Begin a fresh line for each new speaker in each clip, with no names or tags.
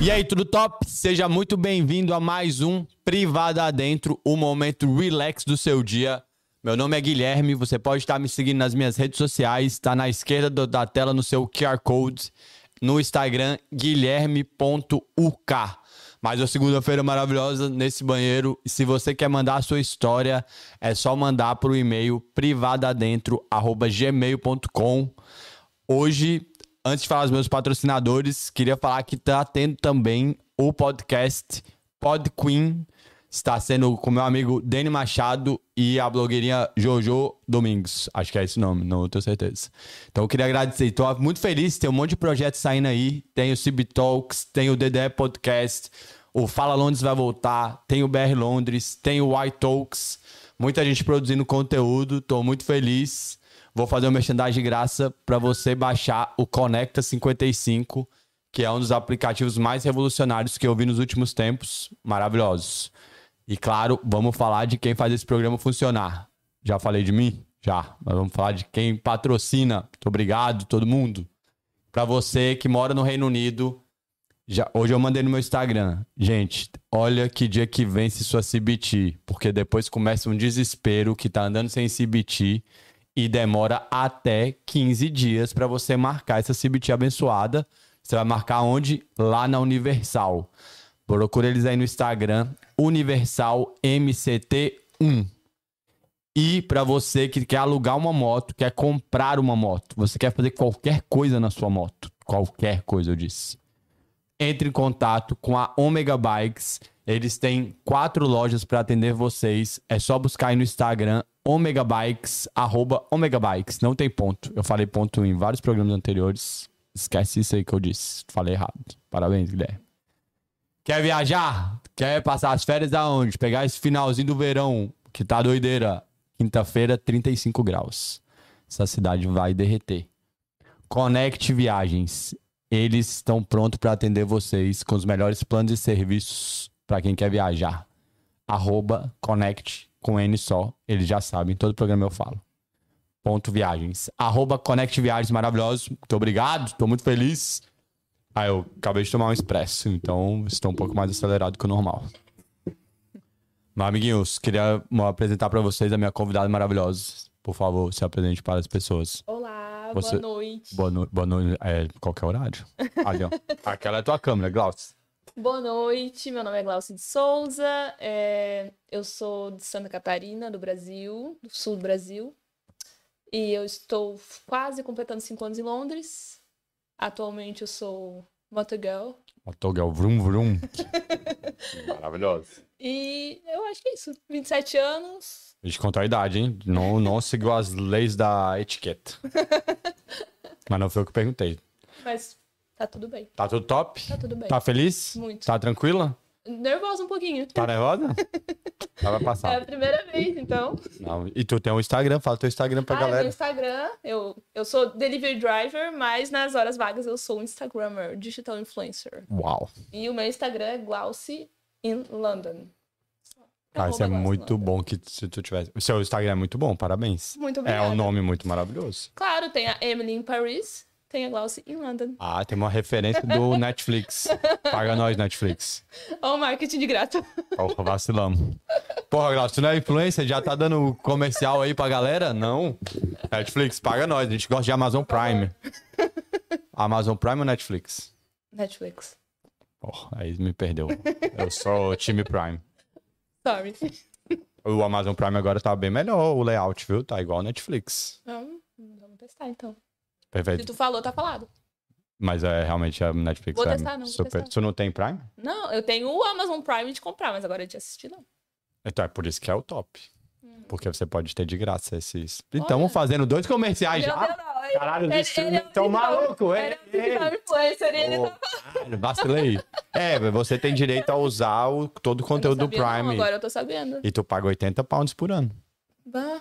E aí, tudo top? Seja muito bem-vindo a mais um Privada Adentro, o momento relax do seu dia. Meu nome é Guilherme, você pode estar me seguindo nas minhas redes sociais, está na esquerda do- da tela no seu QR Code, no Instagram, guilherme.uk. Mais uma segunda-feira maravilhosa nesse banheiro. E se você quer mandar a sua história, é só mandar para o e-mail privadadentro.gmail.com. Hoje, antes de falar dos meus patrocinadores, queria falar que tá tendo também o podcast Pod Queen. Está sendo com meu amigo Dani Machado e a blogueirinha Jojo Domingos. Acho que é esse o nome, não tenho certeza. Então eu queria agradecer. Tô muito feliz, tem um monte de projetos saindo aí. Tem o Cib Talks, tem o DDE Podcast, o Fala Londres vai voltar, tem o BR Londres, tem o White Talks. Muita gente produzindo conteúdo, tô muito feliz. Vou fazer uma merchandising de graça para você baixar o Conecta 55, que é um dos aplicativos mais revolucionários que eu vi nos últimos tempos. Maravilhosos. E claro, vamos falar de quem faz esse programa funcionar. Já falei de mim? Já. Mas vamos falar de quem patrocina. Muito obrigado, todo mundo. Para você que mora no Reino Unido, já- hoje eu mandei no meu Instagram. Gente, olha que dia que vence sua CBT. Porque depois começa um desespero que tá andando sem CBT. E demora até 15 dias para você marcar essa CBT abençoada. Você vai marcar onde? Lá na Universal. Procura eles aí no Instagram, Universal MCT1. E para você que quer alugar uma moto, quer comprar uma moto, você quer fazer qualquer coisa na sua moto, qualquer coisa, eu disse entre em contato com a Omega Bikes. Eles têm quatro lojas para atender vocês. É só buscar aí no Instagram Omega Bikes, arroba Omega Bikes. Não tem ponto. Eu falei ponto em vários programas anteriores. Esquece isso aí que eu disse. Falei errado. Parabéns, Guilherme. Quer viajar? Quer passar as férias aonde? Pegar esse finalzinho do verão, que tá doideira. Quinta-feira, 35 graus. Essa cidade vai derreter. Connect Viagens. Eles estão prontos para atender vocês com os melhores planos e serviços para quem quer viajar. Arroba Connect com N só. Eles já sabem, todo programa eu falo. Ponto Viagens. Arroba Connect Viagens maravilhoso. Muito obrigado, estou muito feliz. Ah, eu acabei de tomar um expresso, então estou um pouco mais acelerado que o normal. Mas, amiguinhos, queria apresentar para vocês a minha convidada maravilhosa. Por favor, se apresente para as pessoas.
Olá,
Você-
boa noite.
Boa
Boa...
noite. Boa noite. É, qualquer horário. Ali, ó. Aquela é tua câmera, Glaucio.
noite, meu nome é Glaucia de Souza, é, eu sou de Santa Catarina, do Brasil, do sul do Brasil, e eu estou quase completando cinco anos em Londres. Atualmente eu sou motogirl,
O Tog é o vrum vrum. Maravilhoso.
e eu acho que é isso, 27 anos,
A gente contou a idade, hein? Não, não seguiu as leis da etiqueta. Mas não foi eu que perguntei.
mas tá tudo bem,
Tá tudo top?
tá tudo bem.
Tá feliz?
Muito.
Tá tranquila?
Nervosa um pouquinho,
Tá nervosa? Tá, vai
é
passar.
a primeira vez, então.
Não, E tu tem um Instagram, fala teu Instagram pra
ah, é meu
galera.
Instagram, eu, eu sou delivery driver, mas nas horas vagas eu sou um Instagrammer, digital influencer.
Uau.
E o meu Instagram é Glauci in London. Tá
Cara, isso é
Arroba Glauci
muito
London.
bom que se tu tivesse. O seu Instagram é muito bom, parabéns.
Muito
É
obrigada.
um nome muito maravilhoso.
Claro, tem a Emily em Paris, tem a Glauci in London.
Ah, tem uma referência do Netflix. Paga nós, Netflix.
Ó, o marketing de graça.
Porra, vacilamos. Porra, Glaucio, tu não é influencer? Já tá dando comercial aí pra galera? Não. Netflix, paga nós. A gente gosta de Amazon Prime. Amazon Prime ou Netflix?
Netflix.
Porra, aí me perdeu. Eu sou o time Prime.
Sorry.
O Amazon Prime agora tá bem melhor, o layout, viu? Tá igual Netflix.
Vamos, vamos testar então. Se
Perfeito.
tu falou, tá falado.
Mas é realmente a Netflix.
Vou
é
testar, não, vou testar.
Tu não tem Prime?
Não, eu tenho o Amazon Prime de comprar, mas agora é de assistir não.
Então é por isso que é o top. Porque você pode ter de graça esses. E estamos
Uhum. Olha.
fazendo dois comerciais
Meu
já.
Deus, não. ele-
Caralho,
ele-
os
ele é
streaming
o
tão
digital-
maluco,
Ele
hein?
é o digital influencer, ele
Ô,
tá
caralho, vacilei. É, mas você tem direito a usar o, todo o
Eu
conteúdo
não
então do
sabia, não,
Prime.
agora eu tô sabendo.
E tu paga 80 pounds por ano.
Bah.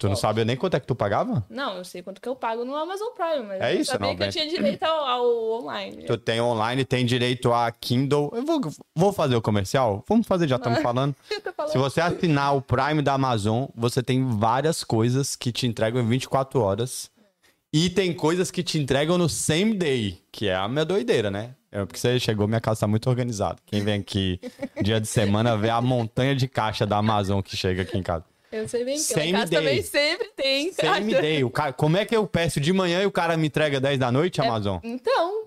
Tu não sabia nem quanto é que tu pagava?
Não, eu sei quanto que eu pago no Amazon Prime, mas
É
eu não
isso,
sabia que
90.
eu tinha direito ao, ao online. É
Tu tem online, tem direito a Kindle. Eu vou, vou fazer o comercial? Vamos fazer, já estamos falando.
Eu tô falando.
Se você assinar o Prime da Amazon, você tem várias coisas que te entregam em 24 horas. E tem coisas que te entregam no same day, que é a minha doideira, né? É porque você chegou, minha casa tá muito organizada. Quem vem aqui dia de semana vê a montanha de caixa da Amazon que chega aqui em casa.
Eu sei bem que lá
Same
em casa
day.
também sempre tem caixa.
Same day. O cara, como é que eu peço de manhã e o cara me entrega 10 da noite, Amazon?
Então,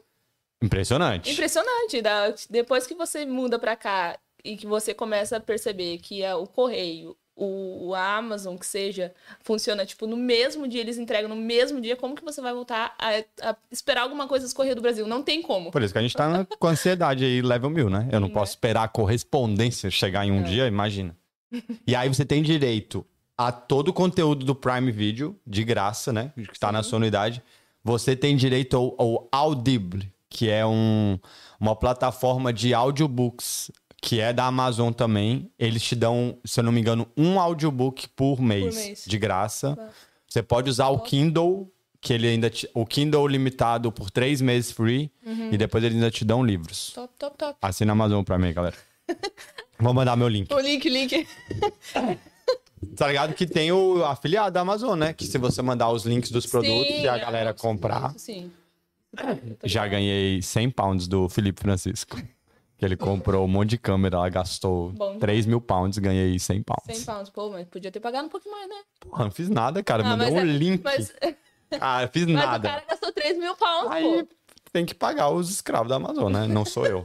Impressionante.
impressionante. da- Depois que você muda pra cá e que você começa a perceber que é o correio, o, o Amazon, que seja, funciona tipo no mesmo dia, eles entregam no mesmo dia, como que você vai voltar a, a esperar alguma coisa dos Correios do Brasil? Não tem como.
Por isso que a gente tá na- com ansiedade aí, level mil, né? Eu não
Né? É.
posso esperar a correspondência chegar em um dia, imagina. E aí você tem direito a todo o conteúdo do Prime Video, de graça, né? Que tá na sua unidade. Você tem direito ao, ao Audible, que é um, uma plataforma de audiobooks, que é da Amazon também. Eles te dão, se eu não me engano, um audiobook por mês,
mês.
de graça.
Tá.
Você pode usar o Kindle, que ele ainda te- o Kindle limitado por três meses free,
Uhum.
e depois eles ainda te dão livros.
Top, top, top.
Assina a Amazon pra mim, galera. Vou mandar meu link.
O link, link.
Tá ligado que tem o afiliado da Amazon, né? Que se você mandar os links dos produtos
Sim,
e a galera
é,
comprar,
isso Sim.
já ganhei 100 pounds do Felipe Francisco. Que ele comprou um monte de câmera, ela gastou
Bom.
3 mil pounds, ganhei 100
100
pounds.
pounds, pô, mas podia ter pagado um pouco mais, né?
Porra, não fiz nada, cara.
Ah,
Mandei um
mas é-
link.
Mas,
Ah, fiz
mas o
nada.
cara gastou 3 mil pounds,
Aí
pô.
tem que pagar os escravos da Amazônia, né? Não sou eu.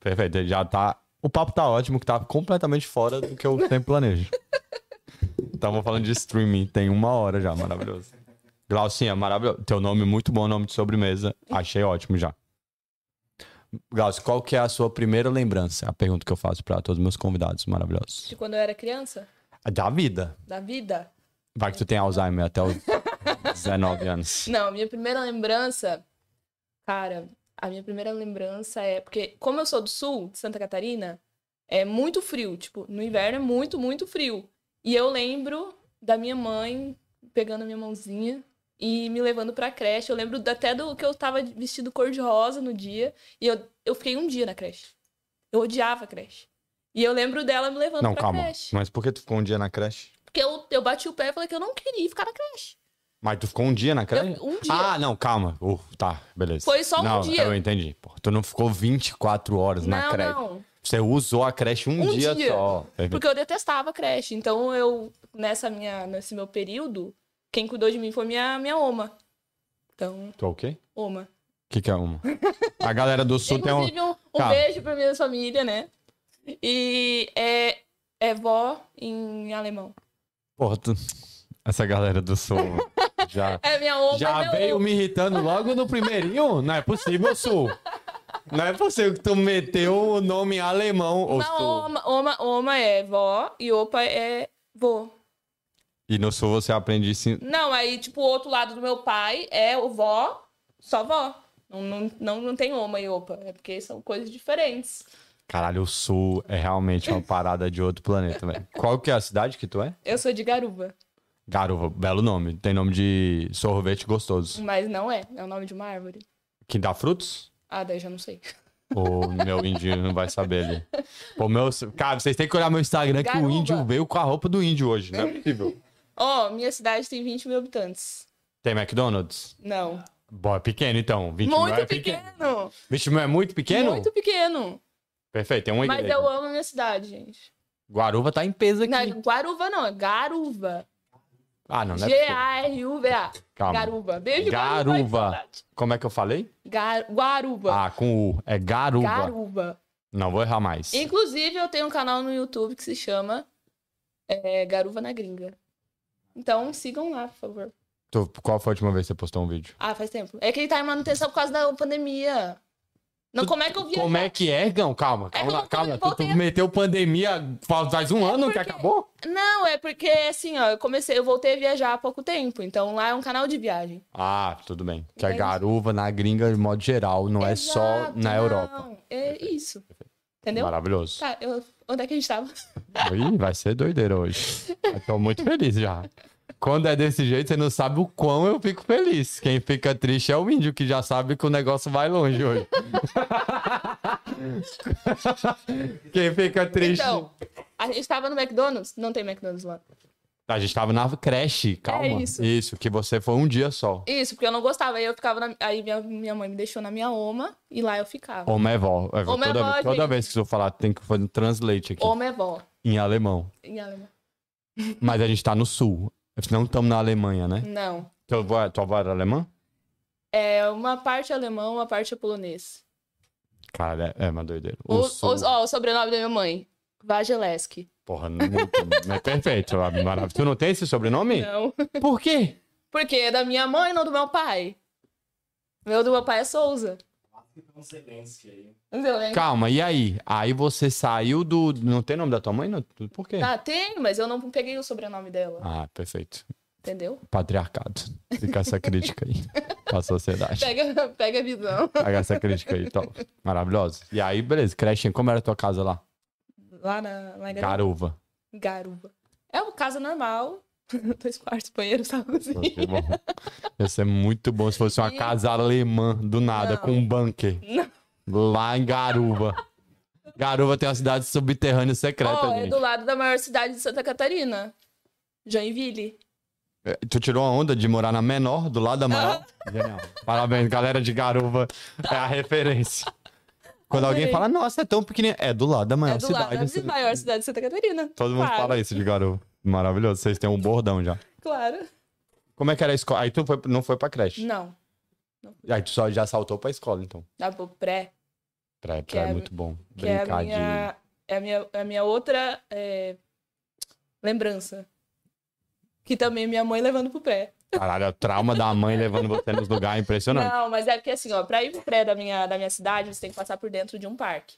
Perfeito, já tá. O papo tá ótimo, que tá completamente fora do que eu sempre planejo. Tava falando de streaming, tem uma hora já, maravilhoso. Glaucinha, maravilhoso. Teu nome muito bom, nome de sobremesa. Achei ótimo já. Glaucio, qual que é a sua primeira lembrança? A pergunta que eu faço pra todos os meus convidados maravilhosos.
De quando eu era criança,
É Da vida.
da vida.
Vai que tu tem Alzheimer até os 19 anos.
Não, minha primeira lembrança, cara, a minha primeira lembrança é porque como eu sou do sul, de Santa Catarina, é muito frio, tipo, no inverno é muito, muito frio. E eu lembro da minha mãe pegando a minha mãozinha e me levando pra creche. Eu lembro até do que eu tava vestido cor de rosa no dia e eu, eu fiquei um dia na creche. Eu odiava a creche. E eu lembro dela me levando
Não,
pra
calma.
creche.
Mas por que tu ficou um dia na creche?
Porque eu, eu bati o pé e falei que eu não queria ficar na creche.
Mas tu ficou um dia na creche?
Eu- um dia.
Ah, não, calma. Uh, tá, beleza.
Foi só um
não,
dia.
Eu entendi. Pô, tu não ficou 24 horas na
não,
creche.
não.
Você usou a creche um,
Um
dia,
dia.
só.
Porque eu detestava a creche. Então eu, nessa minha, nesse meu período, quem cuidou de mim foi minha, minha oma. Então,
Tu é o quê?
oma.
O que, que é uma? A galera do sul tem um.
Inclusive, um, um
Tá.
beijo pra minha família, né? E é, é vó em alemão.
Porra, tu... essa galera do sul já,
É minha oma.
já
é meu-
veio me irritando logo no primeirinho? Não é possível, sul. Não é possível que tu meteu o nome alemão, ou
Não,
sul.
oma, oma, oma é vó e opa é vô.
E no sul você aprende isso em-
Não, aí, tipo, o outro lado do meu pai é o vó, só vó. Não, não, não, não tem oma e opa. É porque são coisas diferentes.
Caralho, o sul é realmente uma parada de outro planeta, velho. Qual que é a cidade que tu é?
Eu sou de garuba.
Garuva, belo nome. Tem nome de sorvete gostoso.
Mas não é, é o nome de uma árvore.
Que dá frutos?
Ah, daí já não sei.
O meu índio não vai saber ali. Pô, meu... Cara, vocês têm que olhar meu Instagram que o
Garuva.
índio veio com a roupa do índio hoje. Não é possível.
Ó, minha cidade tem 20 mil habitantes.
Tem McDonald's?
Não.
Bom, é pequeno então. 20 mil
muito
é pequeno.
pequeno.
20 mil é muito pequeno?
Muito pequeno.
Perfeito, tem uma
Mas
igreja.
eu amo a minha cidade, gente.
Guaruva tá em peso aqui.
Não, é Guaruva não, é Garuva.
Ah, não, não é possível.
G-A-R-U-V-a.
Calma.
Garuba. Beijo,
Garuva.
Garuva.
Como é que eu falei?
Gar... Guaruba.
Ah, com U. É garuva.
Garuba.
Não vou errar mais.
Inclusive, eu tenho um canal no YouTube que se chama é, Garuva na Gringa. Então, sigam lá, por favor.
Tu- qual foi a última vez que você postou um vídeo?
Ah, faz tempo. É que ele tá em manutenção por causa da pandemia. Não,
Tu-
como é que eu vi
Como é que é, Gão? Calma,
É que eu
calma,
vou-
calma. Tu, tu
voltei a-
meteu pandemia faz faz um ano que
É porque-
acabou?
Não, é porque assim, ó, eu comecei, eu voltei a viajar há pouco tempo, então lá é um canal de viagem.
Ah, tudo bem. Que é
Entendi.
garuva na gringa, de modo geral, não é só
Exato,
na
não,
Europa.
É isso. Entendeu?
Maravilhoso.
Tá, eu- onde é que a gente tava?
Ih, vai ser doideira hoje. Eu tô muito feliz já. Quando é desse jeito, você não sabe o quão eu fico feliz. Quem fica triste é o índio, que já sabe que o negócio vai longe hoje. Quem fica triste.
Então, a gente tava no McDonald's, não tem McDonald's lá.
A gente tava na creche, calma.
É isso.
que você foi um dia só.
Isso, porque eu não gostava. Aí eu ficava na... Aí minha, minha mãe me deixou na minha oma e lá eu ficava.
Homem é vó. É,
Homem é
toda,
vó,
toda
gente.
vez que eu falar, tem que fazer um translate aqui.
Oma é vó.
Em alemão.
Em alemão.
Mas a gente tá no sul. Não estamos na Alemanha, né?
Não.
Tua avó, tua avó era alemã?
É uma parte alemão, uma parte é polonês.
Cara, é é uma doideira. O
O,
sul-
os- ó, o sobrenome da minha mãe. Vajeleski.
Porra, não, não é perfeito. é Maravilhoso. Tu não tem esse sobrenome?
Não.
Por quê?
Então, Porque é da minha mãe, não do meu pai. Meu do meu pai é Souza. né? Não lembro.
Calma, e aí? Aí você saiu do. Não tem nome da tua mãe? Não? Por quê?
Tá, tem, mas eu não peguei o sobrenome dela,
Ah, perfeito.
entendeu?
Patriarcado. Fica essa crítica aí pra sociedade.
Pega, pega a visão.
Pega essa crítica aí, top. Maravilhosa. E aí, beleza, creche, como era a tua casa lá?
Lá na, lá em Garu-
Garuva.
Garuba. É uma casa normal. Dois quartos, banheiro, sala, cozinha.
Porque, bom, Ia ser muito bom se fosse uma
E-
casa alemã, do nada,
Não.
com um bunker.
Não.
Lá em Garuva. Garuva tem uma cidade subterrânea secreta,
Ó, é
gente.
do lado da maior cidade de Santa Catarina. Joinville.
É, Tu tirou a onda de morar na menor, do lado da maior. Genial. Parabéns, galera de Garuva. É a referência. Quando alguém
Adorei.
fala, nossa, é tão pequenininho. É do lado da maior
é do
cidade. assim.
lado da maior cidade de Santa Catarina.
Todo mundo
claro,
fala isso de Garuva. Maravilhoso. Vocês têm um bordão já.
Claro.
Como é que era a escola? Aí tu foi- não foi pra creche.
Não.
Aí tu só já saltou pra escola, então.
Dá pro pré.
Pra,
Que
pra é,
é-
muito bom.
Que é a
Brincar de.
minha, é a minha, é a minha outra é, lembrança. Que também é minha mãe levando pro pré.
Caralho, o trauma da mãe levando você nos lugares é
Não,
impressionante.
mas é porque assim, ó, pra ir pro pré da minha, da minha cidade, você tem que passar por dentro de um parque.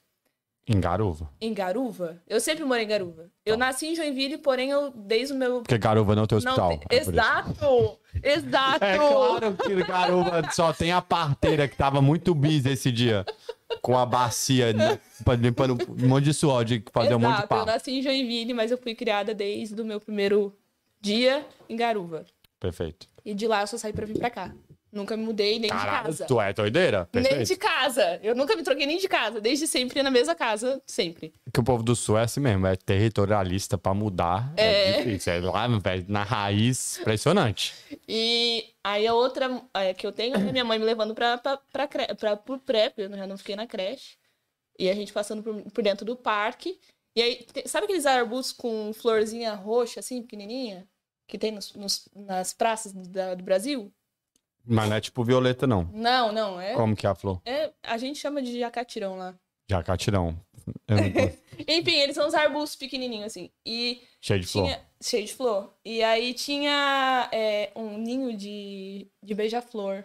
Em garuva.
Em Garuva? Eu sempre morei em Garuva. Eu
Tá.
nasci em Joinville, porém eu, desde o meu.
Porque garuva não tem hospital.
Não,
é
tem-
por isso.
Exato! Exato!
É claro que garuva só tem a parteira que tava muito bis esse dia. Com a bacia, né, pra- limpando um monte de suor, de fazer um monte de
Exato, Eu
pá.
nasci em Joinville, mas eu fui criada desde o meu primeiro dia em Garuva.
Perfeito.
E de lá eu só saí pra vir pra cá. Nunca me mudei nem
Caralho,
de casa.
tu é doideira? Perfeito.
Nem de casa. Eu nunca me troquei nem de casa. Desde sempre na mesma casa, sempre.
Que o povo do Sul é assim mesmo, é territorialista pra mudar. É,
É.
difícil. É lá, velho, na raiz, impressionante.
E aí a outra é, que eu tenho é minha mãe me levando pra, pra, pra, cre- pra, pro pré, porque eu já não fiquei na creche. E a gente passando por, por dentro do parque. E aí, te- sabe aqueles arbustos com florzinha roxa, assim, pequenininha? Que tem nos, nos- nas praças da- do Brasil?
Mas não é tipo violeta, não.
Não, não, é,
Como que é a flor?
é- A gente chama de jacatirão lá.
Jacatirão. Eu não posso.
Enfim, eles são os arbustos pequenininhos, assim. E
Cheio de flor.
tinha. Cheio de flor. E aí tinha é, um ninho de, de beija-flor.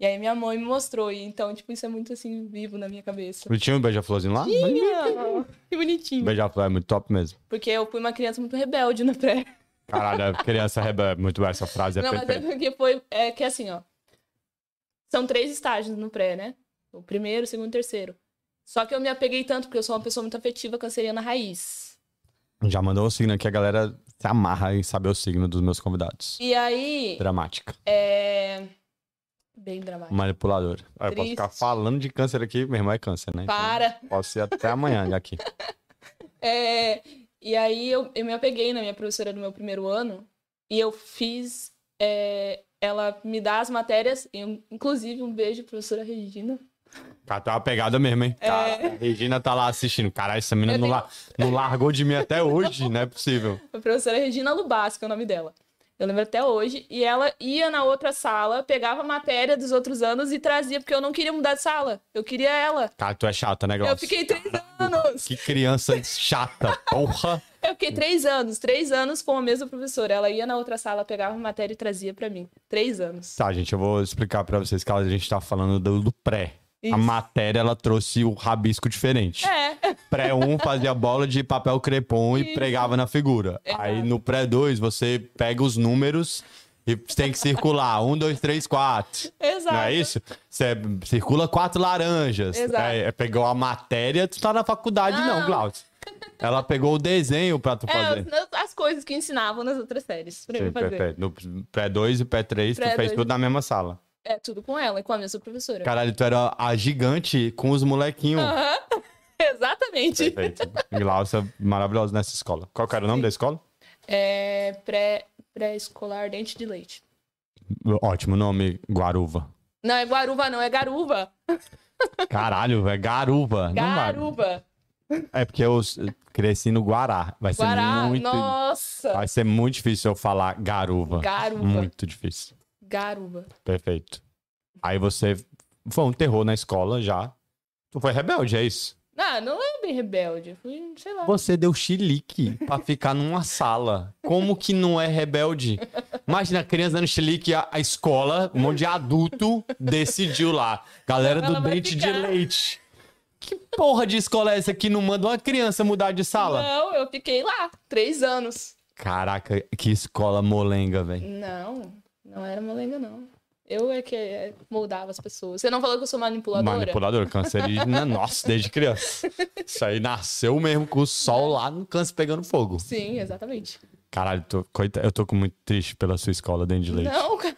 E aí minha mãe me mostrou. E então, tipo, isso é muito assim, vivo na minha cabeça.
Não tinha um beija-florzinho lá?
Ah, Que bonitinho.
Beija-flor é muito top mesmo.
Porque eu fui uma criança muito rebelde na pré.
Caralho, é criança rebelde. Muito boa essa frase, é
Não, mas é
perfeita.
porque foi. É que assim, ó. São três estágios no pré, né? O primeiro, o segundo e o terceiro. Só que eu me apeguei tanto, porque eu sou uma pessoa muito afetiva, canceriana raiz. é
Já mandou o signo aqui, a galera se amarra em saber o signo dos meus convidados.
E aí.
Dramática.
É. Bem dramático.
Manipuladora. Ah, Eu posso
Triste.
ficar falando de câncer aqui, meu irmão é câncer, né? Então,
Para!
posso ir até amanhã aqui.
É, e aí eu, eu me apeguei na minha professora do meu primeiro ano e eu fiz é, ela me dá as matérias, eu- inclusive um beijo, professora Regina.
Cara, tá uma pegada mesmo, hein?
É.
Cara, a Regina tá lá assistindo. Caralho, essa menina
Eu
não, la- não largou de mim até hoje, não é possível.
A professora Regina Lubas, que é o nome dela. Eu lembro até hoje. E ela ia na outra sala, pegava a matéria dos outros anos e trazia, porque eu não queria mudar de sala. Eu queria ela.
Cara, tu é chata, né, Glaucio?
Eu fiquei três anos.
Que criança chata, porra.
Eu fiquei três anos, três anos com a mesma professora. Ela ia na outra sala, pegava a matéria e trazia pra mim. Três anos.
Tá, gente, eu vou explicar pra vocês que a gente tá falando do, do pré.
Isso.
A matéria, ela trouxe o rabisco diferente.
É,
Pré 1 fazia bola de papel crepom e
Isso.
pregava na figura.
Exato.
Aí no pré 2, você pega os números e tem que circular. 1, 2, 3, 4.
exato.
Não é isso? Você circula quatro laranjas.
Exato.
É, pegou a matéria, tu tá na faculdade, não,
Não.
Glaucio. Ela pegou o desenho pra tu
É,
fazer.
as- as coisas que ensinavam nas outras séries pra
Sim,
eu fazer.
perfeito. No pré 2 e pré 3, tu
Pré
fez
dois.
tudo na mesma sala.
É tudo com ela e com a mesma professora.
Caralho, tu era a gigante com os molequinhos. tipo,
Aham, Exatamente.
Perfeito. Glaucia, maravilhosa nessa escola. Qual que era o nome da escola?
é pré- pré-escolar Dente de Leite.
Ótimo nome, Guaruva.
Não, é Guaruva não, é Garuva.
Caralho, velho, Garuva. Não vai-
Garuva.
É porque eu s- cresci no Guará. Vai ser
Guará.
muito. Ah.
Nossa.
Vai ser muito difícil eu falar garuva.
Garuva.
Muito difícil.
Garuva.
Perfeito. Aí você foi um terror na escola já. Tu foi rebelde, é isso?
Ah, não é bem rebelde. Fui, sei lá.
Você deu chilique pra ficar numa sala. Como que não é rebelde? Imagina a criança dando chilique, a, a escola, um monte de adulto decidiu lá. Galera do
Ela vai
dente de
ficar.
leite. Que porra de escola é essa que não manda uma criança mudar de sala?
Não, eu fiquei lá três anos.
Caraca, que escola molenga, velho.
Não, não era molenga, não. Eu é que é, moldava as pessoas. Você não falou que eu sou manipuladora?
Manipulador, cancerígena, nossa, desde criança. Isso aí nasceu mesmo com o sol lá no câncer pegando fogo.
Sim, exatamente.
Caralho, tô, coita, eu tô com muito triste pela sua escola, Dente de Leite.
Não, cara.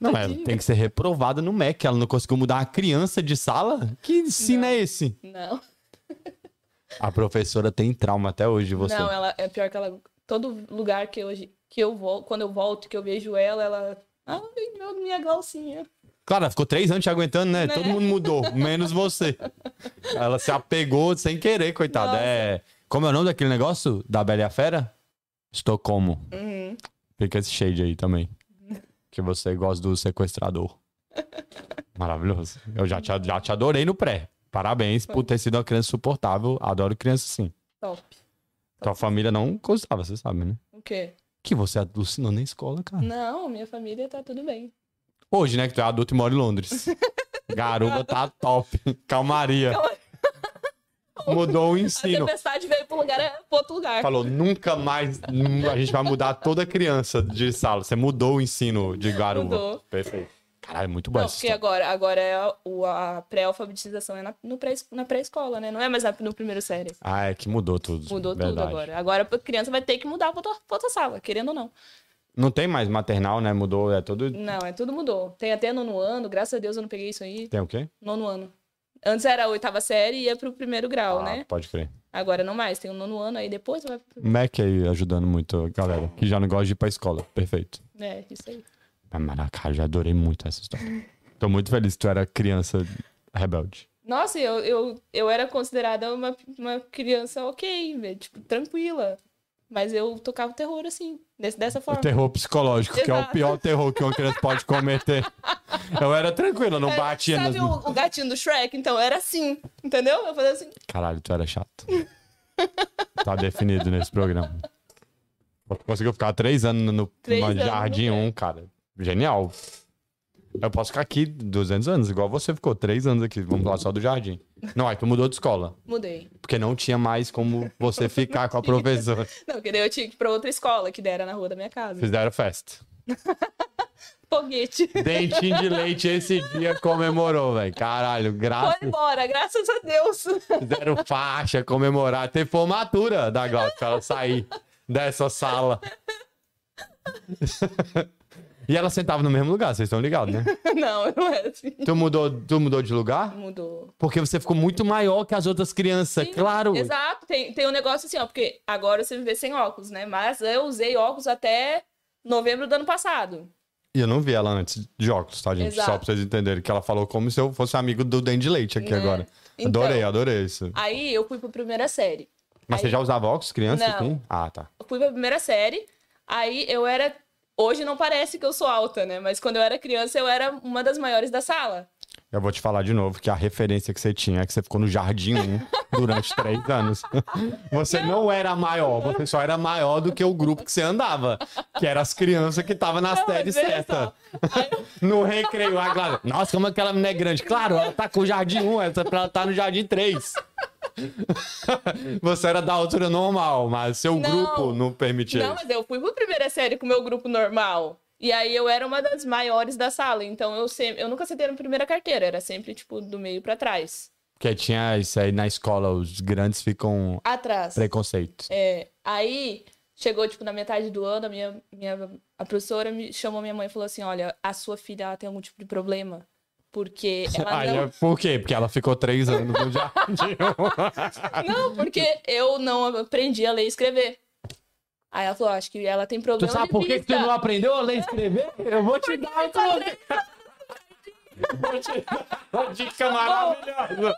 Não, ela tem que ser reprovada no MEC. Ela não conseguiu mudar uma criança de sala? Que ensino é esse?
Não.
A professora tem trauma até hoje de você.
Não, ela é pior que ela. Todo lugar que hoje que eu volto, quando eu volto, que eu vejo ela, ela. Ai, meu, minha Glaucinha.
Claro, ela ficou três anos te aguentando, né?
Né?
Todo mundo mudou, menos você. Ela se apegou sem querer, coitada.
Nossa.
É... Como é o nome daquele negócio? Da Bela e a Fera? Estocolmo.
Uhum.
Fica esse shade aí também. Que você gosta do sequestrador. Maravilhoso. Eu já te, já te adorei no pré. Parabéns por ter sido uma criança suportável. Adoro criança sim.
Top.
Tua família não gostava, você sabe, né?
O quê?
Que você é alucinou na escola, cara.
Não, minha família tá tudo bem.
Hoje, né, que tu é adulto e mora em Londres. Garuba tá top. Calmaria. Mudou o
A
ensino.
tempestade veio pro lugar, é pro outro lugar.
Falou, nunca mais hum, a gente vai mudar toda criança de sala. Você mudou o ensino de garuba.
Mudou.
Perfeito. Caralho, muito bom
Não,
essa
porque
história.
agora, agora é a, o- a pré-alfabetização é na, no pré, na pré-escola, né? Não é mais na, no primeiro série.
Ah, é que mudou tudo.
Mudou tudo
verdade.
agora. Agora a criança vai ter que mudar pra outra, pra outra sala, querendo ou não.
Não tem mais maternal, né? Mudou, é todo...
Não, é tudo mudou. Tem até nono ano, graças a Deus eu não peguei isso aí.
Tem o quê?
Nono ano. Antes era a oitava série e ia pro primeiro grau,
ah,
né?
pode crer.
Agora não mais, tem o nono ano, aí depois vai pro...
Mac aí ajudando muito a galera que já não gosta de ir pra escola. Perfeito.
É, isso aí.
Ah, Mas, cara, já adorei muito essa história. Tô muito feliz que tu era criança rebelde.
Nossa, eu, eu, eu era considerada uma, uma criança ok, né? tipo, tranquila. Mas eu tocava o terror, assim, desse, dessa
O
forma.
terror psicológico, que é o
Exato.
pior terror que uma criança pode cometer. Eu era tranquilo, eu não batia nas...
É, Sabe o, o gatinho do Shrek? Então, era assim, entendeu? Eu fazia assim.
Caralho, tu era chato. Tá definido nesse programa. Conseguiu ficar três anos no,
Três
no
anos no
Jardim
pé.
1, cara. Genial. Eu posso ficar aqui 200 anos, igual você ficou três anos aqui. Vamos falar só do Jardim. Não, aí tu mudou de escola.
Mudei.
Porque não tinha mais como você ficar com a professora.
Não, porque daí eu tinha que ir pra outra escola, que dera na rua da minha casa.
Fizeram festa.
Foguete.
Dentinho de leite esse dia comemorou, velho. Caralho, graças.
Foi embora, graças a Deus.
Fizeram faixa, comemorar. Teve formatura da Glaucia pra ela sair dessa sala. E ela sentava no mesmo lugar, vocês estão ligados, né?
Não, eu não era assim.
Tu mudou, tu mudou de lugar?
Mudou.
Porque você ficou muito maior que as outras crianças, claro.
Exato, tem, tem um negócio assim, ó, porque agora você me vê sem óculos, né? Mas eu usei óculos até novembro do ano passado.
E eu não vi ela antes de óculos, tá, gente?
Exato.
Só pra vocês entenderem que ela falou como se eu fosse amigo do Dente de Leite aqui
Né?
agora.
Então.
Adorei, adorei isso.
Aí eu fui pra primeira série.
Mas você
Aí-
já usava óculos criança?
Não.
assim? Ah, tá.
Eu fui pra primeira série, aí eu era. Hoje não parece que eu sou alta, né? Mas quando eu era criança, eu era uma das maiores da sala.
Eu vou te falar de novo que a referência que você tinha é que você ficou no Jardim 1 durante três anos. Você não. era maior, você só era maior do que o grupo que você andava, que eram as crianças que estavam nas
Não, mas
séries
veja
certas.
só. Aí eu-
No recreio, a Glória, Nossa, como aquela menina é grande. Claro, ela tá com o Jardim 1, essa- ela tá no Jardim 3. Você era da altura normal, mas seu
Não.
grupo não permitia.
Não,
isso.
mas eu fui pra primeira série com o meu grupo normal. E aí eu era uma das maiores da sala. Então eu, sempre, eu nunca sentei na primeira carteira, era sempre, tipo, do meio pra trás.
Porque tinha isso aí na escola, os grandes ficam
Atrás.
preconceitos.
É, aí chegou, tipo, na metade do ano, a minha, minha a professora me chamou minha mãe e falou assim: olha, a sua filha ela tem algum tipo de problema. Porque ela
Aí,
não.
é- por quê? Porque ela ficou três anos no jardim.
Não, porque eu não aprendi a ler e escrever. Aí ela falou, "Ó, acho que ela tem
Tu
problema
sabe
de
por que, que tu
vista."
não aprendeu a ler e escrever? Eu vou te dar uma dica. Vou te dar uma dica maravilhosa.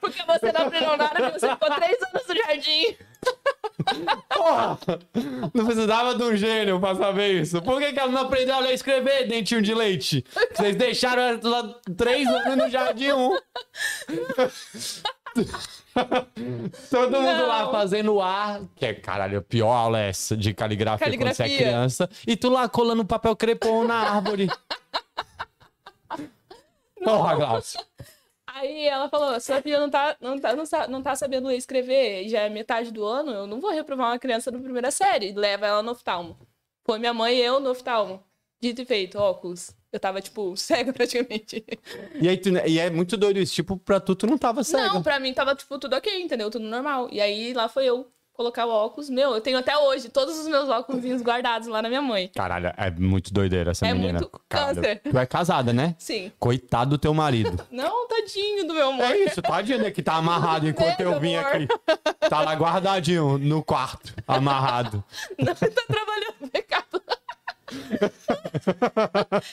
Porque você não aprendeu nada, porque você ficou três anos no jardim.
Porra! Não precisava de um gênio pra saber isso. Por que, que ela não aprendeu a ler e escrever, dentinho de leite? Vocês deixaram ela lá três anos no jardim um. Todo mundo lá
Não.
fazendo ar, que é, caralho, a pior aula é essa de caligrafia, quando você é
Caligrafia.
criança. E tu lá colando um papel crepom na árvore. Porra, Glaucio.
Aí ela falou, sua filha não tá, não, tá, não, sa- não tá sabendo ler e escrever, e já é metade do ano, eu não vou reprovar uma criança na primeira série. Leva ela no oftalmo. Foi minha mãe e eu no oftalmo. Dito e feito, óculos. Eu tava, tipo, cega praticamente.
E, aí tu, e é muito doido isso. Tipo, pra tu, tu não tava cego.
Não, pra mim tava, tipo, tudo ok, entendeu? Tudo normal. E aí lá foi eu colocar o óculos. Meu, eu tenho até hoje todos os meus óculos guardados lá na minha mãe.
Caralho, é muito doideira essa
É
menina.
muito
Caralho.
câncer.
Tu é casada, né?
Sim.
Coitado do teu marido.
Não, tadinho do meu amor.
É isso, tadinho né, que tá amarrado enquanto eu
Meu
vim
amor.
aqui. Tá lá guardadinho no quarto, amarrado.
Não, ele tá trabalhando pecado.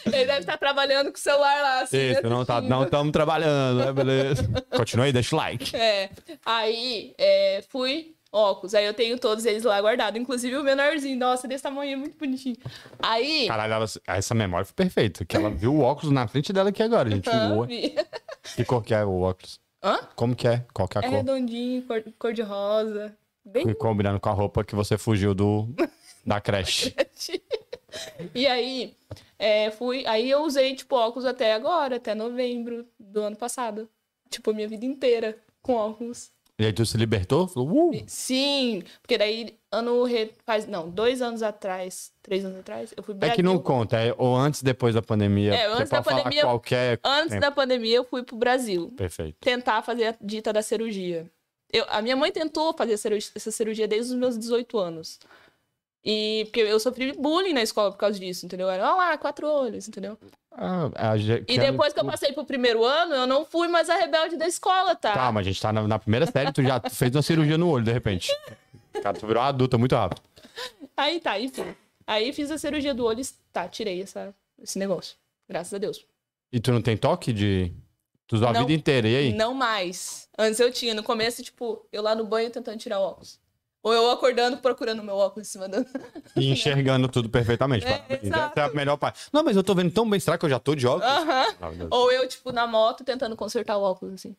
ele deve estar trabalhando com o celular lá, assim.
Isso, não tá, não estamos trabalhando, né, beleza? Continua aí, deixa o like.
É. Aí, é, fui, óculos. Aí eu tenho todos eles lá guardados. Inclusive o menorzinho. Nossa, desse tamanho, é muito bonitinho. Aí...
Caralho, ela- essa memória foi perfeita, que ela viu o óculos na frente dela aqui agora, gente.
hã,
Uou.
vi.
Que cor que é o óculos?
Hã?
Como que é? Qual que é a
É
cor?
redondinho, cor, cor de rosa. Bem
E combinando com a roupa que você fugiu do da creche.
E aí, é, fui. Aí eu usei, tipo, óculos até agora, até novembro do ano passado. Tipo, minha vida inteira com óculos.
E aí tu se libertou? Falou, uh,
Sim, porque daí, ano. Re... Faz, não, dois anos atrás, três anos atrás, eu fui
É
Brasil.
que não conta, é ou antes depois da pandemia.
É,
Você
antes da
pode falar
pandemia,
Qualquer
Antes
tempo.
da pandemia, eu fui pro Brasil
Perfeito.
tentar fazer a dita da cirurgia. Eu, a minha mãe tentou fazer essa cirurgia, essa cirurgia desde os meus 18 anos. E porque eu sofri bullying na escola por causa disso, entendeu? Era, olha lá, quatro olhos, entendeu?
Ah, a gente-
E depois que eu passei pro primeiro ano, eu não fui mais a rebelde da escola, tá?
Calma, a gente tá na, na primeira série, tu já fez uma cirurgia no olho, de repente. Cara, tu virou uma adulta muito rápido.
Aí tá, enfim. Aí fiz a cirurgia do olho e tá, tirei essa, esse negócio. Graças a Deus.
E tu não tem toque de. Tu usou a
Não.
vida inteira, e aí?
Não mais. Antes eu tinha, no começo, tipo, eu lá no banho tentando tirar o óculos. Ou eu acordando procurando meu óculos em cima da.
E enxergando tudo perfeitamente.
É,
parabéns.
exato.
Essa é a melhor parte. Não, mas eu tô vendo tão bem, será que eu já tô de óculos?
Aham.
Ah, meu Deus.
Ou eu, tipo, na moto tentando consertar o óculos, assim.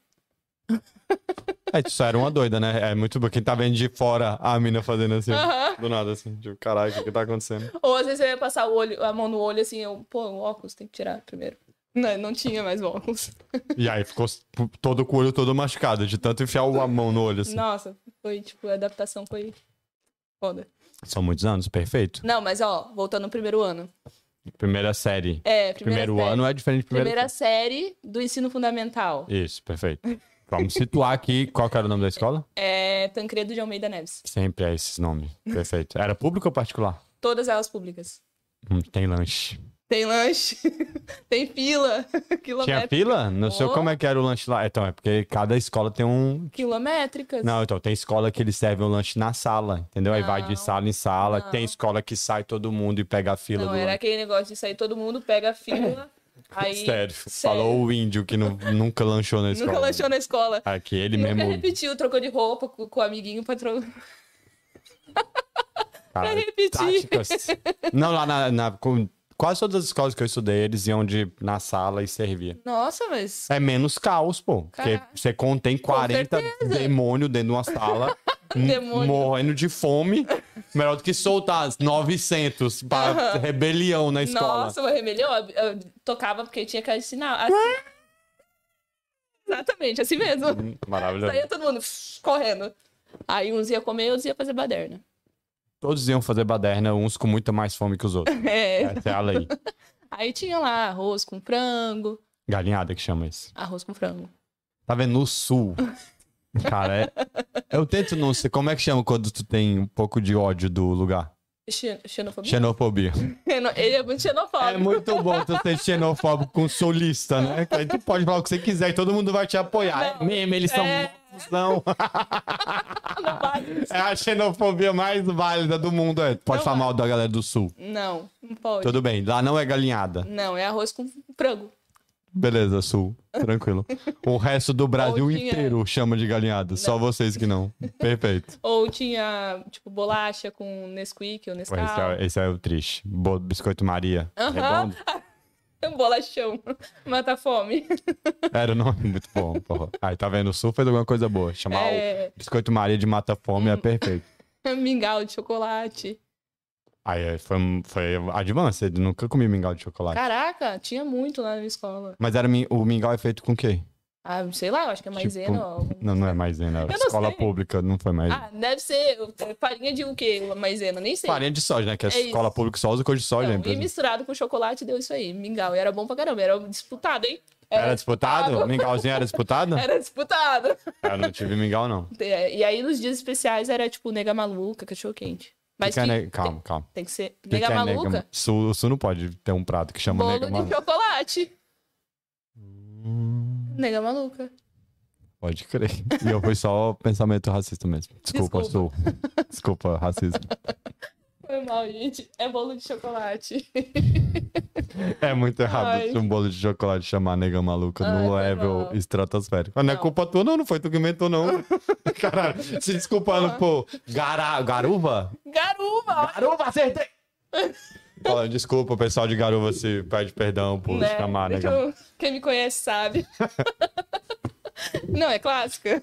É, tu só era uma doida, né? É muito bom. Quem tá vendo de fora a mina fazendo assim,
Aham.
do nada, assim, tipo, caralho, o que que tá acontecendo?
Ou às vezes eu ia passar o olho, a mão no olho, assim, eu, pô, o óculos tem que tirar primeiro. Não, não tinha mais o óculos.
E aí ficou todo com o olho todo machucado, de tanto enfiar a mão no olho, assim.
Nossa, foi, tipo, a adaptação foi foda.
São muitos anos, perfeito.
Não, mas ó, voltando ao primeiro ano.
Primeira série.
É, primeira
Primeiro
série.
ano é diferente de primeira...
Primeira série do ensino fundamental.
Isso, perfeito. Vamos situar aqui qual que era o nome da escola?
É Tancredo de Almeida Neves.
Sempre é esse nome. Perfeito. Era público ou particular?
Todas elas públicas.
Hum, Tem lanche.
Tem lanche, tem fila,
Tinha
quilométrica.
fila? Não sei
Pô.
como é que era o lanche lá. Então, é porque cada escola tem um.
Quilométricas.
Não, então, tem escola que eles servem o lanche na sala, entendeu? Aí vai de
Não.
sala em sala.
Não.
Tem escola que sai todo mundo e pega a fila
Não,
do
era
lanche.
aquele negócio de sair todo mundo, pega a fila, aí...
É. Sério. Falou o índio que nu- nunca lanchou na escola.
Nunca lanchou na escola.
Aqui, ele
Nunca
mesmo.
repetiu, trocou de roupa com, com o amiguinho pra trocar.
Cara,
repetir.
táticas. Não, lá na, na- com- quase todas as escolas que eu estudei, eles iam de, na sala e servia.
Nossa, mas...
É menos caos, pô. Porque
Caralho.
você contém 40
certeza.
demônios dentro de uma sala, m-
Demônio.
morrendo de fome. Melhor do que soltar as 900 para
Aham.
rebelião na escola.
Nossa, o remelhão eu, eu tocava porque tinha que assinar. Assim- Exatamente, assim mesmo.
Hum, Maravilhoso.
Saía todo mundo pss, correndo. Aí uns ia comer e outros ia fazer baderna.
Todos iam fazer baderna, uns com muita mais fome que os outros.
É.
Essa é a lei.
Aí tinha lá arroz com frango.
Galinhada que chama isso.
Arroz com frango.
Tá vendo? No sul. Cara, é... eu tento não sei. Como é que chama quando tu tem um pouco de ódio do lugar?
Xe- Xenofobia?
Xenofobia.
Ele é muito xenofóbico.
É muito bom tu ser xenofóbico com solista, né? Que Aí tu pode falar o que você quiser e todo mundo vai te apoiar. É
Não.
mesmo, eles são
É.
bons, não.
Não vale.
É a xenofobia mais válida do mundo. É. Pode
Não
falar
é.
mal da galera do sul.
Não, não pode.
Tudo bem, lá não é galinhada.
Não, é arroz com frango.
Beleza, sul. Tranquilo. O resto do Brasil
Ou tinha-
inteiro chama de galinhada. Só vocês que não. Perfeito.
Ou tinha, tipo, bolacha com Nesquik ou
Ué, Esse,
Nescau.
é, esse é o triste. Bo- Biscoito Maria. É
Aham.
Redondo.
Um bolachão. Mata a fome.
Era o nome muito bom, porra. Aí, tá vendo? O sul fez alguma coisa boa. Chamar
É. Uhum.
o Biscoito Maria de Mata Fome é perfeito.
Mingau de chocolate.
Aí é, foi, foi advance, eu nunca comi mingau de chocolate.
Caraca, tinha muito lá na minha escola.
Mas era, mi- o mingau é feito com o quê?
Ah, sei lá, eu acho que é maisena
Tipo,
ou algo.
Não, não é maisena. Era
Eu não
escola
sei.
pública, não foi maisena.
Ah, deve ser farinha de o quê? Maisena, nem sei.
Farinha de soja, né? Que é,
É
escola
isso.
pública só usa cor de soja.
Então,
a
e
empresa.
misturado com chocolate deu isso aí, mingau. E era bom pra caramba, era disputado, hein?
Era disputado? O mingauzinho era disputado?
é, Era disputado.
Eu não tive mingau, não.
É, E aí nos dias especiais era tipo nega maluca, cachorro quente. Mas
Que que é
que-
ne- Calma, calma.
tem que ser
Que
nega
que é
maluca,
nega- Sul, sul não pode ter um prato que chama
bolo
nega
de
maluca.
chocolate. Nega maluca.
Pode crer. E eu fui só pensamento racista mesmo. Desculpa,
Desculpa.
sul. Desculpa, racismo.
Foi mal, gente. É bolo de chocolate.
É muito errado
Ai.
um bolo de chocolate chamar nega maluca
Ai,
no
foi
level
mal.
estratosférico. Mas não é
Não.
culpa tua, não. Não foi tu que inventou, não. Caralho, se desculpando por gara... garuva?
Garuva!
Garuva, acertei! Olha, desculpa, pessoal de garuva se pede perdão por
né?
chamar
Deixa
nega
eu- Quem me conhece sabe. Não, é clássica.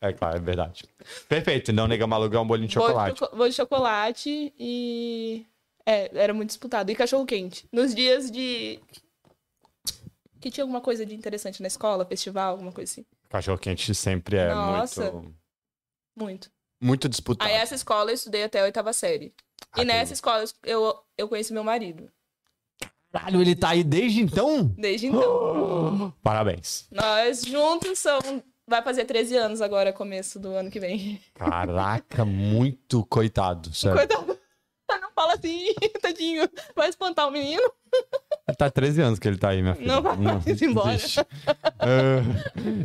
É claro, é verdade. Perfeito. Não, nega maluca é um bolinho de
Bolo de,
chocolate.
choco- bolo de chocolate e. É, era muito disputado. E cachorro quente. Nos dias de. Que tinha alguma coisa de interessante na escola, festival, alguma coisa assim.
Cachorro quente sempre é
Nossa.
muito,
Muito.
muito disputado.
Aí é essa escola eu estudei até a oitava série.
Tá. Ah,
e nessa
que-
escola eu, eu conheci meu marido.
Caralho, ele tá aí desde então?
Desde então.
Parabéns.
Nós juntos são. Vai fazer 13 anos agora, começo do ano que vem.
Caraca, muito coitado. Sério.
Coitado. Não fala assim, tadinho. Vai espantar o menino.
Tá 13 anos que ele tá aí, minha filha.
Não vai embora.
existe.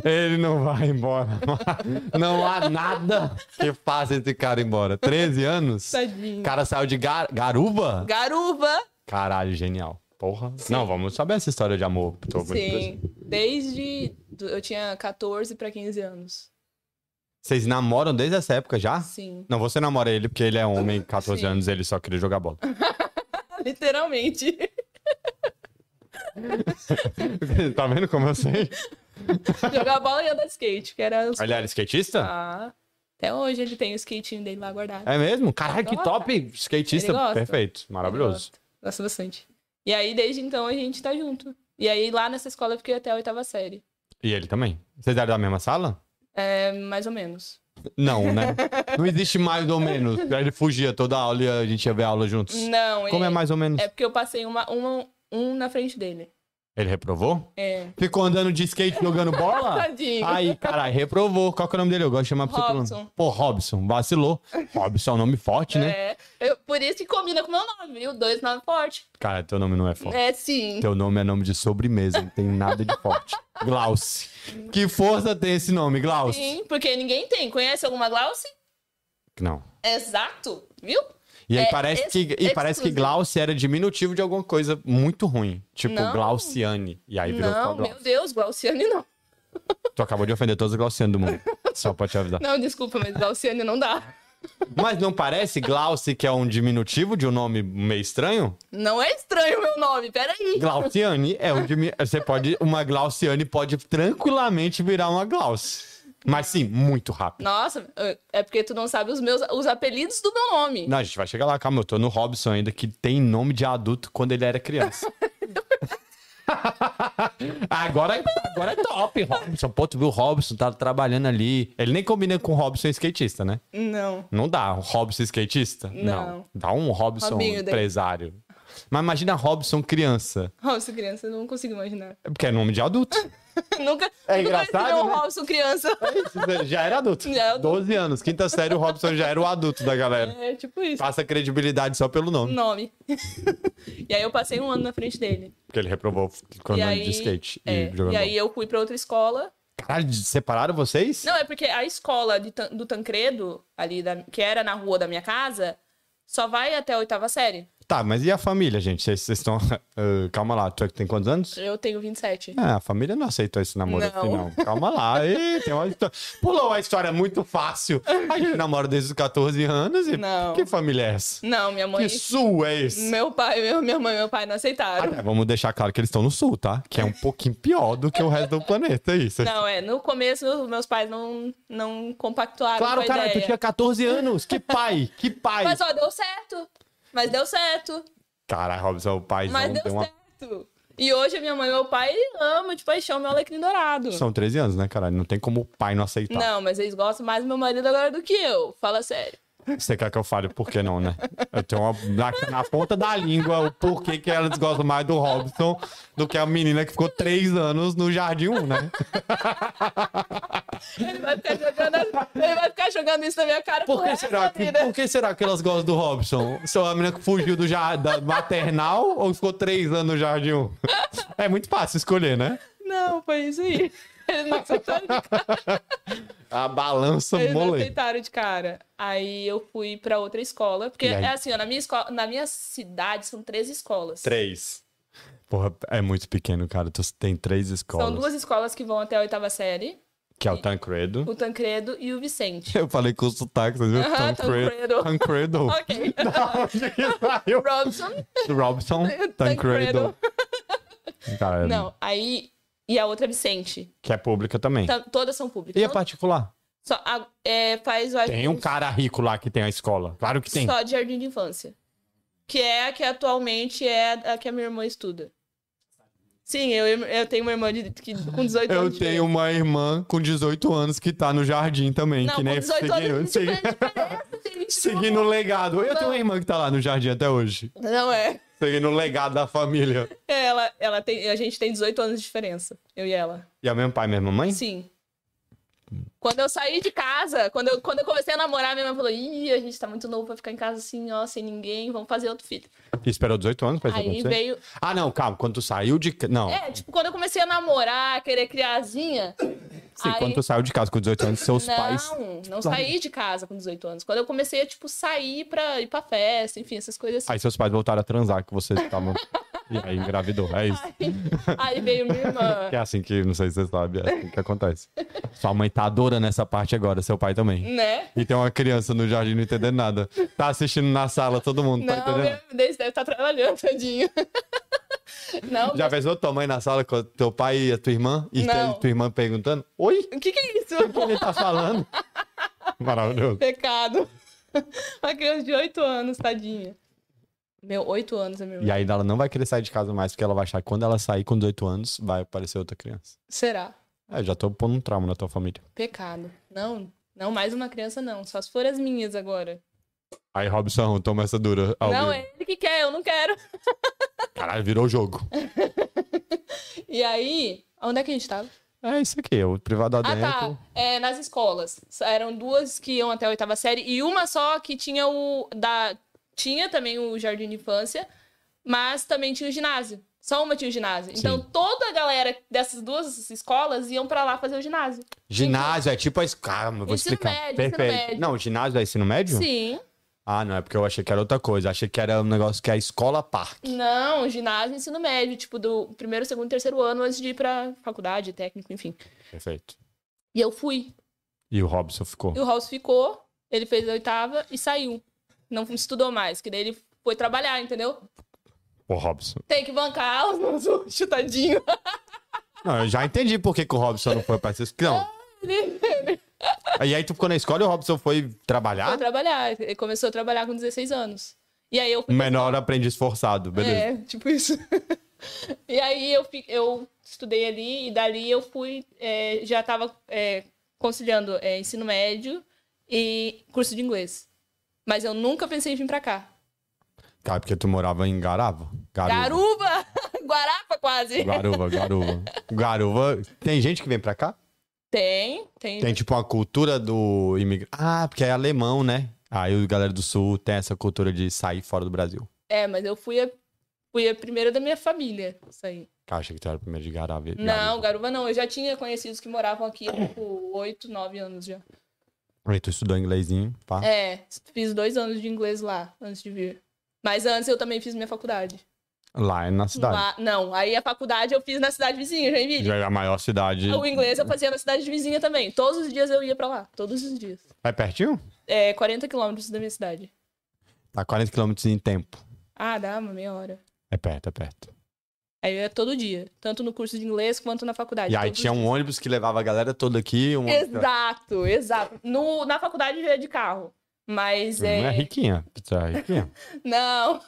É, ele não vai embora. Não há nada que faça esse cara ir embora. 13 anos? O
Tadinho.
cara saiu de gar- garuva?
Garuva!
Caralho, genial. Porra. Não, vamos saber essa história de amor. Tô muito
Sim,
curioso.
desde. do- Eu tinha 14 pra 15 anos.
Vocês namoram desde essa época já?
Sim.
Não, você namora ele porque ele é homem, 14
Sim.
anos, ele só queria jogar bola.
Literalmente.
tá vendo como eu sei?
Jogar bola e andar de skate, que era. os-
Ele era skatista?
Ah, até hoje ele tem o skatinho dele lá guardado.
É mesmo? Caralho, que
Gosta.
top! Skatista,
Ele gosta.
perfeito, maravilhoso.
Gosto, Gosto bastante. E aí, desde então, a gente tá junto. E aí, lá nessa escola, eu fiquei até a oitava série.
E ele também. Vocês eram da mesma sala?
É, mais ou menos.
Não, né? Não existe mais ou menos. Ele fugia toda aula e a gente ia ver a aula juntos.
Não,
Como é
ele-
mais ou menos?
é porque eu passei uma, uma- um na frente dele.
Ele reprovou?
É.
Ficou andando de skate jogando bola?
Tadinho.
Aí, caralho, reprovou. Qual que é o nome dele? Eu gosto de chamar pra
Robson.
você Pô, Robson, vacilou. Robson é um nome forte, né?
É, eu- por isso que combina com o meu nome, viu? Dois nome forte.
Cara, teu nome não é forte.
É, sim.
Teu nome é nome de sobremesa, não tem nada de forte. Glauce. Que força tem esse nome, Glauce?
Sim, porque ninguém tem. Conhece alguma Glauce?
Não.
Exato, viu?
E aí
É
parece
ex-
que e parece que
exclusivo.
Glauce era diminutivo de alguma coisa muito ruim, tipo
Não.
Glauciane. E aí virou só
Não,
Glauce.
meu Deus, Glauciane não.
Tu acabou de ofender todos os Glaucianos do mundo. Só pra te avisar.
Não, desculpa, mas Glauciane não dá.
Mas não parece Glauce que é um diminutivo de um nome meio estranho?
Não é estranho o meu nome, peraí.
Glauciane é um dimi... você pode uma Glauciane pode tranquilamente virar uma Glauce. Mas sim, muito rápido.
Nossa, é porque tu não sabe os meus os apelidos do meu nome.
Não, a gente vai chegar lá, calma, eu tô no Robson ainda, que tem nome de adulto quando ele era criança. agora, agora é top, Robson. Pô, tu viu o Robson, tá trabalhando ali. Ele nem combina com o Robson skatista, né?
Não.
Não dá. Um Robson skatista?
Não.
Dá um Robson
Robinho daí.
empresário. Mas imagina Robson criança.
Robson criança, eu não consigo imaginar.
É porque é nome de adulto.
nunca
É
nunca
engraçado,
recebi um
né?
Robson criança.
É isso, você já era adulto.
Já era adulto.
12 anos. Quinta série, o Robson já era o adulto da galera.
É tipo isso. um
Passa credibilidade só pelo nome.
Nome. e aí eu passei um ano na frente dele.
Porque ele reprovou quando
e
andando
aí,
de skate
é,
e jogando
e aí eu fui pra outra escola.
bola. Caralho, separaram vocês?
Não, é porque a escola de Tan- do Tancredo, ali da- que era na rua da minha casa, só vai até a oitava série.
Tá, mas e a família, gente? Vocês vocês estão. Ah, calma lá, tu é que tem quantos anos?
Eu tenho 27.
Ah, a família não aceitou esse namoro
Não.
assim, não. Calma lá. Ih, tem uma história... Pulou a história muito fácil. A gente namora desde os 14 anos e.
Não.
Que família é essa?
Não, minha
Que
mãe.
sul é esse?
Meu pai, meu, minha mãe e meu pai não aceitaram.
Ah, vamos deixar claro que eles estão no sul, tá? Que é um pouquinho pior do que o resto do planeta, isso.
Não, é. No começo, meu- meus pais não, não compactuaram com
Claro,
a
cara, tu
ideia.
tinha 14 anos. Que pai, que pai.
Mas ó, deu certo. Mas deu certo.
Caralho, Robson, o pai
Mas
não
deu
tem uma.
certo. E hoje a minha mãe e meu pai amam de paixão meu alecrim dourado.
São tá. 13 anos, né, caralho? Não tem como o pai não aceitar.
Não, mas eles gostam mais do meu marido agora do que eu. Fala sério.
Você quer que eu fale por que não, né? Eu tenho uma, na, na ponta da língua o porquê que elas gostam mais do Robson do que a menina que ficou três anos no Jardim 1, né?
Ele vai ficar jogando, ele vai ficar jogando isso na minha cara
Por
pro
que,
resto
será
da
que,
vida.
por que será que elas gostam do Robson? São a menina que fugiu do jar, da maternal ou ficou três anos no Jardim 1? É muito fácil escolher, né?
Não, foi isso aí. Eles não aceitaram de cara.
A balança
Eles não
mole.
aceitaram de cara. Aí eu fui pra outra escola. Porque
E aí?
é assim, ó, na minha, escola, na minha cidade são três escolas.
Três. Porra, é muito pequeno, cara. Tu tem três escolas.
São duas escolas que vão até a oitava série.
Que é o Tancredo.
O Tancredo e o Vicente.
Eu falei com o sotaque, vocês viram?
Aham,
Tancredo.
Tancredo.
Tancredo.
Ok.
Onde que saiu?
Robson.
Robson Tancredo.
Tancredo.
Cara,
Não, aí... E a outra é Vicente.
Que é pública também.
Tá- todas são públicas.
E é particular?
Só, a- é, faz, eu acho,
Tem um cara rico lá que tem a escola. Claro que tem.
só de jardim de infância. Que é a que atualmente é a que a minha irmã estuda. Sim, eu, eu tenho uma irmã de, que, com 18
Eu
anos. de
tenho um uma irmã com 18 anos que tá no jardim também.
Não,
que
com
nem
18 anos de
né? seguindo,
diferença, gente.
seguindo o legado. Eu tenho uma irmã que tá lá no jardim até hoje.
Não é.
Seguindo o legado da família.
Ela, ela tem, a gente tem 18 anos de diferença, eu e ela.
E é o mesmo pai e mesma mãe?
Sim. Quando eu saí de casa, quando eu, quando eu comecei a namorar, minha mãe falou: Ih, a gente tá muito novo pra ficar em casa assim, ó, sem ninguém, vamos fazer outro filho.
E esperou 18 anos pra isso
Aí
acontecer?
veio,
Ah, não, calma. Quando tu saiu de... ca- Não.
É, tipo, quando eu comecei a namorar, querer criarzinha.
Sim,
aí-
quando tu saiu de casa com 18 anos, seus
não,
pais...
não saí de casa com 18 anos. Quando eu comecei a, tipo, sair pra ir pra festa, enfim, essas coisas assim.
Aí seus pais voltaram a transar que vocês estavam... e aí engravidou, é isso.
Aí, aí veio minha irmã.
Que é assim que, não sei se você sabe, é assim que acontece. Sua mãe tá adorando essa parte agora, seu pai também.
Né?
E tem uma criança no jardim não entendendo nada. Tá assistindo na sala, todo mundo tá
Não,
entendendo?
meu Deus, deve estar trabalhando, tadinho. Não,
Já pensou tua mãe na sala com teu pai e a tua irmã? E
Não.
tua irmã perguntando: Oi,
o que que é isso?
o que ele tá falando? Maravilhoso.
Pecado. Uma criança de 8 anos, tadinha. Meu, 8 anos é meu.
E aí ela não vai querer sair de casa mais, porque ela vai achar que quando ela sair com 18 anos, vai aparecer outra criança.
Será?
É, já tô pondo um trauma na tua família.
Pecado. Não, não mais uma criança, não. Só se for as minhas agora.
Aí, Robson, toma essa dura. ao
não,
vivo.
é ele que quer, eu não quero.
Caralho, virou jogo.
E aí, onde é que a gente tava?
É isso aqui, o privado
Ah,
adentro.
tá. É, nas escolas. Eram duas que iam até a oitava série e uma só que tinha o. Da... Tinha também o jardim de infância, mas também tinha o ginásio. Só uma tinha o ginásio. Então toda a galera dessas duas escolas iam pra lá fazer o ginásio.
Ginásio é tipo a escola. eu vou
Ensino
explicar.
médio, ensino
Perfeito.
médio.
Não, ginásio é ensino médio?
Sim.
Ah, não, é porque eu achei que era outra coisa. Achei que era um negócio que é a escola parque.
Não, ginásio e ensino médio, tipo, do primeiro, segundo, terceiro ano antes de ir pra faculdade, técnico, enfim.
Perfeito.
E eu fui.
E o Robson ficou.
E o House ficou, ele fez a oitava e saiu. Não estudou mais, que daí ele foi trabalhar, entendeu?
O Robson.
Tem que bancar os meus luxos, tadinho.
Não, eu já entendi por que, que o Robson não foi pra essa escola.
Ele
Não. E aí tu ficou na escola e o Robson foi
foi
trabalhar?
trabalhar. Ele começou a trabalhar com 16 anos. E aí eu
O Menor aprendiz forçado, beleza.
É, tipo isso. e aí eu, fi- eu estudei ali e dali eu fui. é, já tava é, conciliando é, ensino médio e curso de inglês. Mas eu nunca pensei em vir pra cá.
Cara, porque tu morava em Garava? Garuva.
Garuba! Guarapa, quase.
Garuva, Garuva. Garuva. Tem gente que vem pra cá?
Tem, tem.
Tem tipo uma cultura do imigrante. Ah, porque é alemão, né? Aí o galera do sul tem essa cultura de sair fora do Brasil.
É, mas eu fui a, fui a primeira da minha família. Isso aí.
Cara, achei que tu era o primeiro de Garava.
Não, Garuba não. Eu já tinha conhecidos que moravam aqui há tipo 8, 9 anos já.
Aí tu estudou inglesinho, pá.
É, fiz dois anos de inglês lá antes de vir. Mas antes eu também fiz minha faculdade.
Lá é na cidade.
Lá, não, aí a faculdade eu fiz na cidade vizinha, Joinville.
Já é a maior cidade.
O inglês eu fazia na cidade vizinha também. Todos os dias eu ia pra lá, todos os dias.
É pertinho?
É, 40 quilômetros da minha cidade.
Tá 40 km em tempo.
Ah, dá uma meia hora.
É perto, é perto.
Aí eu ia todo dia, tanto no curso de inglês quanto na faculdade.
E aí
todos
tinha
os
um ônibus que levava a galera toda aqui. Um...
dias. É Exato, exato. No, na faculdade eu ia de carro. Mas
Não é
é.
riquinha. Tu é riquinha.
Não,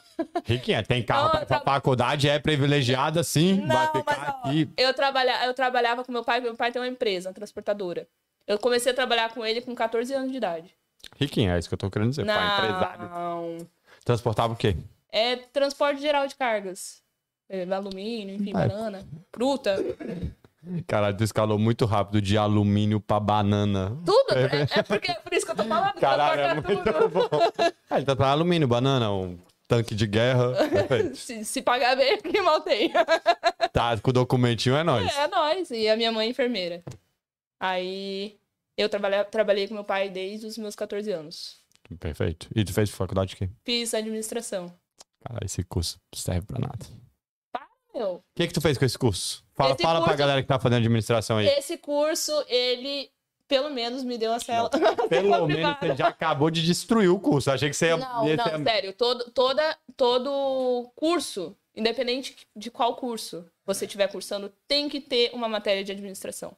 riquinha. Tem carro
Não,
pra,
eu
pra
tava-
faculdade, é privilegiada, sim.
Não,
vai
mas,
ficar
ó,
aqui.
eu, trabalha, eu trabalhava com meu pai, meu pai tem uma empresa, uma transportadora. Eu comecei a trabalhar com ele com 14 anos de idade.
Riquinha, é isso que eu tô querendo dizer. Pai, é empresário.
Não.
Transportava o quê?
É transporte geral de cargas. É, alumínio, enfim,
Ah, é.
banana, fruta,
Caralho, tu escalou muito rápido de alumínio pra banana.
tudo. É, é porque, por isso que eu tô falando.
Caralho, é
transporta
muito
tudo.
bom. Ah, ele tá pra alumínio, banana, um tanque de guerra.
Se, se pagar bem, é que mal tem.
tá, com o documentinho é nóis.
É nós. E a minha mãe é enfermeira. Aí eu trabalhei, trabalhei com meu pai desde os meus 14 anos.
Perfeito. E tu fez faculdade de quê?
Fiz administração.
Cara, esse curso serve pra nada. O
Meu,
que que tu fez com esse curso? Fala,
Esse
fala pra
curso-
galera que tá fazendo administração aí.
esse curso, ele pelo menos me deu a cela.
Pelo menos você já acabou de destruir o curso. Achei que você ia...
Não,
ia
não,
ter-
sério. Todo, toda, todo curso, independente de qual curso você estiver cursando, tem que ter uma matéria de administração.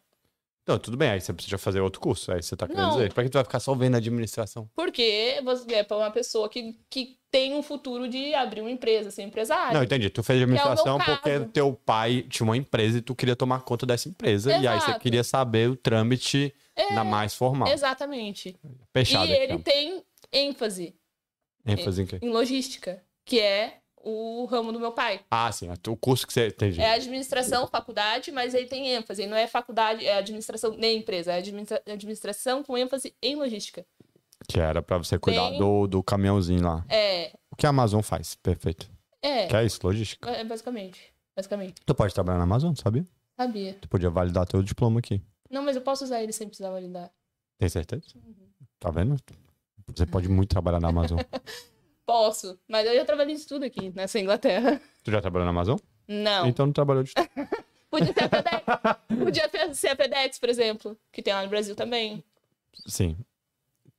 Não, tudo bem, aí você precisa fazer outro curso. Aí você tá querendo
Não.
dizer. Pra que tu vai ficar só vendo administração?
Porque você é para uma pessoa que, que tem um futuro de abrir uma empresa, ser empresário.
Não, entendi. Tu fez
é meu
administração porque
caso.
teu pai tinha uma empresa e tu queria tomar conta dessa empresa. E aí você
Exato.
queria saber o trâmite na mais formal.
Exatamente.
Fechado.
e
aqui,
ele
ó.
tem ênfase
ênfase em quê?
em logística, que é o ramo do meu pai.
Ah, sim. O curso que você... Entendi.
É administração, faculdade, mas ele tem ênfase. Ele não é faculdade, é administração nem empresa. É administra- administração com ênfase em logística.
Que era pra você cuidar
Tem-
do, do caminhãozinho lá.
É,
O que a Amazon faz? Perfeito.
é.
Que é isso, logística.
É, basicamente. Basicamente.
Tu pode trabalhar na Amazon, sabia?
Sabia.
Tu podia validar teu diploma aqui.
Não, mas eu posso usar ele sem precisar validar.
Tem certeza?
Uhum.
Tá vendo? Você pode muito trabalhar na Amazon.
Posso. Mas eu já trabalhei de tudo aqui nessa Inglaterra.
tu já trabalhou na Amazon?
Não.
Então não trabalhou de tudo.
Podia ser a FedEx. Podia fe- ser a FedEx, por exemplo. Que tem lá no Brasil também.
Sim.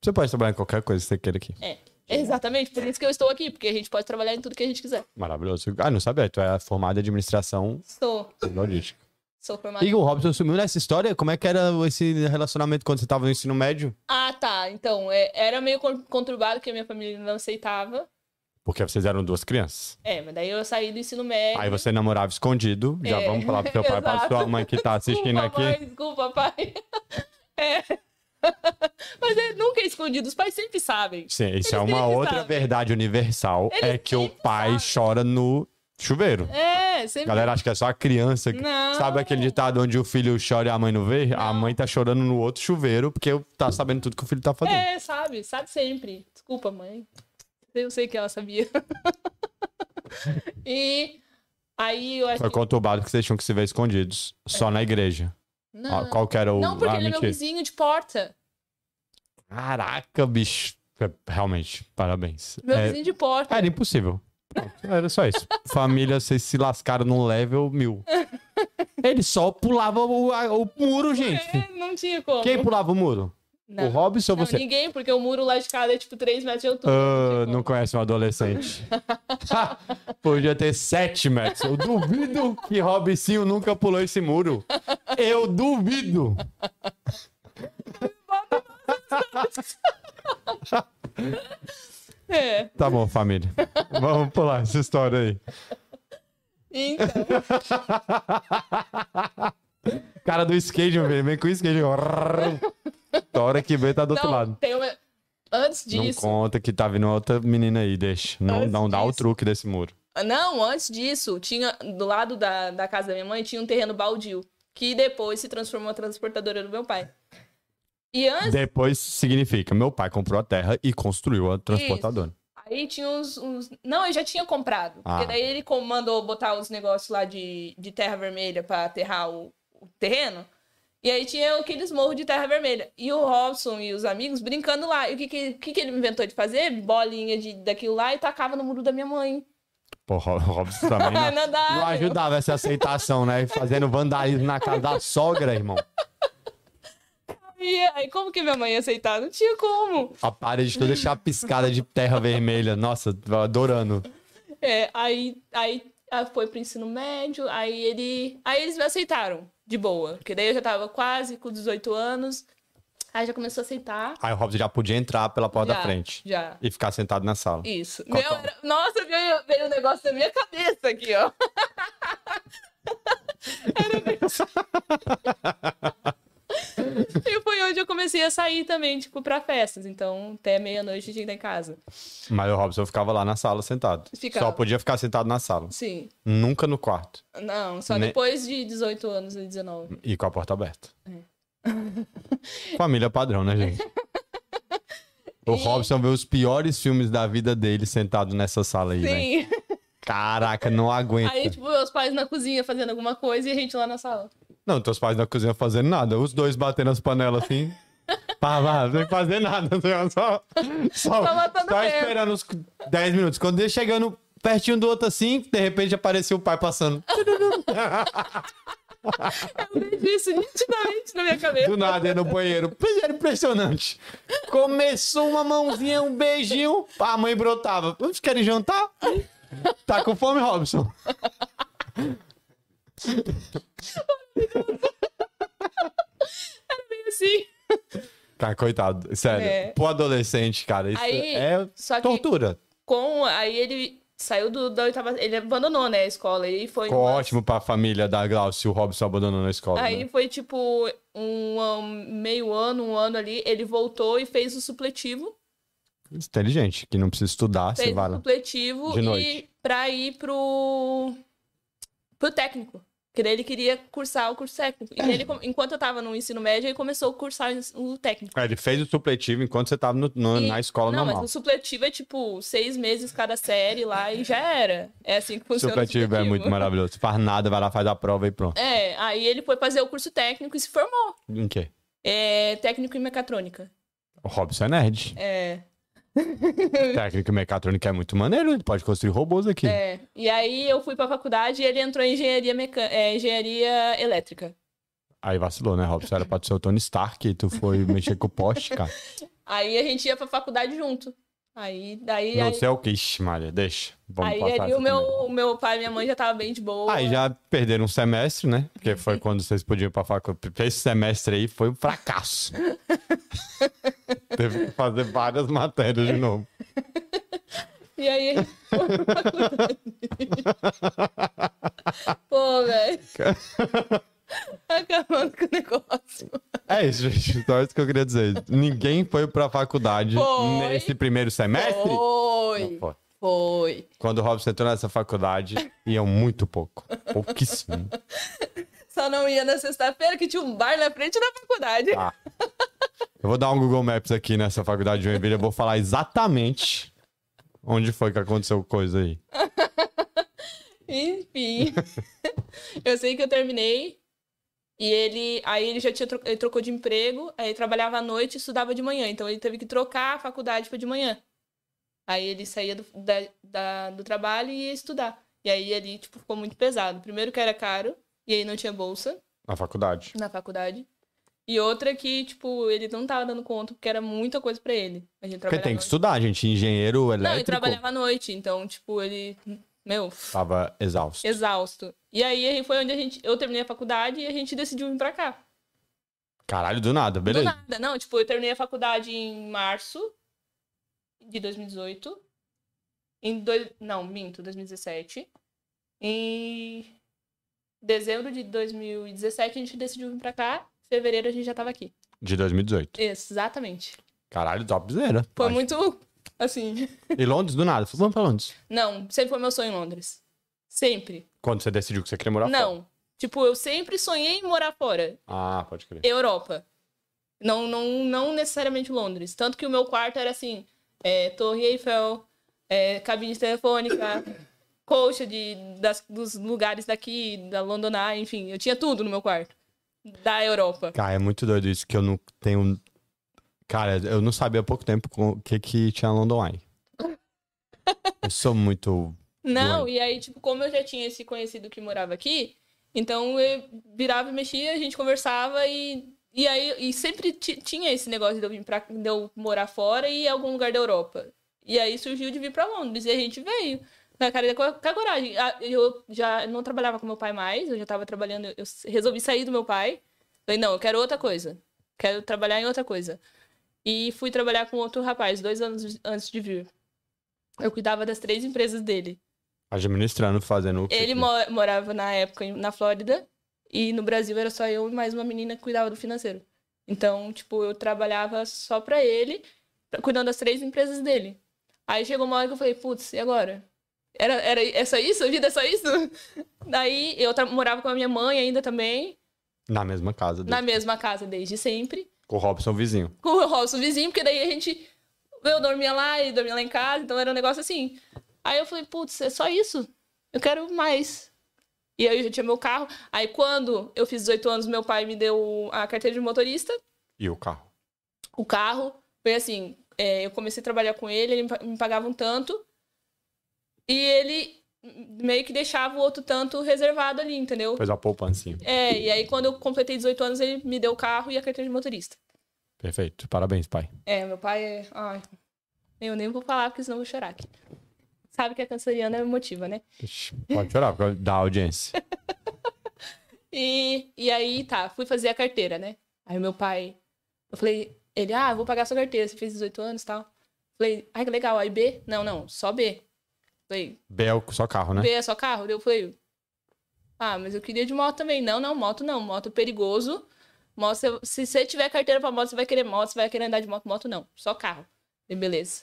Você pode trabalhar em qualquer coisa que você queira aqui.
É. Exatamente. Por isso que eu estou aqui. Porque a gente pode trabalhar em tudo que a gente quiser.
Maravilhoso. Ah, não sabia. Tu é formado em administração
Sou.
e logística.
Sou formada.
E o Robson sumiu nessa história? Como é que era esse relacionamento quando você tava no ensino médio?
Ah, tá. Então, é, era meio con- conturbado que a minha família não aceitava.
Porque vocês eram duas crianças.
É, mas daí eu saí do ensino médio.
Aí você tá namorava escondido. Já
É,
vamos falar pro seu pai e pra
exato.
sua mãe que tá assistindo
desculpa,
aqui.
Pai, desculpa, pai. É. Mas é nunca é escondido. Os pais sempre sabem.
Sim, isso
Eles
é uma
sempre
outra
sabem.
verdade universal, é
Eles
que o
sempre
pai
sabem.
chora no chuveiro.
É, sempre.
Galera, acho que é só a criança. que-
Não.
Sabe aquele ditado onde o filho chora e a mãe não vê? A mãe tá chorando no outro chuveiro porque tá sabendo tudo que o filho tá fazendo.
É, sabe, sabe sempre. Desculpa, mãe. Eu sei que ela sabia. e aí eu acho
Foi
que.
conturbado que vocês tinham que se ver escondidos, só na igreja. Ó,
Não,
Qual que era o...
Hum. não porque
ah,
ele é meu
mentira.
vizinho de porta.
Caraca, bicho. É, Realmente, parabéns.
Meu
É,
vizinho de porta.
Era impossível. Pronto, Era só isso. Família, vocês se lascaram num level mil. Ele só pulava o, a- o muro, gente.
É, não tinha como.
Quem pulava o muro?
Não.
O Robson ou
Não,
você?
ninguém, porque o muro lá de casa é tipo 3 metros de altura.
Ah,
como.
não conhece um adolescente. Ha! Podia ter sete metros. Eu duvido que Robinho nunca pulou esse muro. Eu duvido.
É.
Tá bom, família. Vamos pular essa história aí.
Então,
Cara do skate, meu filho. Vem com o skate. ó. Tora que vem tá do outro
não,
lado.
tem uma- Antes
Não
disso.
conta que tá vindo outra menina aí, deixa. Não,
Antes
não dá o
disso.
truque desse muro.
Não, antes disso, tinha do lado da, da casa da minha mãe tinha um terreno baldio, que depois se transformou na transportadora do meu pai. E antes,
Depois significa, meu pai comprou a terra e construiu a transportadora.
aí tinha uns, uns- Não, eu já tinha comprado.
Ah.
Porque daí ele com- mandou botar os negócios lá de, de terra vermelha pra aterrar o, o terreno. E aí tinha aqueles morros de terra vermelha. E o Robson e os amigos brincando lá. E o que, que, que, que ele inventou de fazer? Bolinha de, daquilo lá e tacava no muro da minha mãe.
Pô, Ro- Robson também não,
Não dá,
não
meu.
ajudava essa aceitação, né? Fazendo vandalismo na casa da sogra, irmão.
E aí, como que minha mãe ia aceitar? Não tinha como.
A parede toda chapiscada de terra vermelha. Nossa, tô adorando.
É, aí, aí ah, foi pro ensino médio, aí ele. Aí eles me aceitaram, de boa. Porque daí eu já tava quase com 18 anos. Aí já começou a aceitar.
Aí o Robson já podia entrar pela porta da
Já,
frente
Já.
e ficar sentado na sala.
Isso.
Qual que é
Meu,
o-
era- Nossa, veio, veio um negócio da minha cabeça aqui, ó. Era bem- E foi onde eu comecei a sair também, tipo, pra festas. Então, até meia-noite a gente tá em casa.
Mas o Robson ficava lá na sala sentado.
Ficava.
Só podia ficar sentado na sala.
Sim.
Nunca no quarto.
Não, só
Ne-
depois de 18 anos e 19.
E com a porta aberta.
É.
Família padrão, né, gente? O
E-
Robson vê os piores filmes da vida dele sentado nessa sala aí, velho.
Sim.
Caraca, não aguenta.
Aí, tipo, meus pais na cozinha fazendo alguma coisa e a gente lá na sala.
Não, teus pais na cozinha fazendo nada. Os dois batendo as panelas assim. Pá, pá, sem fazer nada. assim, Só, só,
Só matando
só
tempo.
esperando uns 10 minutos. Quando ele chegando pertinho do outro assim, de repente apareceu o pai passando.
Eu vejo isso nitidamente na minha cabeça.
Do nada, é no banheiro. Era impressionante. Começou uma mãozinha, um beijinho. A mãe brotava. Vocês querem jantar? Tá com fome, Robson?
Bem assim.
Cara, Tá, coitado. Sério.
É.
Pro adolescente, cara, isso
Aí,
é
só que-
tortura.
Com, aí ele saiu do, da oitava... Ele abandonou, né, a escola. E foi...
Ficou
umas-
ótimo pra família da Glaucio, o Robson abandonou na escola.
Aí
né?
foi, tipo, um, um meio ano, um ano ali. Ele voltou e fez o supletivo.
Inteligente, que não precisa estudar, você
Fez
vai
o
lá.
supletivo.
De
e
noite.
pra ir pro... Pro técnico. Porque daí ele queria cursar o curso técnico. E ele, enquanto eu tava no ensino médio, ele começou a cursar o técnico.
Aí Ele fez o supletivo enquanto você tava no- no-
E-
Ah, na escola
não,
normal.
mas o supletivo é tipo seis meses cada série lá e já era. É assim que funciona. o
supletivo é muito maravilhoso. Você faz nada, vai lá, faz a prova e pronto.
É, aí ele foi fazer o curso técnico e se formou.
Em quê?
É técnico em mecatrônica.
O Robson é nerd.
É,
Técnico mecatrônico é muito maneiro, ele pode construir robôs aqui.
é. E aí eu fui pra faculdade e ele entrou em engenharia, meca... é, engenharia elétrica.
Aí vacilou, né, Robson? Era pra tu ser o Tony Stark e tu foi mexer com o poste, cara.
Aí a gente ia pra faculdade junto. Aí, daí,
Não
aí,
sei o que. Ixi, Maria, deixa. Vamos
aí
passar
ali
essa
o meu,
também.
o meu pai e minha mãe já tava bem de boa.
Aí já perderam um semestre, né? Porque foi quando vocês podiam ir pra faculdade. Esse semestre aí foi um fracasso. Teve que fazer várias matérias de novo.
E aí a gente foi pra faculdade. Pô, velho. Acabando com o negócio.
É isso, gente. Só isso que eu queria dizer. Ninguém foi pra faculdade
Foi.
nesse primeiro semestre?
Foi.
Foi.
Foi.
Quando o Robson entrou nessa faculdade, iam muito pouco. Pouquíssimo.
Só não ia na sexta-feira que tinha um bar na frente da faculdade.
Tá. Eu vou dar um Google Maps aqui nessa faculdade de Joinville. Eu vou falar exatamente onde foi que aconteceu coisa aí.
Enfim. eu sei que eu terminei. E ele. Aí ele já tinha tro- ele trocou de emprego. Aí ele trabalhava à noite e estudava de manhã. Então ele teve que trocar a faculdade pra de manhã. Aí ele saía do, da- da- do trabalho e ia estudar. E aí ali, tipo, ficou muito pesado. Primeiro que era caro, e aí não tinha bolsa
Na faculdade.
na faculdade. E outra que, tipo, ele não tava dando conta, porque era muita coisa pra ele. A gente
Porque
trabalhava à
tem que
noite.
estudar, gente. Engenheiro
Não, ele
elétrico
trabalhava à noite, então, tipo, ele. Meu,
tava exausto.
exausto. E aí aí foi onde a gente. Eu terminei a faculdade e a gente decidiu vir pra cá.
Caralho, do nada, beleza.
Do nada, não. Tipo, eu terminei a faculdade em março de 2018. Em dois. Não, minto, 2017. Em dezembro de 2017, a gente decidiu vir pra cá. Em fevereiro a gente já tava aqui.
De 2018.
Exatamente.
Caralho, topzera.
Foi
Acho.
muito, assim...
E Londres, do nada. Falei, Vamos pra Londres.
Não, sempre foi meu sonho em Londres. Sempre.
Quando você decidiu que você queria morar fora.
não. Tipo, eu sempre sonhei em morar fora.
Ah, pode crer.
Europa. Não, não, não necessariamente Londres. Tanto que o meu quarto era assim: é, Torre Eiffel, é, cabine telefônica, colcha de, das, dos lugares daqui, da London Eye, enfim. Eu tinha tudo no meu quarto. Da Europa.
Cara, é muito doido isso que eu não tenho. Cara, eu não sabia há pouco tempo com- o que, que tinha London Eye. Eu sou muito.
Não,
Doido.
e aí, tipo, como eu já tinha esse conhecido que morava aqui, então eu virava e mexia, a gente conversava e, e aí e sempre ti- tinha esse negócio de eu, vir pra, de eu morar fora e ir a algum lugar da Europa. E aí surgiu de vir pra Londres e a gente veio. Na cara da co- com a coragem. Ah, Eu já não trabalhava com meu pai mais, eu já tava trabalhando, eu s- resolvi sair do meu pai. Falei, não, eu quero outra coisa. Quero trabalhar em outra coisa. E fui trabalhar com outro rapaz, dois anos antes de vir. Eu cuidava das três empresas dele.
Administrando, fazendo. o que você-
Ele mo- morava na época em- na Flórida e no Brasil era só eu e mais uma menina que cuidava do financeiro. Então, tipo, eu trabalhava só pra ele, pra- cuidando das três empresas dele. Aí chegou uma hora que eu falei, putz, e agora? Era, era, é só isso? A vida é só isso? Daí eu tra- morava com a minha mãe ainda também,
Na mesma casa dele.
na mesma casa desde sempre
Com o Robson vizinho.
com o Robson vizinho, porque daí a gente. Eu dormia lá e dormia lá em casa, então era um negócio assim. Aí eu falei, putz, é só isso. Eu quero mais. E aí eu já tinha meu carro. Aí quando eu fiz 18 anos, meu pai me deu a carteira de motorista,
E o carro.
o carro. Foi assim, é, eu comecei a trabalhar com ele, ele me pa- me pagava um tanto. E ele meio que deixava o outro tanto reservado ali, entendeu?
Fez uma poupancinha.
É, e aí quando eu completei 18 anos, ele me deu o carro e a carteira de motorista.
Perfeito. Parabéns, pai.
É, meu pai é. Ai, eu nem vou falar, porque senão eu vou chorar aqui. Sabe que a canceriana é emotiva, né?
Ixi, Pode chorar, porque dá audiência.
E, e aí, tá, fui fazer a carteira, né? Aí meu pai. Eu falei, ele, ah, vou pagar sua carteira, você fez 18 anos e tal. Falei, ai, que legal, aí B? Não, não, só B. Falei,
Bel, só carro, né?
B é só carro? Daí Eu falei, ah, mas eu queria de moto também. Não, não, moto não, moto é perigoso. Moto, se- se você tiver carteira pra moto, você vai querer moto, você vai querer andar de moto, moto não, só carro. Falei, beleza.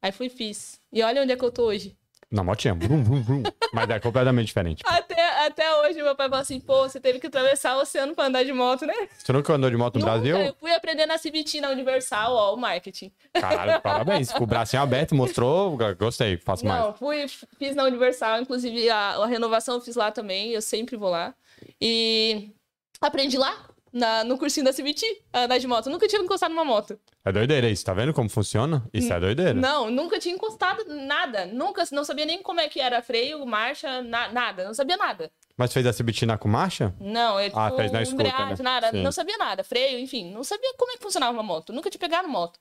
Aí fui e fiz. E olha onde é que eu tô hoje.
Na motinha. Brum, brum, brum. Mas é completamente diferente.
Até, até hoje meu pai fala assim, pô, você teve que atravessar o oceano pra andar de moto, né?
Você nunca andou de moto no
Nunca.
Brasil?
Eu fui aprender na CBT, na Universal, ó, o marketing.
Caralho, parabéns. Com o bracinho aberto, mostrou. Gostei, faço mais.
Não, fui, fiz na Universal, inclusive a, a renovação eu fiz lá também, eu sempre vou lá. E aprendi lá, na- no cursinho da CBT, a ah, andar de moto. Nunca tinha encostado numa moto.
É doideira isso, tá vendo como funciona? Isso é doideira.
Não, nunca tinha encostado nada. Nunca, não sabia nem como é que era freio, marcha, na- nada. Não sabia nada.
Mas fez a CBT com marcha?
Não, eu
Ah,
tipo,
fez na escuta,
embreagem,
né?
nada,
Sim.
não sabia nada, freio, enfim, não sabia como é que funcionava uma moto, nunca tinha pegado moto.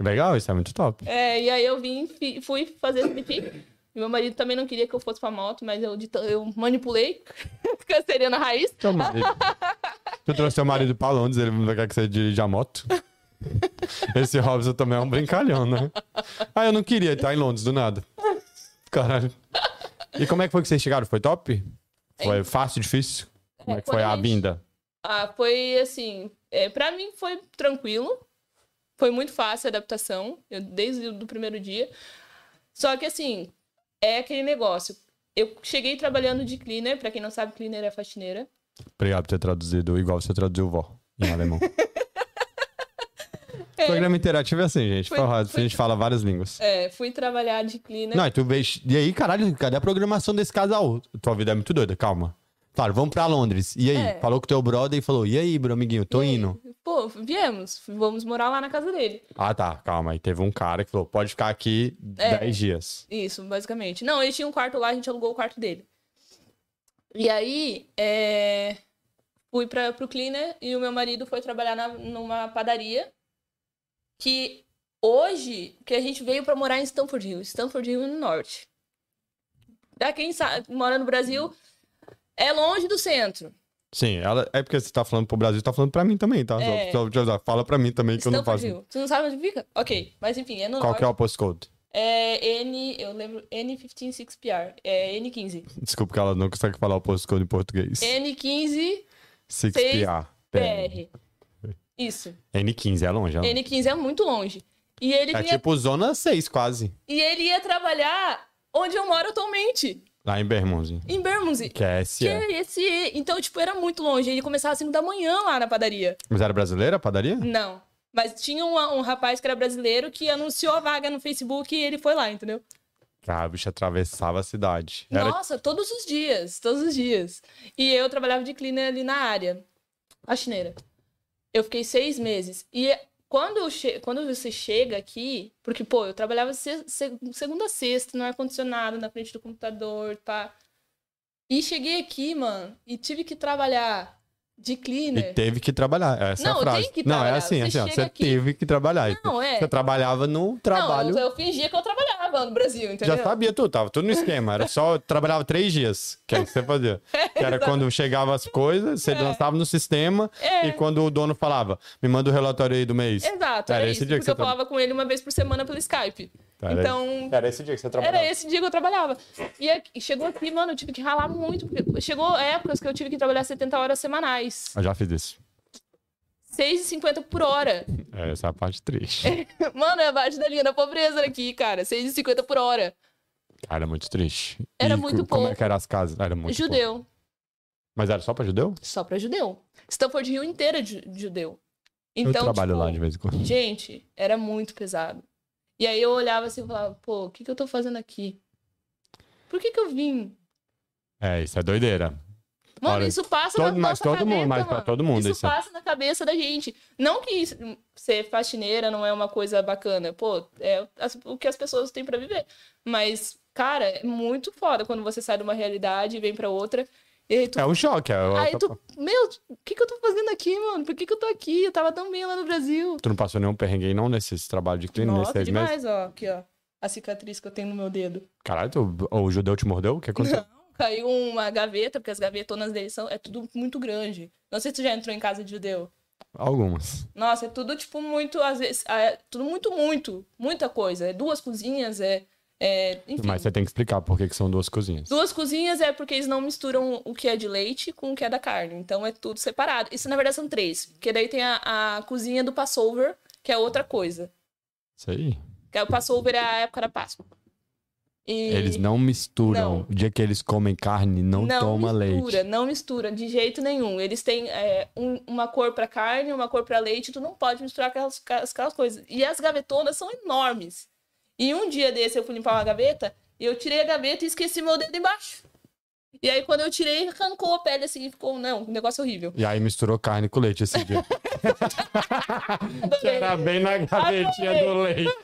Legal, isso é muito top.
É, e aí eu vim, fi- fui fazer CDP. E meu marido também não queria que eu fosse pra moto, mas eu, de tan- eu manipulei, canceriana raiz.
Seu marido. tu trouxe seu marido pra Londres, ele não quer que você dirija a moto. Esse Robson também é um brincalhão, né? Ah, eu não queria estar em Londres do nada. Caralho. E como é que foi que vocês chegaram? Foi top? Foi fácil, difícil? Como é que foi a vinda?
Ah, foi assim, é, para mim foi tranquilo, foi muito fácil a adaptação, eu, desde o do primeiro dia. Só que assim, é aquele negócio. Eu cheguei trabalhando de cleaner, pra quem não sabe, cleaner é faxineira.
Obrigado por ter traduzido igual você traduziu vó em alemão. O programa interativo é assim, gente.
Foi-
Forró,
foi-
A gente fala várias línguas.
É, fui trabalhar de cleaner.
Não, e tu veio. E aí, caralho, cadê a programação desse casal? Tua vida é muito doida, calma. Claro, vamos pra Londres. E aí?
É.
Falou com teu brother e falou: E aí, bro, amiguinho, tô
E aí?
indo.
Pô, viemos, vamos morar lá na casa dele.
Ah, tá, calma. Aí teve um cara que falou: Pode ficar aqui
É.
10 dias.
Isso, basicamente. Não, ele tinha um quarto lá, a gente alugou o quarto dele. E aí, é, fui para pro cleaner e o meu marido foi trabalhar na- numa padaria que hoje que a gente veio para morar em Stamford Hill, Stamford Hill no norte. Pra quem sabe, mora no Brasil, é longe do centro.
Sim, ela, é porque você tá falando pro Brasil, tá falando pra mim também, tá?
É.
Só, só- só- fala pra mim também que eu não
Stamford
faço.
Hill. Tu não sabe onde fica? OK, mas enfim, é no
Qual
norte.
que é o postcode?
É N, eu lembro N156PR, é N15.
Desculpa que ela não consegue falar o postcode em português.
N15
6PA.
PR. Isso.
N15 é longe, ó.
N15 é muito longe. E ele,
É
vinha-
tipo zona 6, quase.
e ele ia trabalhar onde eu moro atualmente,
Lá em Bermondsey.
em Bermondsey.
Que é
Que
SE.
é esse. Então, tipo, era muito longe. Ele começava às 5 da manhã lá na padaria.
Mas era brasileira a padaria?
Não. Mas tinha um, um rapaz que era brasileiro que anunciou a vaga no Facebook e ele foi lá, entendeu?
Cara, a bicha atravessava a cidade. Era
Nossa, todos os dias, todos os dias. E eu trabalhava de cleaner ali na área, faxineira. Eu fiquei seis meses. E quando, eu che- quando você chega aqui, porque, pô, eu trabalhava se- se- segunda a sexta, no ar-condicionado, na frente do computador, pá. E cheguei aqui, mano, e tive que trabalhar de
E
cleaner.
teve que trabalhar. Essa é
Não,
a frase.
tem que
Não, é
trabalhar.
assim,
Você
assim, ó.
chega
Você
aqui-
teve que trabalhar.
Não, é.
Você trabalhava no trabalho.
Não, eu, eu fingia que eu trabalhava no Brasil, entendeu?
Já sabia tudo, tava tudo no esquema. Era só, eu trabalhava três dias, que é o que você fazia. Que era quando chegava as coisas, você lançava no sistema,
É.
e quando o dono falava, me manda o relatório aí do mês.
Exato,
Era
era,
esse
isso.
dia que
Porque
você tá
eu falava com ele uma vez por semana pelo Skype.
Era-
então,
Era esse dia que você trabalhava.
Era esse dia que eu trabalhava. E aqui- chegou aqui, mano, eu tive que ralar muito. porque Chegou épocas que eu tive que trabalhar 70 horas semanais.
Eu já fiz isso.
6,50 por hora.
É, Essa é a parte triste.
Mano, é abaixo da linha da pobreza aqui, cara. 6,50 por hora.
Era é muito triste.
Era
E
muito
co- Como é
pouco.
que eram as casas? Era muito pouco.
judeu.
Mas era só pra judeu?
Só pra judeu. Stanford Rio inteira de de judeu. Então,
eu trabalho
tipo,
lá de vez em quando.
Gente, era muito pesado. E aí eu olhava assim e falava, pô, o que, que eu tô fazendo aqui? Por que, que eu vim?
É, isso é doideira.
Mano,
Olha,
isso passa
todo-
na
mas
nossa
todo
cabeça,
mundo- mas pra
mano.
todo mundo
Isso,
isso é.
passa na cabeça da gente. Não que isso- ser faxineira não é uma coisa bacana. Pô, é as- o que as pessoas têm pra viver. Mas, cara, é muito foda quando você sai de uma realidade e vem pra outra. E aí tu...
É um choque. É...
Aí tu, meu, o que, que eu tô fazendo aqui, mano? Por que, que eu tô aqui? Eu tava tão bem lá no Brasil.
Tu não passou nenhum perrengue aí, não, nesse trabalho de clínica, nesses
Nossa,
seis meses?
demais, ó. Aqui, ó. A cicatriz que eu tenho no meu dedo.
Caralho, tu... o judeu te mordeu? O que aconteceu?
Caiu uma gaveta, porque as gavetonas deles são... É tudo muito grande. Não sei se tu já entrou em casa de judeu.
Algumas.
Nossa, é tudo, tipo, muito, às vezes, é tudo muito, muito, muita coisa. É duas cozinhas, é, é enfim.
Mas você tem que explicar por que, que são duas cozinhas.
Duas cozinhas é porque eles não misturam o que é de leite com o que é da carne. Então é tudo separado. Isso, na verdade, são três. Porque daí tem a, a cozinha do Passover, que é outra coisa.
Isso aí.
Que é o Passover é a época da Páscoa. E
Eles não misturam.
Não.
O dia que eles comem carne, não, toma
mistura,
leite.
não mistura de jeito nenhum. Eles têm é, um- uma cor pra carne, uma cor pra leite, tu não pode misturar aquelas, aquelas coisas. E as gavetonas são enormes. E um dia desse eu fui limpar uma gaveta, e eu tirei a gaveta e esqueci meu dedo embaixo. E aí quando eu tirei, arrancou a pele assim, e ficou, não, um negócio horrível.
E aí misturou carne com leite esse dia. que era bem na gavetinha do leite.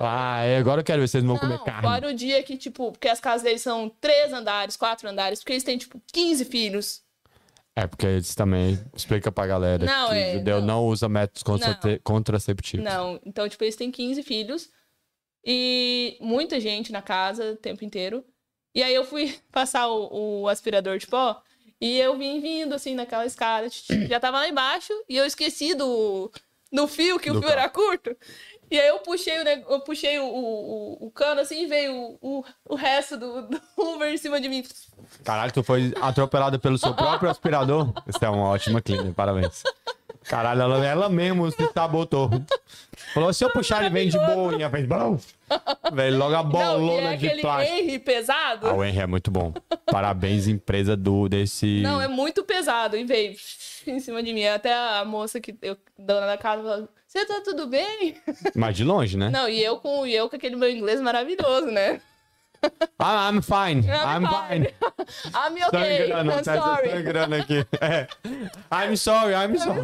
Ah, é, agora eu quero ver se eles vão comer
Não,
carne.
fora o dia que, tipo, porque as casas deles são três andares, quatro andares, porque eles têm, tipo, 15 filhos.
É porque eles também explica pra galera
Não,
que
é,
judeu não,
não.
usa métodos contrace- contraceptivos.
Não, então, tipo, eles têm 15 filhos e muita gente na casa o tempo inteiro. E aí eu fui passar o, o aspirador de pó e eu vim vindo, assim, naquela escada. tch, tch, Já tava lá embaixo e eu esqueci do, do fio, que
Do
o fio era curto. E aí eu puxei o, neg- eu puxei o, o, o- o cano, assim, e veio o, o, o resto do, do Uber em cima de mim.
Caralho, tu foi atropelada pelo seu próprio aspirador? Isso é uma ótima clínica, parabéns. Caralho, ela, ela mesmo se sabotou. Falou, se eu puxar, ele vem de boinha. Fez bom. Veio logo a
Não, e
bolona
é
de
aquele
plástico.
Henry pesado.
Ah, o Henry é muito bom. Parabéns, empresa do desse.
Não, é muito pesado. E veio em cima de mim. Até a moça que eu, dona da casa, falou: Você tá tudo bem?
Mas de longe, né?
Não, e eu com, e eu com aquele meu inglês maravilhoso, né?
Ah, I'm fine. I'm, fine.
I'm okay.
Sangrando,
I'm
tá
sorry.
sangrando aqui. É. I'm sorry, I'm sorry.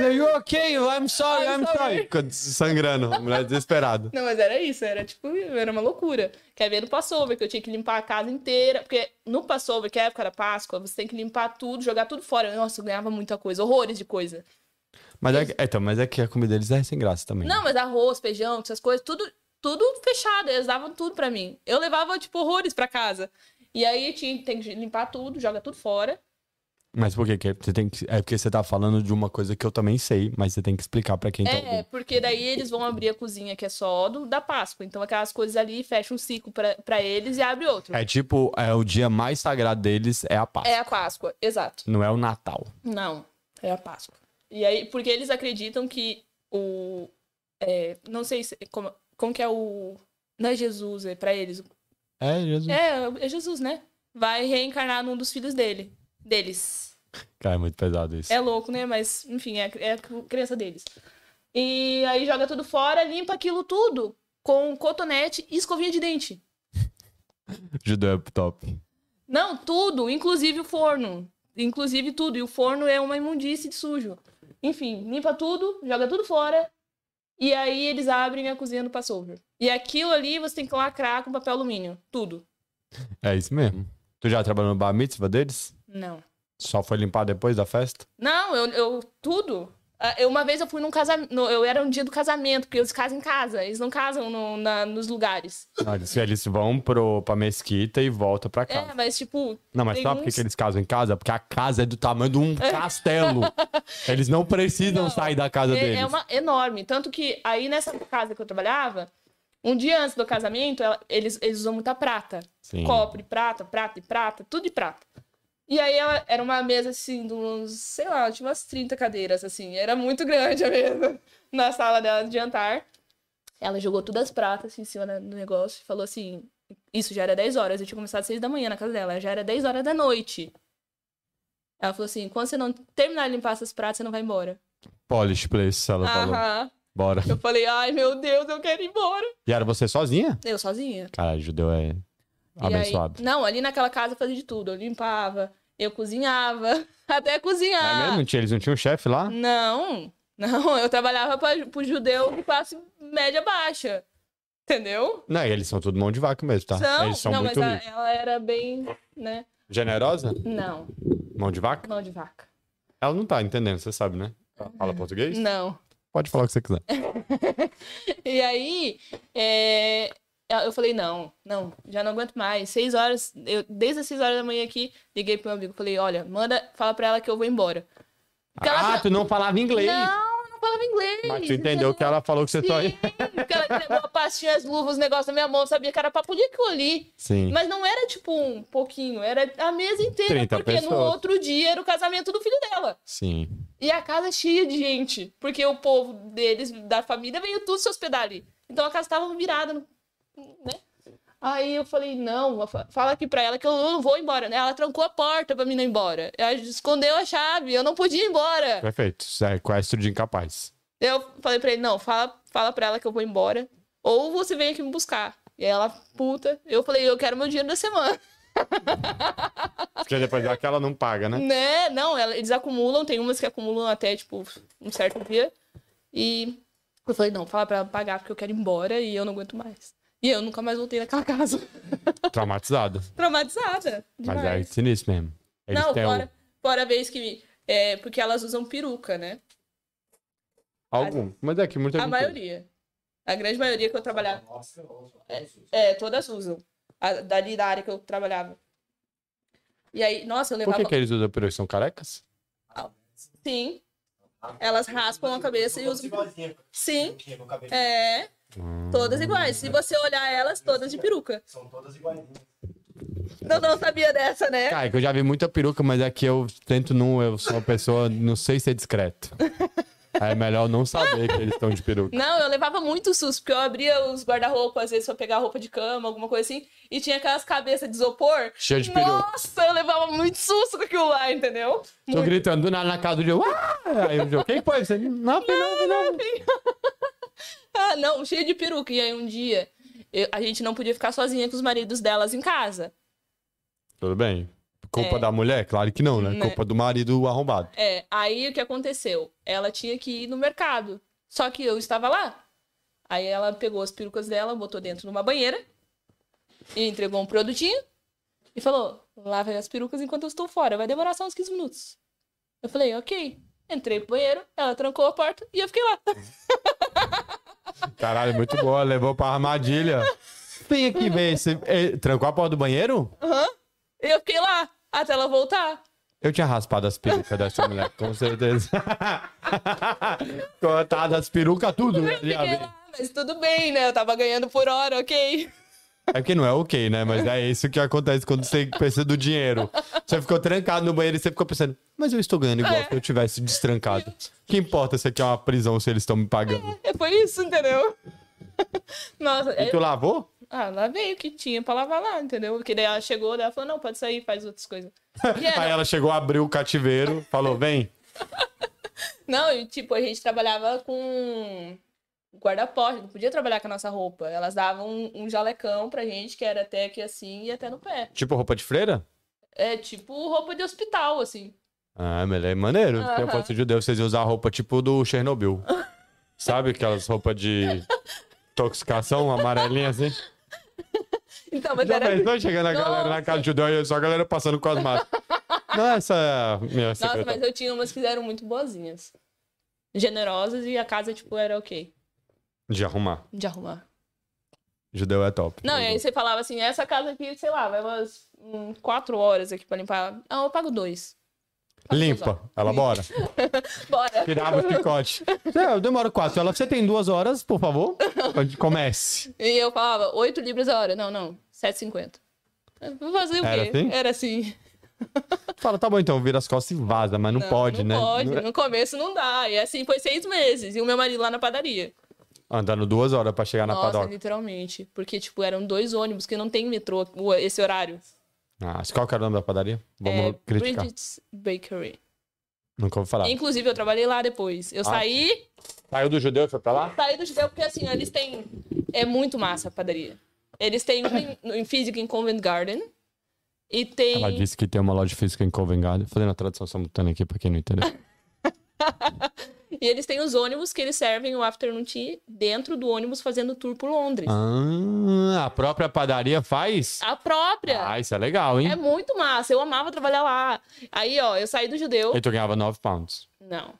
You're okay, I'm sorry, I'm,
I'm
sorry. Ficou Sangrando, a mulher desesperada.
Não, mas era isso, era tipo, era uma loucura. Quer ver no Passover, que eu tinha que limpar a casa inteira. Porque no Passover, que é a época da Páscoa, você tem que limpar tudo, jogar tudo fora. Nossa, eu ganhava muita coisa, horrores de coisa.
Mas é, que- então, mas é que a comida deles é sem graça também.
Não, mas arroz, feijão, essas coisas, tudo, tudo fechado. Eles davam tudo pra mim. Eu levava, tipo, horrores pra casa. E aí tinha, tem que limpar tudo, joga tudo fora.
Mas por que que você tem que. É porque você tá falando de uma coisa que eu também sei, mas você tem que explicar pra quem tá
É,
ouvindo.
porque daí eles vão abrir a cozinha que é só do, da Páscoa. Então aquelas coisas ali fecham um ciclo pra, pra eles e abre outro.
É tipo, é o dia mais sagrado deles é a Páscoa.
É a Páscoa, exato.
Não é o Natal.
Não. É a Páscoa. E aí, porque eles acreditam que o. é, não sei se- como, como que é o. Não é Jesus, é pra eles.
É, Jesus.
É, é Jesus, né? Vai reencarnar num dos filhos dele. Deles.
Cara, é muito pesado isso.
É louco, né? Mas, enfim, é, a- é a crença deles. E aí joga tudo fora, limpa aquilo tudo com cotonete e escovinha de dente.
Judeu é top.
Não, tudo, inclusive o forno. Inclusive tudo. E o forno é uma imundície de sujo. Enfim, limpa tudo, joga tudo fora. E aí eles abrem a cozinha do Passover. E aquilo ali você tem que lacrar com papel alumínio. Tudo.
É isso mesmo. Tu já trabalhou no bar mitzvah deles?
Não.
Só foi limpar depois da festa?
Não, eu, eu tudo. Ah, eu- uma vez eu fui num casamento. Eu era um dia do casamento, porque eles casam em casa. Eles não casam no- na- nos lugares.
Não, eles, eles vão pro, pra mesquita e voltam pra casa.
É, mas tipo.
Não, mas
tem
sabe por que
uns-
que eles casam em casa? Porque a casa é do tamanho de um castelo. Eles não precisam
Não,
sair da casa
É,
deles.
é uma enorme. Tanto que aí nessa casa que eu trabalhava, um dia antes do casamento, ela- eles, eles usam muita prata.
Sim.
Cobre, prata, prata e prata, tudo de prata. E aí ela, era uma mesa assim, de uns, sei lá, tinha umas 30 cadeiras, assim. Era muito grande a mesa na sala dela de jantar. Ela jogou todas as pratas assim, em cima da- do negócio e falou assim: Isso já era 10 horas, eu tinha começado às 6 da manhã na casa dela, já era 10 horas da noite. Ela falou assim: Quando você não terminar de limpar essas pratas, você não vai embora.
Polish place, ela falou.
Aham.
Bora.
Eu falei, ai meu Deus, eu quero ir embora.
E era você sozinha?
Eu sozinha.
Cara, judeu é
E aí-
abençoado.
não, ali naquela casa eu fazia de tudo. Eu limpava, eu cozinhava, até
Não é
cozinhar.
mesmo? Não tinha- Eles não tinham chefe lá?
Não, não, eu trabalhava pra, pro judeu de classe média baixa. Entendeu?
Não, e eles são tudo mão de vaca mesmo, tá? Eles são
não,
muito
mas a-
ricos.
ela era bem, né?
Generosa?
Não,
Mão de vaca?
mão de vaca.
Ela não tá entendendo, você sabe, né? Ela Fala português?
Não.
Pode falar o que você quiser.
E aí, é, eu falei, não, não, já não aguento mais. Seis horas, eu, desde as seis horas da manhã aqui, liguei pro meu amigo, falei, olha, manda, fala pra ela que eu vou embora. Porque ela
Ah,
fala-
tu não falava inglês.
Não, eu não falava inglês.
Mas tu entendeu que ela falou que você tá só
Sim,
ia.
porque ela entregou a pastinha, as luvas, os negócios na minha mão, eu sabia que era papo de aquilo ali.
Sim.
Mas não era tipo um pouquinho, era a mesa inteira,
30
porque no
pessoas.
outro dia era o casamento do filho dela.
Sim.
E a casa é cheia de gente, porque o povo deles, da família, veio tudo se hospedar ali. Então a casa tava virada, no- né? Aí eu falei, não, fa- fala aqui pra ela que eu não vou embora, né? Ela trancou a porta pra mim não ir embora. Ela escondeu a chave, eu não podia ir embora.
Perfeito. Isso é Sequestro de incapaz.
Eu falei pra ele, não, fala, fala pra ela que eu vou embora. Ou você vem aqui me buscar. E aí ela, puta, eu falei, eu quero meu dinheiro da semana.
Porque depois daquela não paga, né?
Né? Não, ela- eles acumulam, tem umas que acumulam até, tipo, um certo dia. E eu falei, não, fala pra ela pagar, porque eu quero ir embora e eu não aguento mais. E eu nunca mais voltei naquela casa.
Traumatizado.
Traumatizada. Demais.
Mas é sinistro mesmo. Eles
não,
têm um o-
fora, fora a vez que. É, porque elas usam peruca, né?
algum. Mas é que muita
A
gente-
maioria. A grande maioria que eu trabalhava. É, é, todas usam. A- dali da área que eu trabalhava. E aí, nossa, eu
Por
levava.
que, é? que eles usam peruca? São carecas?
Sim. Elas raspam a cabeça e usam. Sim. É. Todas iguais. Se você olhar elas, todas de peruca.
São todas iguaizinhas.
Não, não sabia dessa, né?
Cara, é que eu já vi muita peruca, mas é que eu tento não. Eu sou uma pessoa. Não sei ser discreto. É melhor não saber que eles estão de peruca.
Não, eu levava muito susto, porque eu abria os guarda-roupa, às vezes pra pegar roupa de cama, alguma coisa assim, e tinha aquelas cabeças de isopor.
Cheio de peruca.
Nossa, eu levava muito susto com aquilo lá, entendeu?
Tô gritando do nada na casa do Diogo. Ah! Aí o Diogo, quem foi? Você, não, foi não, foi não.
Ah, não, cheio de peruca. E aí um dia, eu- a gente não podia ficar sozinha com os maridos delas em casa.
Tudo bem. Culpa
É.
da mulher? Claro que não, né?
Né.
Culpa do marido arrombado.
É, aí o que aconteceu? Ela tinha que ir no mercado. Só que eu estava lá. Aí ela pegou as perucas dela, botou dentro numa banheira e entregou um produtinho e falou: lava as perucas enquanto eu estou fora, vai demorar só uns 15 minutos. Eu falei, ok. Entrei pro banheiro, ela trancou a porta e eu fiquei lá.
Caralho, muito boa. Levou pra armadilha. Vem aqui ver. Esse... eh, Trancou a porta do banheiro?
Eu fiquei lá até ela voltar.
Eu tinha raspado as perucas dessa mulher, com certeza. Cortado as perucas, tudo.
Eu
já
fiquei
vi.
lá, mas tudo bem, né? Eu tava ganhando por hora, ok.
É porque não é ok, né? Mas é isso que acontece quando você pensa do dinheiro. Você ficou trancado no banheiro e você ficou pensando, mas eu estou ganhando igual
É.
se eu tivesse destrancado. Que importa se aqui é uma prisão se eles estão me pagando.
É por isso, entendeu? Nossa,
E
é-
tu lavou?
ah, lá veio o que tinha pra lavar lá, entendeu? Porque daí ela chegou, daí ela falou, não, pode sair, faz outras coisas. E era-
Aí ela chegou, abriu o cativeiro, falou, vem.
Não, e tipo, a gente trabalhava com guarda-porta, não podia trabalhar com a nossa roupa. Elas davam um, um jalecão pra gente, que era até aqui assim e até no pé.
Tipo roupa de freira?
É tipo roupa de hospital, assim.
Ah, mas é maneiro. Se eu
Aham.
fosse judeu, vocês iam usar a roupa tipo do Chernobyl. Sabe aquelas roupas de intoxicação amarelinha assim?
Então, mas
Já né?
era.
pensou chegando a galera na
Nossa.
casa de judeu e só a galera passando com as máscaras? Não, essa é a minha
Nossa, mas
secretária.
eu tinha umas que eram muito boazinhas. Generosas e a casa, tipo, era ok
De arrumar.
de arrumar.
Judeu é top.
Não, e aí você falava assim, essa casa aqui, sei lá, vai umas hum, quatro horas aqui pra limpar. Ah, eu pago dois. Pago dois,
Limpa. Ela bora.
ó. Bora.
Tirava o picote. É, eu demoro quatro. Ela, você tem duas horas, por favor? Pode- Comece.
E eu falava, 8 libras a hora. Não, não, 7,50. Eu "Ah, Vou fazer o
Era
quê?
assim?
Era assim.
Fala, tá bom então, vira as costas e vaza, mas não, pode,
não
né?
pode,
Não-
no começo não dá. E assim foi seis meses. E o meu marido lá na padaria.
Andando duas horas pra chegar na
Nossa,
padoca.
literalmente. Porque, tipo, eram dois ônibus que não tem metrô o- esse horário.
Ah, qual que era o nome da padaria?
é
Vamos criticar. Tá.
Bridget's Bakery.
Nunca ouvi falar.
Inclusive, eu trabalhei lá depois.
Ah,
Eu saí,
Saiu do judeu e foi pra lá?
saí do judeu porque, assim, eles têm... É muito massa a padaria. Eles têm uma em, em física em Covent Garden. E tem...
Ela disse que tem uma loja física em Covent Garden. Fazendo a tradução simultânea aqui pra quem não entendeu.
E eles têm os ônibus que eles servem o afternoon tea dentro do ônibus fazendo tour por Londres.
Ah, a própria padaria faz?
A própria.
Ah, isso é legal, hein?
É muito massa. Eu amava trabalhar lá. Aí, ó, eu saí do judeu.
E tu Então ganhava 9 pounds.
Não,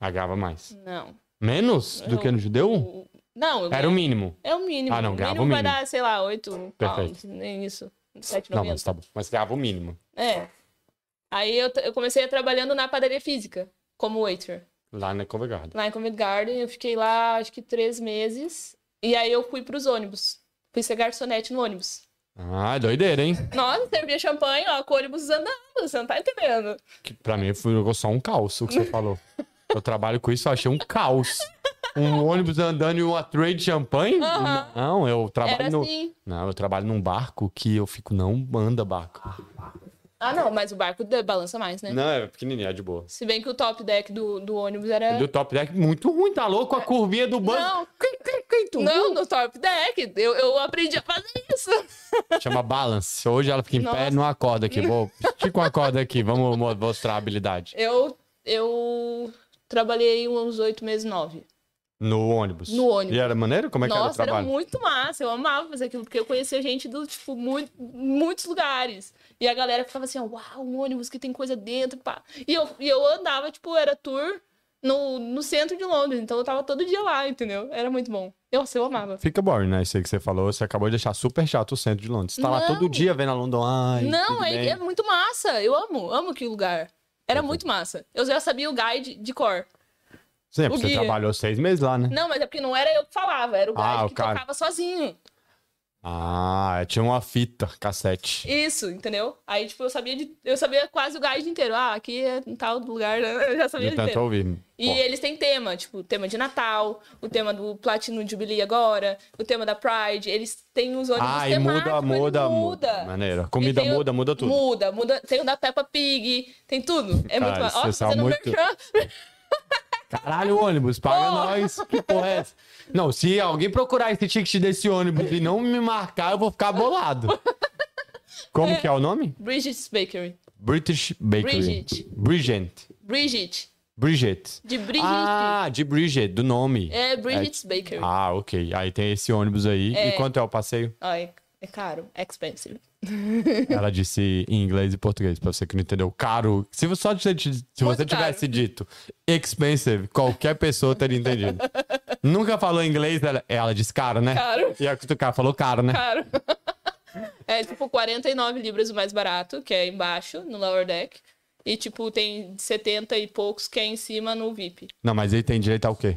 Ah, ganhava mais.
não.
Menos do
Não.
que no judeu?
O- Não, eu
Era o mínimo.
é o mínimo.
Ah, não,
o
ganhava
mínimo
o
vai
mínimo.
dar, sei lá, 8 pounds.
Perfeito.
Nem isso.
Não, mas
7,90.
tá bom. Mas ganhava o mínimo.
É. Aí eu, t- eu comecei trabalhando na padaria física, como waiter.
Lá na Covent Garden.
Lá em Covent Garden, eu fiquei lá acho que três meses. E aí eu fui pros ônibus. Fui ser garçonete no ônibus.
Ah, doideira, hein?
Nossa, servia champanhe, ó, com o ônibus andando, você não tá entendendo.
Que pra mim foi só um caos o que você falou. Eu trabalho com isso, eu achei um caos. Um ônibus andando e uma trade de champanhe?
Aham.
Não, eu trabalho
Era
no.
assim.
Não, eu trabalho num barco que eu fico, não anda barco.
Ah, não, mas o barco de- balança mais, né?
Não, é pequenininho, é de boa.
Se bem que o top deck do, do ônibus era.
Do top deck, muito ruim, tá louco? A curvinha do banco.
Não, não, no top deck. Eu, eu aprendi a fazer isso.
Chama balance. Hoje ela fica em pé
Nossa.
numa corda aqui. Vou estica uma corda aqui, vamos mo- mostrar a habilidade.
Eu, eu trabalhei uns oito meses, nove.
No ônibus.
No ônibus.
E era maneiro? Como é que era o
Nossa, era
trabalho?
muito massa. Eu amava fazer aquilo, porque eu conhecia gente do, tipo, muito, muitos lugares. E a galera ficava assim, ó, uau, um ônibus que tem coisa dentro, pá. E eu, e eu andava, tipo, era tour no, no centro de Londres. Então eu tava todo dia lá, entendeu? Era muito bom. Nossa, eu amava.
Fica boring, né? Isso aí que você falou. Você acabou de deixar super chato o centro de Londres. Você tá lá
Não.
todo dia vendo a London Eye.
Não,
tudo
é,
bem.
é muito massa. Eu amo, amo aquele lugar. Era muito massa. Eu já sabia o guide de cor.
Sim, é
o
porque você
guia.
trabalhou seis meses lá, né?
Não, mas é porque não era eu que falava, era o guide
Ah, o
que
cara.
tocava sozinho.
Ah, tinha uma fita, cassete.
Isso, entendeu? Aí, tipo, eu sabia de, eu sabia quase o guide inteiro. Ah, aqui é em tal lugar, né? eu já sabia
De tanto
inteiro.
ouvir.
E é um
Pô,
eles têm tema, tipo, tema de Natal, o tema do Platinum Jubilee agora, o tema da Pride. Eles têm os ônibus
Ah, e
temáticos,
muda,
eles
muda, muda.
muda.
Maneiro. Comida
E tem o-
muda, muda tudo.
Muda, muda. Tem o da Peppa Pig, tem tudo. É
Cara,
muito
isso
massa. Ó,
é só
fazendo
muito-
merchan.
Caralho, ônibus, paga
Pô.
nós. Que porra é essa? Não, se alguém procurar esse ticket desse ônibus e não me marcar, eu vou ficar bolado. Como que é o nome?
Bridget's Bakery.
British Bakery.
Bridget.
Bridget.
Bridget.
Bridget.
De Bridget.
Ah, de Bridget, do nome.
é Bridget's Bakery.
Ah, ok. Aí tem esse ônibus aí. E
É.
quanto é o passeio?
Ó, é, é caro. Expensive.
Ela disse em inglês e português, pra você que não entendeu. Caro. Se você, só tivesse- se você
Muito caro.
tivesse dito expensive, qualquer pessoa teria entendido. Nunca falou inglês, ela, ela disse caro, né?
Caro.
E a Cutucá falou caro, né?
Caro. é tipo 49 libras o mais barato, que é embaixo, no lower deck. E tipo, tem 70 e poucos que é em cima no VIP.
Não, mas ele tem direito ao quê?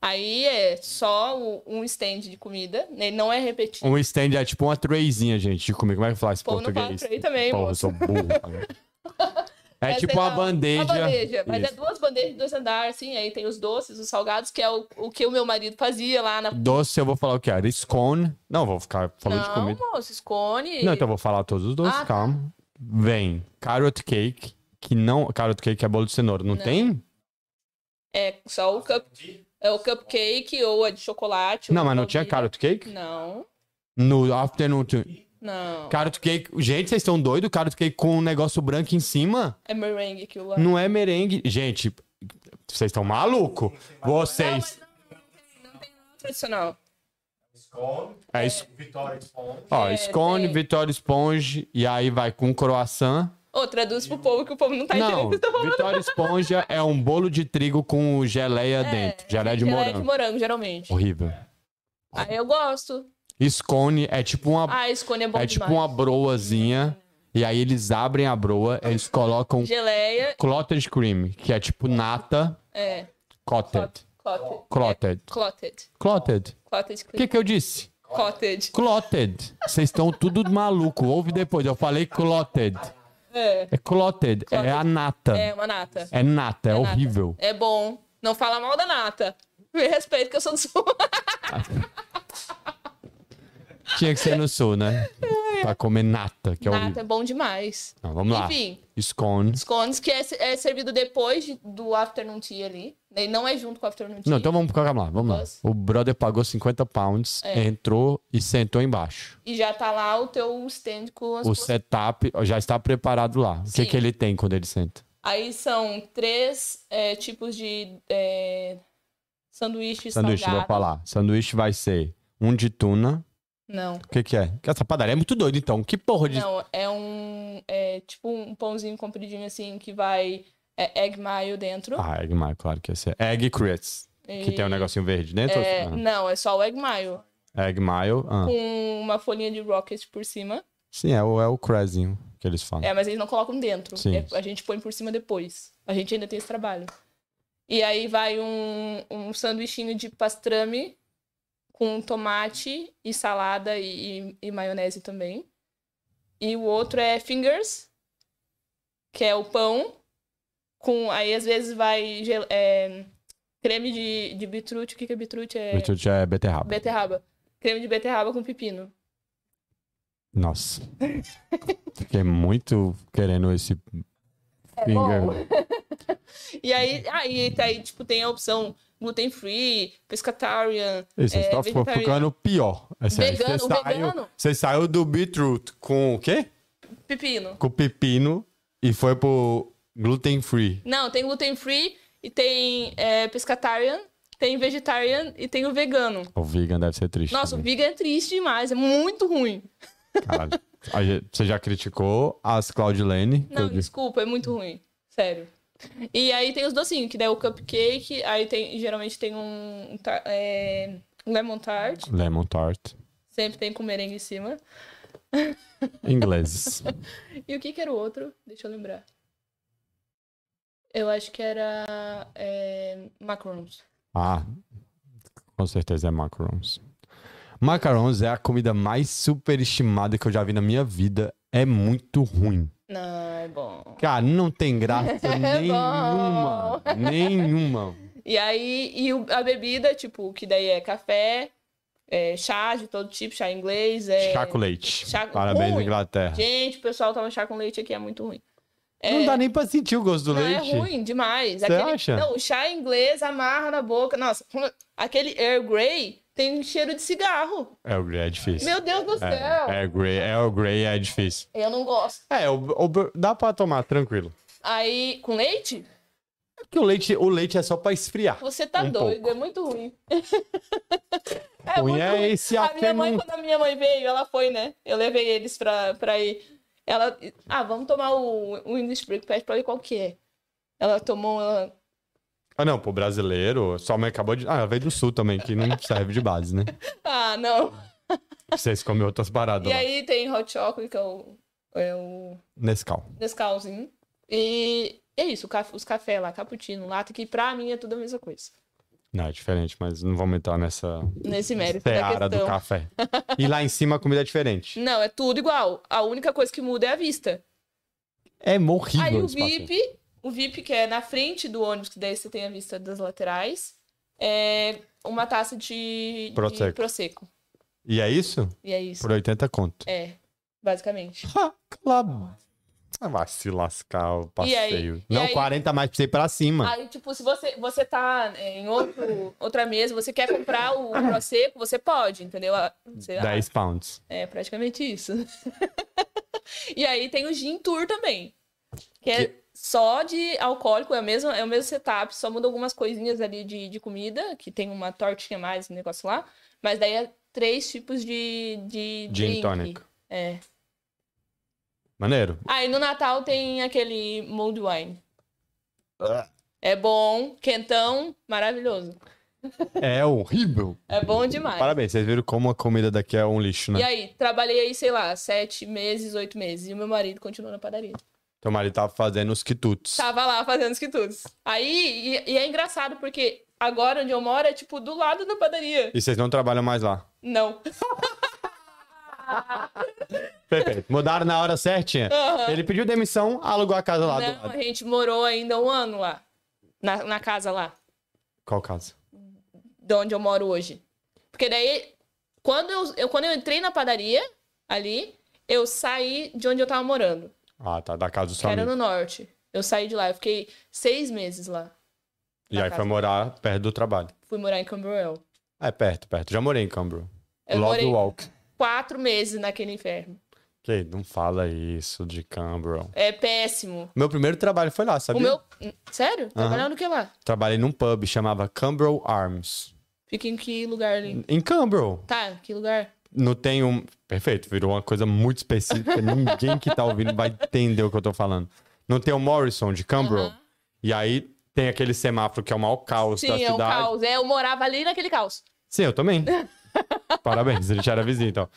Aí é só o- um stand de comida, né? Ele não é repetido.
Um stand é tipo uma trayzinha, gente, de comigo. Como é que fala esse
Pô, não fala
português?
tray também,
Porra, eu
moço.
sou burro. cara. É
Mas
tipo
é
uma
da-
bandeja.
Uma bandeja, mas é
Isso.
duas bandejas de dois andares, assim, aí tem os doces, os salgados, que é o, o que o meu marido fazia lá na...
Doce, eu vou falar o que era? Scone. Não, vou ficar falando de
Não,
comida.
moço, escone.
Não, então eu vou falar todos os doces,
Ah, tá.
calma. Vem carrot cake, que não. Carrot cake é bolo de cenoura, não, tem?
É só o, cup, é o cupcake ou é de chocolate.
Não,
ou
mas não
baunilha.
tinha carrot cake?
Não,
No afternoon. tea.
não.
Carrot cake. Gente, vocês estão doidos? Carrot cake com um negócio branco em cima?
É merengue aquilo lá.
Não é merengue. Gente, vocês estão malucos? Vocês.
Tradicional.
Scone,
É isso.
Vitória Scone.
Ó,
É,
scone,
tem.
Vitória Esponja, e aí vai com croissant.
Ô, traduz pro povo que o povo não tá entendendo o
Não,
que você tá falando.
Vitória Esponja é um bolo de trigo com geleia dentro. Geleia é de
É, Geleia
morango.
de morango, geralmente.
Horrível.
Aí eu gosto.
Scone é tipo uma
Ah, escone é bom
é tipo
demais.
uma broazinha. E aí eles abrem a broa, eles colocam
Geleia,
clotted cream, que é tipo nata
é.
clotted.
Clot- Clotted.
Clotted.
É, Clotted.
Clotted.
Clotted.
O que que eu disse?
Clotted.
Clotted. Vocês estão tudo maluco. Ouve depois. Eu falei clotted.
É.
É clotted. É a nata.
É uma nata.
É nata. É
nata.
horrível.
É bom. Não fala mal da nata. Me respeito que eu sou do sul.
Tinha que ser no sul, né? Pra comer nata, que é
nata é
horrível.
bom demais.
Não, vamos lá.
Enfim.
Scone.
Scones, que é, é servido depois de- do afternoon tea ali. Ele não é junto com o afternoon tea.
Não, então vamos, calma lá, vamos lá.
Posso?
O brother pagou 50 pounds,
É.
entrou e sentou embaixo.
E já tá lá o teu stand com as
o
coisas.
setup já está preparado lá. O que,
Sim.
que ele tem quando ele senta?
Aí são três é, tipos de é, sanduíches
Sanduíche, vou
salgados.
falar. Sanduíche vai ser um de tuna.
Não,
O que, que é? Que Essa padaria é muito doida, então. Que porra de.
não. É um... É, tipo um pãozinho compridinho assim que vai... É, egg mayo dentro.
Ah, egg mayo, claro que ia ser. Egg grits, que
E-
tem um negocinho verde dentro.
É,
Ah,
não, é só o egg mayo.
Egg mayo. ah.
Com uma folhinha de rocket por cima.
Sim, é o, é o crazinho que eles falam.
É, mas eles não colocam dentro.
Sim.
É, a gente põe por cima depois. A gente ainda tem esse trabalho. E aí vai um, um sanduichinho de pastrame com tomate e salada e, e- e maionese também. E o outro é fingers, que é o pão. Com, aí às vezes vai gel- é, creme de, de beetroot. O que, que é beetroot? É
Beetroot é beterraba.
beterraba. Creme de beterraba com pepino.
Nossa. Fiquei muito querendo esse. finger.
E aí, aí, tá aí, tipo, tem a opção gluten free, pescatarian.
Isso, vocês
É,
estão ficando
vegetariano.
ficando pior. Assim, aí
Vegano,
você
o
saiu-
vegano.
Você saiu do beetroot com o quê?
Pepino.
com pepino e foi pro gluten free.
Não, tem gluten free e tem é, pescatarian, tem vegetarian e tem o vegano.
O vegan deve ser triste.
Nossa, o
também.
vegan é triste demais, é muito ruim.
Caralho. A gente- Você já criticou as Claudilene? que eu
Não,
disse.
desculpa, é muito ruim. Sério. E aí tem os docinhos, que daí é o cupcake, aí tem, geralmente tem um, um ta- é, um lemon tart,
Lemon tart.
sempre tem com merengue em cima.
Ingleses.
E o que que era o outro? Deixa eu lembrar. Eu acho que era é, macarons.
ah, com certeza é macarons. Macarons é a comida mais superestimada que eu já vi na minha vida. É muito ruim.
Não, é bom.
Cara, não tem graça
É
nenhuma. nenhuma.
E aí, e o- a bebida, tipo, que daí é café, é chá de todo tipo, chá inglês, é...
Chá com leite.
Chá-
Parabéns,
ruim.
Inglaterra.
Gente, o pessoal toma chá com leite aqui, é muito ruim.
Não dá nem pra sentir o gosto do
Não, é
leite.
ruim demais.
Cê
Aquele-
acha?
Não, o chá inglês amarra na boca. Nossa, aquele Earl Grey tem um cheiro de cigarro.
É, o é difícil.
Meu Deus do céu!
É, é Grey, é o Grey é difícil.
Eu não gosto.
É, o, o- dá pra tomar tranquilo.
Aí, com leite?
Porque o leite, o leite é só pra esfriar.
Você tá
Um
doido,
pouco.
é muito ruim. é
Ruim é esse
A minha mãe,
afternoon.
quando a minha mãe veio, ela foi, né? Eu levei eles pra, pra ir. Ela. Ah, vamos tomar o, o English Breakfast pra ver qual que é. Ela tomou. Ela...
Ah, não, pro brasileiro, sua mãe acabou de. Ah, ela veio do sul também, que não serve de base, né?
Ah, não.
Vocês comem outras paradas
E
lá.
aí tem hot chocolate, que é o, é o
Nescau.
Nescauzinho. E é isso, o caf- os cafés lá, cappuccino, lata, que pra mim é tudo a mesma coisa.
Não, é diferente, mas não vamos entrar nessa
nesse mérito da
seara do
questão.
café. E lá em cima a comida é diferente.
Não, é tudo igual. A única coisa que muda é a vista.
É horrível.
Aí o
esse passeio.
VIP, o VIP que é na frente do ônibus, que daí você tem a vista das laterais, é uma taça de de
Prosecco.
Prosecco.
E é isso?
E é isso.
Por 80 conto.
É, basicamente.
Ha, cala a boca. Ah, Vai se lascar o
E aí?
passeio.
E
Não,
aí?
40 mais pra você ir pra cima.
Aí, tipo, se você, você tá é, em outro, outra mesa, você quer comprar o Prosecco, você pode, entendeu? Ah, Sei lá.
10 pounds.
É praticamente isso. e aí tem o Gin Tour também. Que é só de alcoólico, é o, mesmo, é o mesmo setup, só muda algumas coisinhas ali de, de comida, que tem uma tortinha a mais, um negócio lá. Mas daí é três tipos de. de
Gin
drink.
tonic.
É.
Maneiro.
Aí no Natal tem aquele Mold Wine.
Ah.
É bom, quentão, maravilhoso.
É horrível.
É bom demais.
Parabéns, vocês viram como a comida daqui é um lixo, né?
E aí, trabalhei aí, sei lá, sete meses, oito meses. E o meu marido continuou na padaria.
Teu marido tava Então, tá fazendo os quitutes.
Tava lá fazendo os quitutes. Aí, e, e é engraçado, porque agora onde eu moro é, tipo, do lado da padaria.
E vocês não trabalham mais lá.
Não.
Tá Perfeito. Mudaram na hora certinha.
Aham.
Ele pediu demissão, alugou a casa lá do
Não,
lado.
a gente morou ainda um ano lá. Na, na casa lá,
Qual casa?
de onde eu moro hoje. Porque daí, quando eu, eu- quando eu entrei na padaria, ali, eu saí de onde eu tava morando.
Ah, tá. Da casa do
Que
seu
era
amigo.
no norte. Eu saí de lá, eu fiquei seis meses lá.
E
na
aí
casa.
foi morar perto do trabalho.
Fui morar em Camberwell.
Ah, É perto, perto. Já morei em Cambro.
Eu
Love
morei-
Walk.
Quatro meses naquele inferno.
Que não fala isso de Cambro.
É péssimo.
Meu primeiro trabalho foi lá,
O
sabia?
meu. Sério? Trabalhando o que lá?
Trabalhei num pub, chamava Cambro Arms.
Fica em que lugar ali?
Em Cambro.
Tá, que lugar?
Não tem um. Perfeito, virou uma coisa muito específica. Ninguém que tá ouvindo vai entender o que eu tô falando. Não tem o Morrison de Cambro. E aí tem aquele semáforo que é o maior caos da
Sim,
cidade.
é um caos. É, eu morava ali naquele caos.
Sim, eu também. Parabéns, a gente era vizinho, então.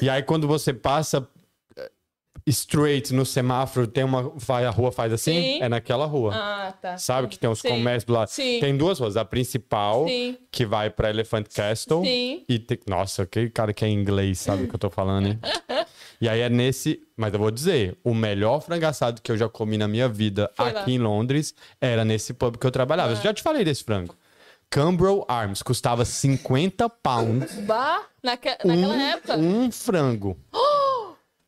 E aí, quando você passa eh, straight no semáforo, tem uma. Vai, a rua faz assim?
Sim.
É naquela rua.
Ah, tá.
Sabe que tem os
Sim.
comércios do lado?
Sim.
Tem duas ruas. A principal,
Sim.
que vai pra Elephant Castle.
Sim.
E tem- Nossa, que cara que é inglês, sabe o que eu tô falando, hein? e aí é nesse. Mas eu vou dizer, o melhor frango assado que eu já comi na minha vida
Foi
aqui
lá. Ah.
em Londres era nesse pub que eu trabalhava. Eu já te falei desse frango. Cambro Arms custava 50 pounds
Bah, naque... naquela época.
um frango.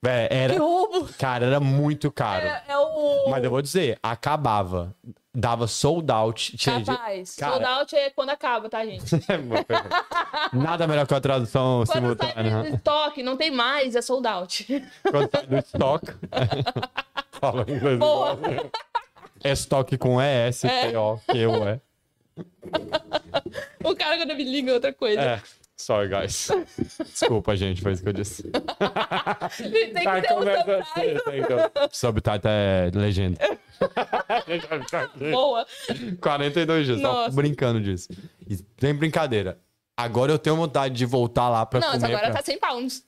Véi,
Que
era.
roubo!
Cara, era muito caro.
É, é o.
Mas eu vou dizer, acabava. Dava sold out. tinha gente-
Rapaz,
Cara,
sold out é quando acaba, tá, gente?
É uma coisa- Nada melhor que uma tradução
Quando sai
simultânea.
do estoque, não tem mais, é sold out.
Quando sai do estoque. Fala em inglês.
Boa.
É estoque com ES, P-O, Q-U-E.
o cara quando me liga é outra coisa.
É. Sorry, guys. Desculpa, gente, foi isso que eu disse.
Tem que
Tá,
ter um
começa
subtitle.
assim, tá, então. Subtitle é legenda.
Boa.
42 dias, tava
Nossa.
brincando disso. E tem brincadeira. Agora eu tenho vontade de voltar lá pra
Não, mas
comer.
agora
pra-
tá 100 pounds.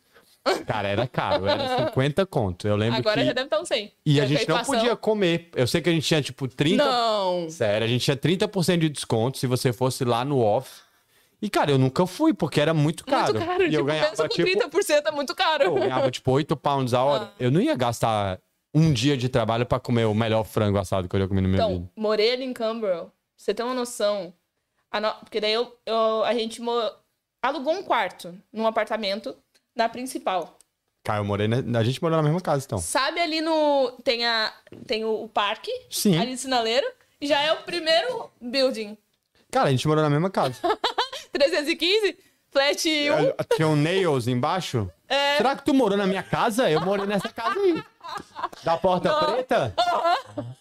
Cara, era caro, era 50 conto. Eu lembro
Agora
que...
já deve estar uns 100.
E
Já
a gente
com
não
inflação.
podia comer. Eu sei que a gente tinha, tipo, 30...
Não.
Sério, a gente tinha 30% de desconto se você fosse lá no off. E, cara, eu nunca fui, porque era muito caro.
Muito caro.
e eu
tipo,
ganhava,
pensa com
tipo...
30% é muito caro.
Eu ganhava, tipo, 8 pounds
Ah.
a hora. Eu não ia gastar um dia de trabalho pra comer o melhor frango assado que eu já comi no meu vida.
Então, morei ali em Camberwell. Pra Você tem uma noção? a no- Porque daí eu, eu- a gente mo- alugou um quarto num apartamento na principal.
Cara, eu morei... Na... A gente morou na mesma casa, então.
Sabe ali no. Tem, a... tem o, o parque,
Sim.
ali de sinaleiro. e Já é o primeiro building.
Cara, a gente morou na mesma casa.
315, flat 1.
Eu- Tinha um Nails embaixo?
É.
Será que tu morou na minha casa? Eu morei nessa casa aí. Da porta preta?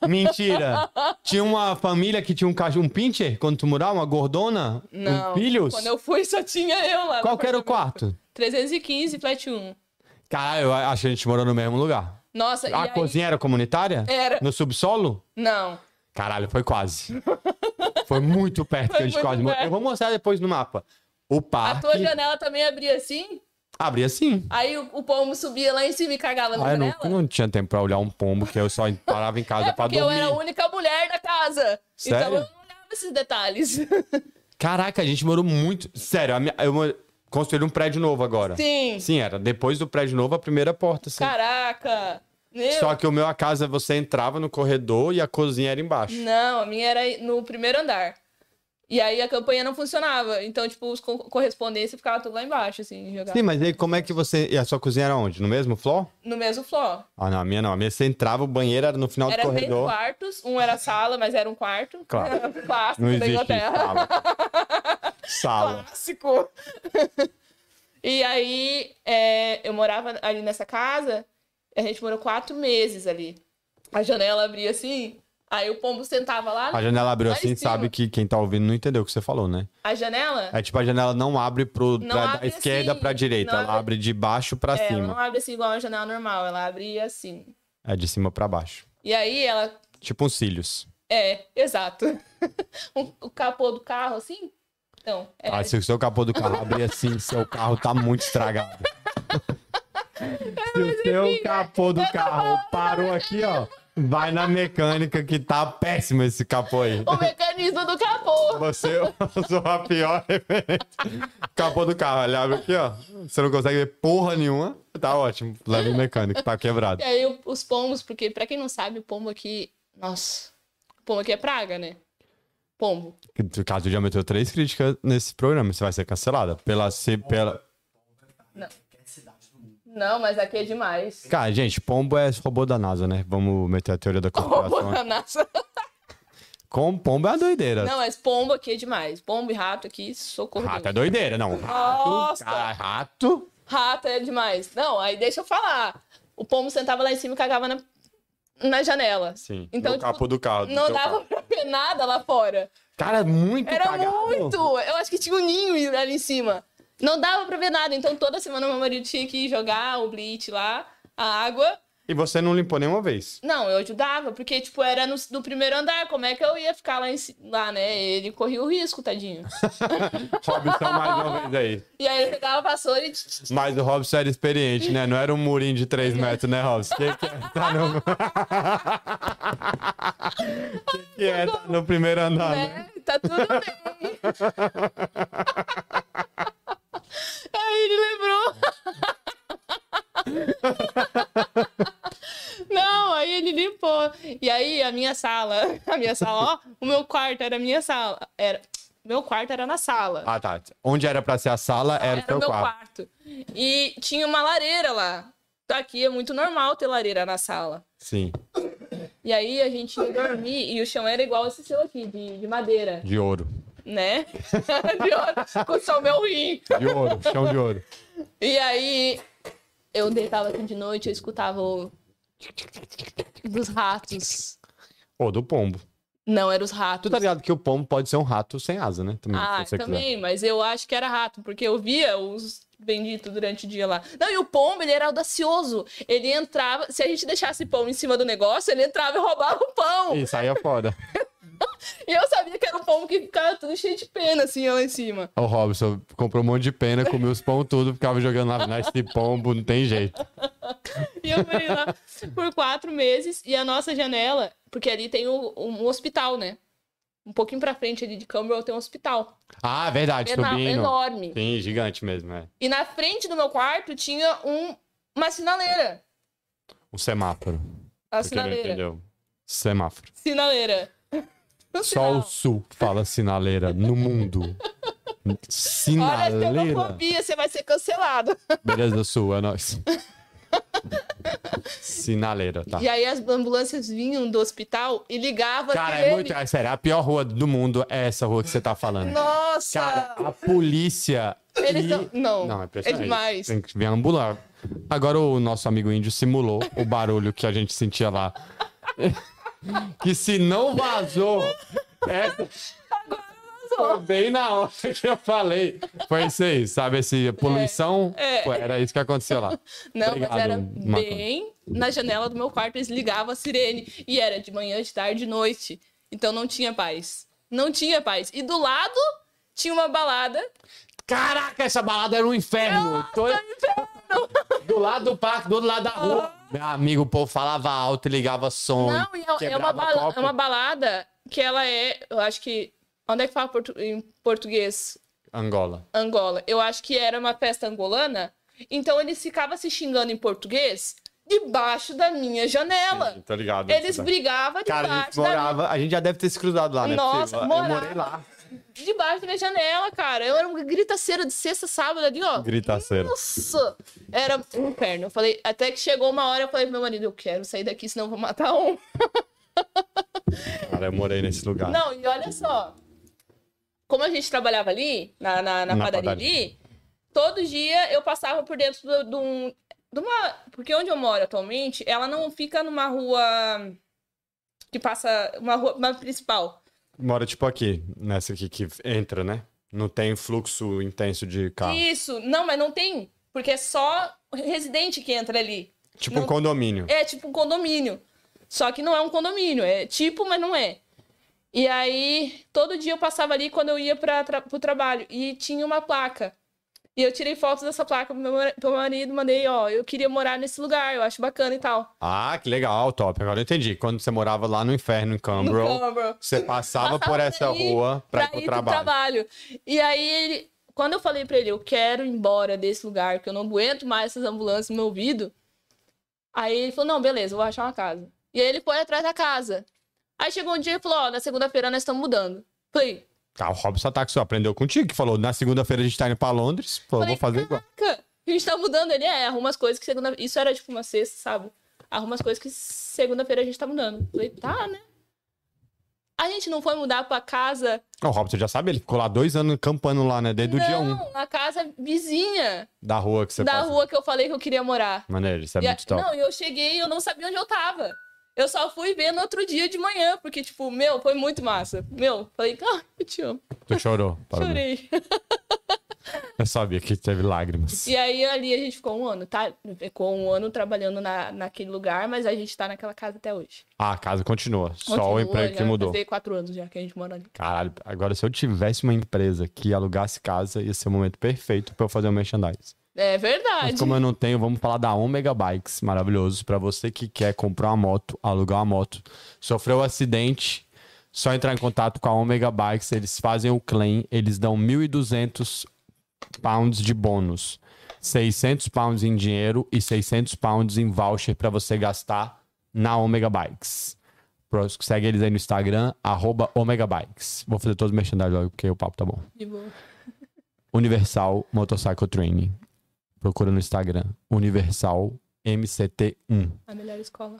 Mentira. Tinha uma família que tinha um cachorro, um pincher, quando tu morava, uma gordona?
Não.
Um filhos?
Quando eu fui, só tinha eu lá. no
Qual que é? era o
apartamento.
quarto?
315, flat 1.
Cara, eu acho que a gente morou no mesmo lugar.
Nossa,
A
e aí-
cozinha era comunitária?
Era.
No subsolo?
Não.
Caralho, foi quase. Foi muito perto que
Foi
a gente
muito
quase morou.
perto.
Eu vou mostrar depois no mapa. O
A
parque.
tua janela também abria assim?
Abria assim.
Aí o, o pombo subia lá em cima e cagava na
Ah, eu
janela?
não, eu não tinha tempo pra olhar um pombo, que eu só parava em casa
É
pra
porque
dormir.
eu era a única mulher da casa.
Sério?
Então eu não olhava esses detalhes.
Caraca, a gente morou muito. Sério, a minha- eu mo- construí um prédio novo agora.
Sim.
Sim, era. Depois do prédio novo, a primeira porta, assim.
Caraca! Meu.
Só que o meu, a casa, você entrava no corredor e a cozinha era embaixo.
Não, a minha era no primeiro andar. E aí a campanha não funcionava. Então, tipo, os co- correspondência ficava tudo lá embaixo, assim, jogava.
Sim, mas aí como é que você. E a sua cozinha era onde? No mesmo floor?
No mesmo floor.
Ah, não, a minha não. A minha você entrava, o banheiro era no final
Era
do
três
corredor.
quartos, um era sala, mas era um quarto.
Claro.
Clássico
Não
da
existe
Inglaterra.
sala. Sala.
Clássico. e aí, é, eu morava ali nessa casa, a gente morou quatro meses ali. A janela abria assim, aí o pombo sentava lá.
A janela abriu
Lá em
assim,
cima.
sabe que quem tá ouvindo não entendeu o que você falou, né?
A janela?
É tipo, a janela não abre pro,
Não
pra
abre
esquerda
assim,
pra direita.
não
Ela
abre-
abre de baixo pra
É, ela
cima.
não abre assim igual a janela normal, ela abria assim.
É de cima pra baixo.
E aí ela.
Tipo uns cílios.
É, exato. Um- o capô do carro, assim? Então, é,
Ah, se o seu capô do carro abrir assim, seu carro tá muito estragado.
É,
se o
né?
seu capô do carro parou aqui, ó, vai na mecânica que tá péssimo esse capô aí.
o mecanismo do capô.
Você usou a pior referência. Capô do carro, ele abre aqui, ó. Você não consegue ver porra nenhuma. Tá ótimo. Leva o mecânico, tá quebrado.
E aí o- os pombos, porque pra quem não sabe, o pombo aqui. Nossa. O pombo aqui é praga, né? Pombo.
No caso, já meteu três críticas nesse programa. Você vai ser cancelada. Pela, se, pela...
Não, mas aqui é demais.
Cara, gente, pombo é robô da NASA, né? Vamos meter a teoria da
Pombo
conspiração.
na NASA.
Com pombo é uma doideira.
Não, mas pombo aqui é demais. Pombo e rato aqui, socorro.
Rato é
Deus.
doideira, não. Rato,
Nossa.
cara, rato.
Rato é demais. Não, aí deixa eu falar. O pombo sentava lá em cima e cagava na, na janela.
Sim,
Então,
no
tipo,
capô do carro. do
Não
teu
dava
carro.
pra ver nada lá fora.
Cara, é muito
Era
cagado.
muito! Eu acho que tinha um ninho ali em cima. Não dava pra ver nada. Então toda semana meu marido tinha que jogar o bleach lá, a água.
E você não limpou nenhuma vez.
Não, eu ajudava, porque, tipo, era no, no primeiro andar. Como é que eu ia ficar lá, em, ci- lá, né? Ele corria o risco, tadinho.
Robson, mais uma vez aí.
E aí ele pegava a vassoura e...
Mas o Robson era experiente, né? Não era um murinho de 3
é
metros, né, Robson? O que, que é? Tá no... que, que é? Tá no primeiro andar, né?
né? Tá tudo bem. Aí ele lembrou. Não, aí ele limpou. E aí a minha sala, a minha sala, ó, o meu quarto era a minha sala. Era, meu quarto era na sala.
Ah, tá. Onde era pra ser a sala, era,
Ah, era
o teu
o meu
quarto.
quarto. E tinha uma lareira lá. Aqui é muito normal ter lareira na sala.
Sim,
E aí a gente ia dormir e o chão era igual esse seu aqui, de- de madeira
de ouro.
né? De ouro, com só o meu rim.
De ouro, chão de ouro.
E aí, eu deitava aqui de noite, eu escutava o... Dos ratos.
Ou do pombo.
Não, eram os
Tu
ratos.
tá ligado que o pombo pode ser um rato sem asa, né? Também,
Ah,
se você quiser.
também, mas eu acho que era rato, porque eu via os benditos durante o dia lá. Não, e o pombo, ele era audacioso. Ele entrava, se a gente deixasse pão em cima do negócio, ele entrava e roubava o pão.
E saía fora.
E eu sabia que era um pombo que ficava tudo cheio de pena, assim, lá em cima.
O Robson comprou um monte de pena, comeu os pão tudo, ficava jogando na vinagem de pombo, não tem jeito.
E eu morei lá por quatro meses. E a nossa janela, porque ali tem o- um, hospital, né? Um pouquinho pra frente ali de Campbell tem um hospital.
Ah, verdade,
Ena-
subindo.
enorme.
Sim, gigante mesmo, é.
E na frente do meu quarto tinha um, uma sinaleira.
Um semáforo.
A
Pra quem não
sinaleira.
entendeu. Semáforo.
Sinaleira.
Só o
Um sinal.
sul fala sinaleira no mundo.
Olha,
Sinaleira.
xenofobia, você vai ser cancelado.
Beleza, sul, é nóis. Sinaleira, tá.
E aí as ambulâncias vinham do hospital e ligavam
Cara,
aquele-
é muito. É, sério, a pior rua do mundo é essa rua que você tá falando.
Nossa!
Cara, a polícia.
Eles
e-
não- não,
não, é, impressionante.
é demais.
Tem que vir ambular. Agora o nosso amigo índio simulou o barulho que a gente sentia lá. que se não vazou. Essa foi bem na hora que eu falei. Foi isso aí, sabe? Esse poluição.
É, é.
Foi, era isso que aconteceu lá.
Não,
Obrigado,
mas era
Marco.
bem na janela do meu quarto, eles ligavam a sirene. E era de manhã, de tarde, de noite. Então não tinha paz. Não tinha paz. E do lado tinha uma balada.
Caraca, essa balada era um inferno. Tô-
é um
Do lado do parque, do outro lado da rua. Meu amigo, o povo falava alto e ligava som.
Ah. Não, e é- é,
quebrava
uma bala-
copo.
é uma balada que ela é, eu acho que Onde é que fala portu- em português
Angola.
Angola? Eu acho que era uma festa angolana. Então eles ficavam se xingando em português debaixo da minha janela.
Sim, Tá ligado?
Eles
Tá.
brigavam
Cara, a
debaixo,
gente morava. A gente já deve ter se cruzado lá, né?
Nossa,
Porque eu- Eu
morava.
morei lá.
da, debaixo da minha janela, cara. Eu era uma gritaceira de sexta, sábado ali, ó.
Gritaceiro.
Nossa! Era um inferno. Eu falei, até que chegou uma hora, eu falei pro meu marido, eu quero sair daqui, senão eu vou matar um.
Cara, eu morei nesse lugar.
Não, e olha só. Como a gente trabalhava ali, na, na, na
Na
padaria,
padaria.
ali, todo dia eu passava por dentro do- de um. De uma, porque onde eu moro atualmente, ela não fica numa rua que passa. Uma rua uma principal.
Mora tipo aqui, nessa aqui que entra, né? Não tem fluxo intenso de carro.
Isso, não, mas não tem. Porque é só residente que entra ali.
Tipo
não-
um condomínio.
É tipo um condomínio. Só que não é um condomínio, é tipo, mas não é. E aí, todo dia eu passava ali quando eu ia para tra pro trabalho e tinha uma placa. E eu tirei fotos dessa placa pro meu, mari- pro meu marido, mandei, ó, eu queria morar nesse lugar, eu acho bacana e tal.
Ah, que legal, top. Agora eu entendi. Quando você morava lá no inferno, em
No
Cambro, é
Cambro.
você passava
Passava
por essa
daí
rua pra ir pro trabalho.
E aí, ele- quando eu falei pra ele, eu quero ir embora desse lugar, que eu não aguento mais essas ambulâncias no meu ouvido. Aí ele falou, não, beleza, eu vou achar uma casa. E aí ele foi atrás da casa. Aí chegou um dia e falou, ó, na segunda-feira nós estamos mudando. Falei,
Ah, o Robson Ataque aprendeu contigo, que falou, na segunda-feira a gente tá indo pra Londres, falou,
Falei,
vou fazer igual.
caraca, a gente tá mudando. Ele, é, arruma as coisas que segunda... Isso era tipo uma sexta, sabe? Arruma as coisas que segunda-feira a gente tá mudando. Falei, tá, né? A gente não foi mudar pra casa,
O Robson já sabe, ele ficou lá dois anos campando lá, né? Desde o dia um
não, na casa vizinha
da rua que você
da
passa.
rua que eu falei que eu queria morar.
Maneiro, isso é
E a-
muito top.
Não, e eu cheguei e eu não sabia onde eu tava. Eu só fui ver no outro dia de manhã, porque, tipo, meu, foi muito massa. Meu, falei, ah, eu te amo,
Tu chorou. Parabéns.
chorei.
Eu sabia que teve lágrimas.
E aí ali a gente ficou um ano, tá? Ficou um ano trabalhando na, naquele lugar, mas a gente tá naquela casa até hoje.
Ah, a casa continua. Só o
Continua,
emprego que
já
mudou.
Fazia quatro anos já que a gente mora ali.
Caralho, agora se eu tivesse uma empresa que alugasse casa, ia ser o momento perfeito pra eu fazer um merchandise.
É
Mas
verdade.
como eu não tenho, vamos falar da Omega Bikes, maravilhoso. Pra você que quer comprar uma moto, alugar uma moto, sofreu um acidente, só entrar em contato com a Omega Bikes, eles fazem o claim, eles dão 1.200 pounds de bônus, 600 pounds em dinheiro e 600 pounds em voucher pra você gastar na Omega Bikes. Pro- Segue eles aí no Instagram, arroba Omega Bikes. Vou fazer todos os merchandising logo, porque o papo tá bom.
De boa.
Universal Motorcycle Training. Procura no Instagram. Universal MCT1.
A melhor escola.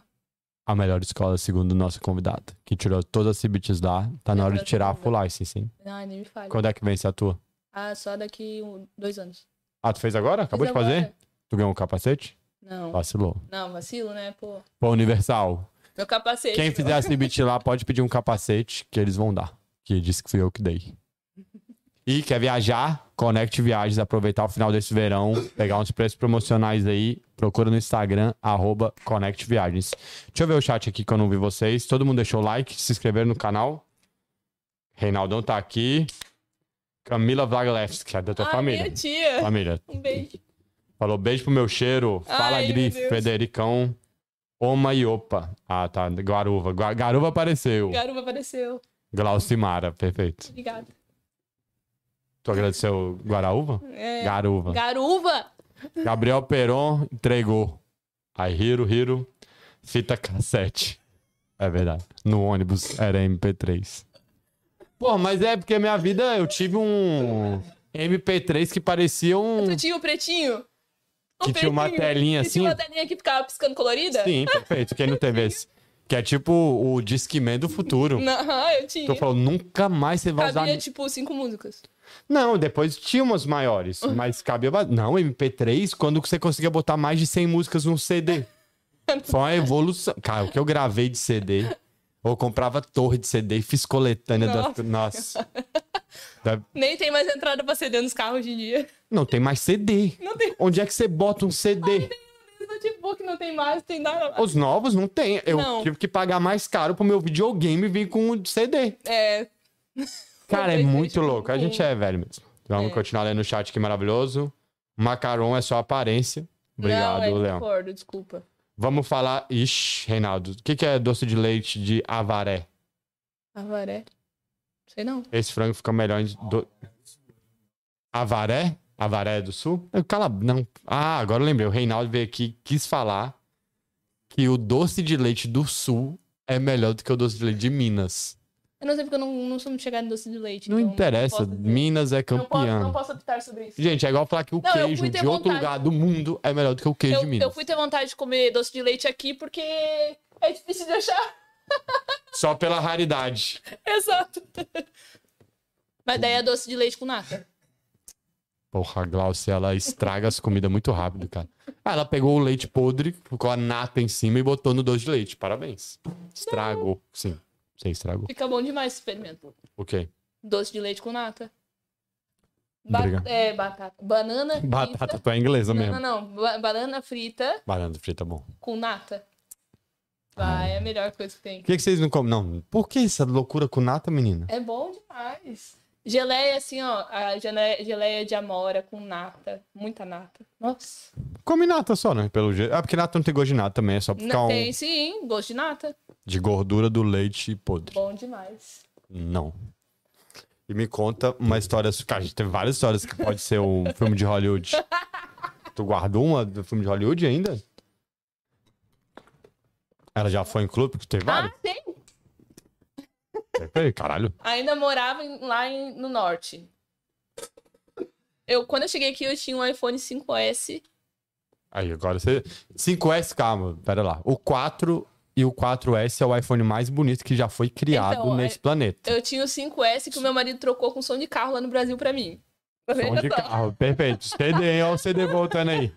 A melhor escola, segundo nossa convidada. Que tirou todas as CBTs lá. Tá na hora de tirar a full license, hein?
Ai, nem me fale.
Quando é que vence a tua?
Ah, só daqui um- dois anos.
Ah, tu fez agora? Acabou
Fiz
de fazer? Ah.
agora.
Tu ganhou um capacete?
Não,
Vacilou.
não, vacilo, né? Pô,
Pô, Universal.
meu capacete.
Quem
ó.
fizer a CBT lá, pode pedir um capacete que eles vão dar. Que disse que fui eu que dei. E quer viajar? Conect Viagens. Aproveitar o final desse verão, pegar uns preços promocionais aí. Procura no Instagram, arroba Connect Viagens. Deixa eu ver o chat aqui que eu não vi vocês. Todo mundo deixou like, se inscreveram no canal. Reinaldão tá aqui. Camila Vlaglevski, é da tua
Ai,
família.
Ah, minha tia.
Família. tipo.
Um beijo.
Falou beijo pro meu cheiro. Fala,
Ai, meu
Grife,
Deus.
Federicão. Oma e opa. Ah, tá. Garuva. Gua- Garuva apareceu.
Garuba apareceu.
Glaucimara, perfeito.
Obrigada.
Tu agradeceu Guaraúva?
É,
Garuva.
Garuva!
Gabriel Peron entregou. Aí, Hiro, Hiro, fita cassete. É verdade. No ônibus era MP3. Pô, mas é porque minha vida, eu tive um MP3 que parecia um.
Tu tinha o pretinho? O
Que tinha uma telinha
Que tinha
assim?
uma telinha que ficava piscando colorida?
Sim, perfeito. Quem não teve esse? Que é tipo o Discman do futuro.
Não, aham, eu tinha.
Tu falou, nunca mais você vai
Cabia,
usar.
tipo, cinco músicas.
Não, depois tinha umas maiores,
Uhum.
mas cabia. ba- Não, MP3, quando você conseguia botar mais de 100 músicas num CD. Foi uma evolução. Cara, o que eu gravei de CD, eu comprava torre de CD e fiz coletânea das. Nossa. Da-
Nem tem mais entrada pra CD nos carros hoje em dia.
Não tem mais CD.
Não tem.
Onde é que você bota um CD?
No notebook não tem mais, tem nada. lá.
Os novos não tem. Eu
Não.
tive que pagar mais caro pro meu videogame vir com um o CD.
É.
Cara, é
Talvez
muito
seja
louco. A
um-
gente é velho mesmo. Vamos
É.
continuar lendo o chat que maravilhoso. Macaron é só aparência. Obrigado,
não, é,
Leão.
concordo, desculpa.
Vamos falar. Ixi, Reinaldo. O que, que é doce de leite de avaré?
Avaré. Sei não.
Esse frango fica melhor em. Do... Avaré? Avaré do Sul? Eu, cala. Não. Ah, agora eu lembrei. O Reinaldo veio aqui e quis falar que o doce de leite do Sul é melhor do que o doce de leite de Minas.
Eu não sei porque eu não, não sou muito chegada em doce de leite.
Não
então
interessa.
posso dizer.
Minas é
Não posso, não
campeã.
posso optar sobre isso.
Gente, é igual falar que o
Não, eu fui
queijo
ter
de outro
vontade.
lugar do mundo é melhor do que o queijo
Eu,
de
eu
Minas.
fui ter vontade de comer doce de leite aqui porque é difícil de achar.
Só pela raridade.
Exato. Mas daí é doce de leite com nata.
Porra, a Glaucia, ela estraga as comidas muito rápido, cara. Ah, ela pegou o leite podre, colocou a nata em cima e botou no doce de leite. Parabéns. Estragou. Sim, você estragou.
Fica bom demais esse experimento.
Ok.
Doce de leite com nata.
Obrigado.
é, batata. Banana frita.
Batata, tu é inglesa
Não,
mesmo.
não, não. Ba- banana frita
Banana frita, bom.
com nata. Vai, é a melhor coisa que tem.
Por Ah. que, que vocês não comem? Não, por que essa loucura com nata, menina?
É bom demais. Geleia, assim, ó. A gele- geleia de amora com nata. Muita nata. Nossa.
Come nata só, né? Pelo jeito. Ah, porque nata não tem gosto de nata também, é só pra ficar
Não,
um...
tem sim, gosto de nata.
de gordura do leite podre.
Bom demais.
Não. E me conta uma história. Cara, a gente teve várias histórias que pode ser um filme de Hollywood. Tu guardou uma do filme de Hollywood ainda? Ela já foi em clube? Porque Teve
Ah,
vários?
tem.
Teve, caralho.
Ainda morava em- lá em- no norte. Eu, quando eu cheguei aqui, eu tinha um iPhone 5S.
Aí, agora você. 5S, calma, pera lá. O 4 e o 4S é o iPhone mais bonito que já foi criado
Então,
nesse
é-
planeta.
Eu tinha o 5S que o meu marido trocou com som de carro lá no Brasil pra mim. Tá
Som
vendo
de
só?
carro, perfeito. CD, olha o CD voltando aí.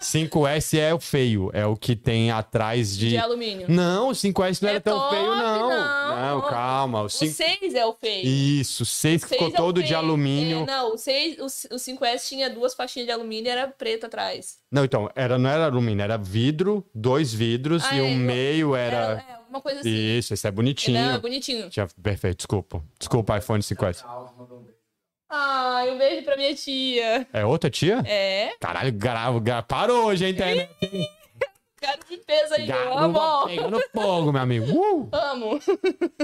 5S é o feio, é o que tem atrás
De alumínio.
Não, o 5S não
É
era tão
top,
feio, não.
não.
Não, calma. O
O
5...
6 é o feio.
Isso, o 6
O
ficou
seis é o
todo de
feio.
alumínio.
É, não, o, 6, o, c- o 5S tinha duas faixinhas de alumínio e era preto atrás.
Não, então, era, não era alumínio, era vidro, dois vidros,
Ah,
e
é,
o
eu-
meio era.
Era, é, uma coisa assim.
Isso, esse é bonitinho.
Não, é bonitinho.
Tinha... Perfeito, desculpa. Desculpa, iPhone 5S.
Ai, um beijo pra minha tia.
É outra tia?
É,
Caralho, gravo, gravo. Parou hoje a internet.
cara de peso aí, eu amo.
Garuva pegando fogo, meu amigo. Uh!
Amo.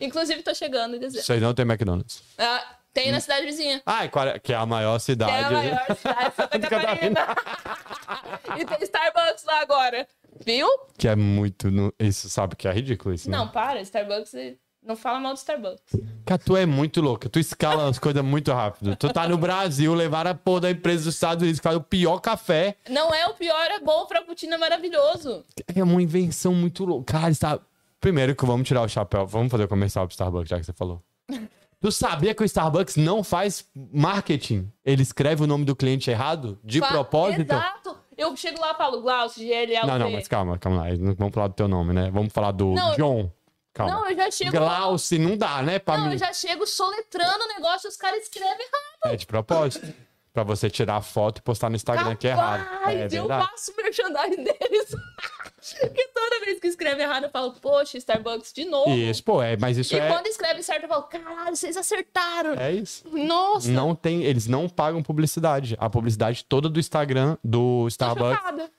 Inclusive, tô chegando em dezembro.
Vocês não tem McDonald's.
Ah, tem na cidade vizinha.
Ah, e qual é- que é a maior
Que é a
cidade. né?
maior cidade de Santa
Santa Catarina.
Catarina. e tem Starbucks lá agora. Viu?
Que é muito. no- Isso sabe que é ridículo isso. né?
Não, para. Starbucks... é- Não fala mal do Starbucks.
Cara, tu é muito louca. Tu escala as coisas muito rápido. Tu tá no Brasil, levaram a porra da empresa dos Estados Unidos que faz o pior café.
Não é o pior, é bom. Frappuccino é maravilhoso.
É uma invenção muito louca. Cara, está... primeiro que vamos tirar o chapéu. Vamos fazer o comercial pro Starbucks, já que você falou. Tu sabia que o Starbucks não faz marketing? Ele escreve o nome do cliente errado? De
Fa-
propósito?
Exato. Eu chego lá e falo, Glaucio, GLL.
Não, não, mas calma, calma lá. Não Vamos falar do teu nome, né? Vamos falar do
Não,
John. Calma.
Não, eu já chego...
Glauce, não dá, né? Pra
Não,
mim.
eu já chego soletrando o negócio e os caras escrevem errado.
É de propósito. Pra você tirar a foto e postar no Instagram que é errado.
Rapaz,
É
eu
verdade.
faço merchandising deles. Porque toda vez que escreve errado, eu falo, poxa, Starbucks de novo.
Isso, pô, é, mas isso
e
é.
quando escreve certo, eu falo, caralho, vocês acertaram.
É isso.
Nossa,
Não tem, eles não pagam publicidade. A publicidade toda do Instagram, do
tô
Starbucks.
chocada.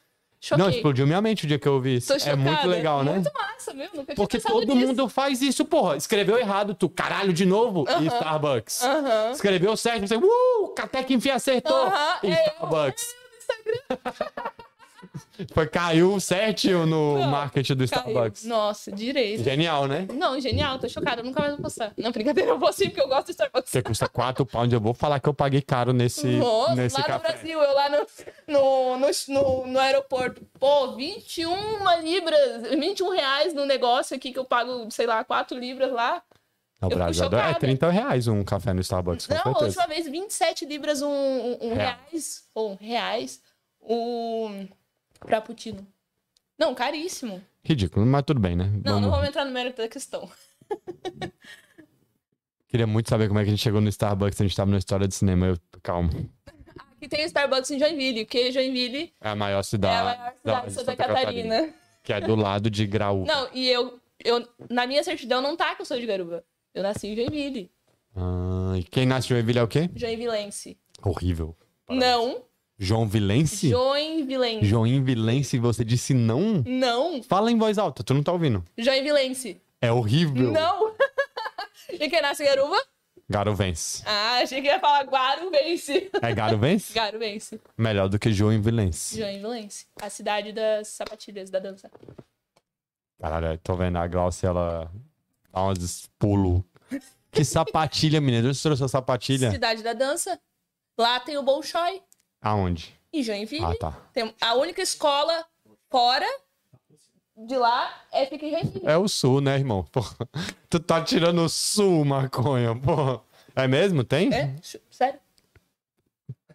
Não,
Choquei.
explodiu minha mente o dia que eu vi isso.
Tô
É
chocada.
muito legal, né?
Muito massa, viu? Nunca tinha
Porque
pensado
todo
nisso.
mundo faz isso, porra. Escreveu errado, tu caralho de novo, e Starbucks.
Aham.
Escreveu certo, você, uh, até que enfim acertou.
Aham,
e
é,
Starbucks. Foi, caiu certinho no
Não,
marketing do
Caiu.
Starbucks.
Nossa, direito.
Genial, né?
Não, genial, tô chocada, eu nunca mais vou postar. Não, brincadeira, eu vou sim, porque eu gosto de Starbucks.
Você custa 4 pounds. Eu vou falar que eu paguei caro nesse,
Nossa,
nesse
lá no
café.
Brasil, eu lá no, no, no, no, no aeroporto, pô, 21 libras, 21 reais no negócio aqui que eu pago, sei lá, 4 libras lá.
No
Eu fui
Brasil é
chocada.
30 reais um café no Starbucks, com
Não, a
certeza.
última vez, 27 libras, um, um, um
Real.
reais, ou um reais, o frappuccino. Não, caríssimo.
Ridículo, mas tudo bem, né?
Não,
Vamos-
não vamos entrar no mérito da questão.
Queria muito saber como é que a gente chegou no Starbucks. A gente tava na história de cinema. Eu... Calma.
Aqui tem o Starbucks em Joinville, porque Joinville
É a maior
é a
cidade.
maior cidade de Santa Catarina.
Que é do lado de Graú.
Não, e eu, eu, na minha certidão não tá que eu sou de Garuba. Eu nasci em Joinville,
Ah, e quem nasce em Joinville é o quê?
Joinvilense.
Horrível.
Não,
João Vilense?
Joinvilense.
Joinvilense, você disse não?
Não,
Fala em voz alta, tu não tá ouvindo.
Joinvilense.
É horrível.
Não. E quem nasce garuva?
Garo vence.
Ah, achei que ia falar Guaru vence.
É Garo vence?
Garu vence.
Melhor do que Joinvilense.
Joinvilense. A cidade das sapatilhas, da dança.
Caralho, tô vendo a Glaucia, ela dá uns pulos. Que sapatilha, menina. De Onde você trouxe a sapatilha?
Cidade da dança. Lá tem o Bolshoi.
Aonde?
E Joinville.
Ah, tá.
Tem a única escola fora de lá é fica em Joinville.
É o sul, né, irmão? Porra. Tu tá tirando o sul, maconha, porra. É mesmo? Tem?
É? Chu- Sério?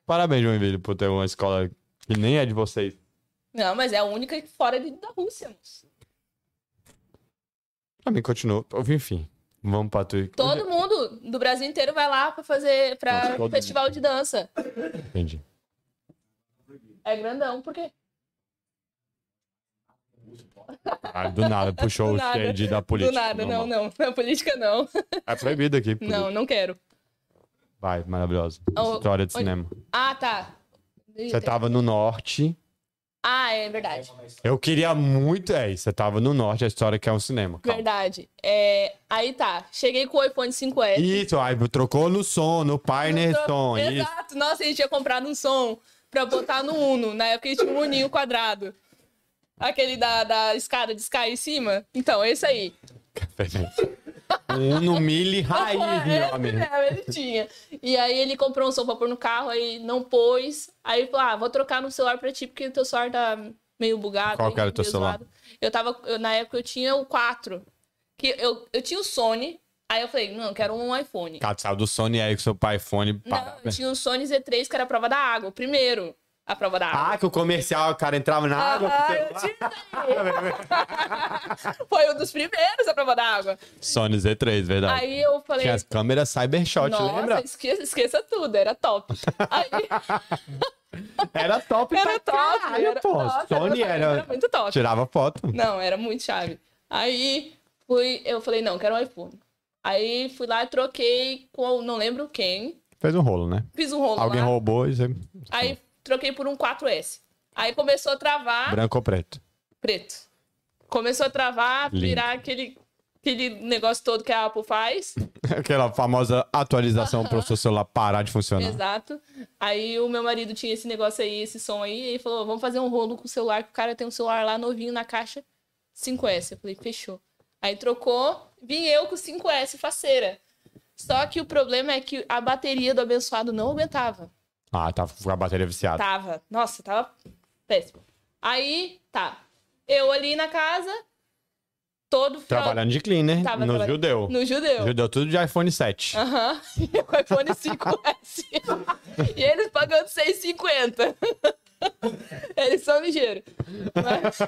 Parabéns, Joinville, por ter uma escola que nem é de vocês.
Não, mas é a única fora de- da Rússia, moço.
Pra mim, continua. Enfim, vamos pra tu.
Todo mundo do Brasil inteiro vai lá pra fazer pra
Nossa, todo
festival de dança.
Entendi.
É grandão, porque
Ah, do nada, puxou
Do
o
nada,
shade da política.
do nada, não,
normal.
não, na política não.
É proibido aqui. por
Não,
isso.
não quero.
Vai, maravilhosa.
Oh,
História de
onde-
cinema.
Ah, tá.
Você tava no norte.
Ah, é verdade.
Eu queria muito. É, você tava no norte, a história que é um cinema. Calma.
Verdade. É, aí tá. Cheguei com o iPhone 5S.
Isso, aí trocou no som, no Pioneer Tom. Isso.
Exato. Nossa, a gente tinha comprado um som pra botar no Uno. Na época a gente tinha um Uninho quadrado. Aquele da, da escada de Sky em cima. Então, esse aí.
Perfeito. Um Uno Mille raiz, meu
É,
amigo.
é, ele tinha. E aí ele comprou um som pra pôr no carro, aí não pôs. Aí ele falou: ah, vou trocar no celular pra ti, porque o teu celular tá meio bugado.
Qual
aí,
que era o teu
meio
celular?
zoado." Eu tava. eu- na época eu tinha o 4. Que eu, eu tinha o Sony. Aí eu falei, não, eu quero um iPhone.
Cara, tu saiu do Sony aí com seu pai fone.
Não, eu
parabéns.
tinha o Sony Z3, que era a prova da água, o primeiro. A prova da água.
Ah, que o comercial, o cara entrava na água.
Ah, eu tinha Foi um dos primeiros a prova da água.
Sony Z3, verdade.
Aí eu
Tá.
falei.
Tinha as câmeras Cybershot,
Nossa,
lembra?
Esqueça, esqueça tudo, era top. Aí,
Era top
era
pra
top,
caralho,
era
pô.
top,
Sony
era,
era...
era muito top.
Tirava foto.
Não, era muito chave. Aí fui, eu falei, não, quero um iPhone. Aí fui lá, troquei com, não lembro quem,
Fez um rolo, né?
fiz um rolo
Alguém
lá,
roubou é e você...
aí troquei por um 4S. Aí começou a travar,
Branco ou preto?
preto. Começou a travar,
Lindo.
virar aquele, aquele negócio todo que a Apple faz,
Aquela famosa atualização pro seu celular parar de funcionar.
exato. Aí o meu marido tinha esse negócio aí, esse som aí, e ele falou, vamos fazer um rolo com o celular, que o cara tem um celular lá novinho na caixa 5S. Eu falei, fechou. Aí trocou, vim eu com o 5S faceira. Só que o problema é que a bateria do abençoado não aguentava.
Ah, tá com a bateria viciada.
Tava. Nossa, tava péssimo. Aí, tá. Eu ali na casa, todo final-
Trabalhando de cleaner
Tava
no
trabalhando-
judeu.
no judeu. Ah,
Judeu tudo de iPhone 7.
Aham. E com o iPhone 5S. e eles pagando 6,50. eles são ligeiros. Mas...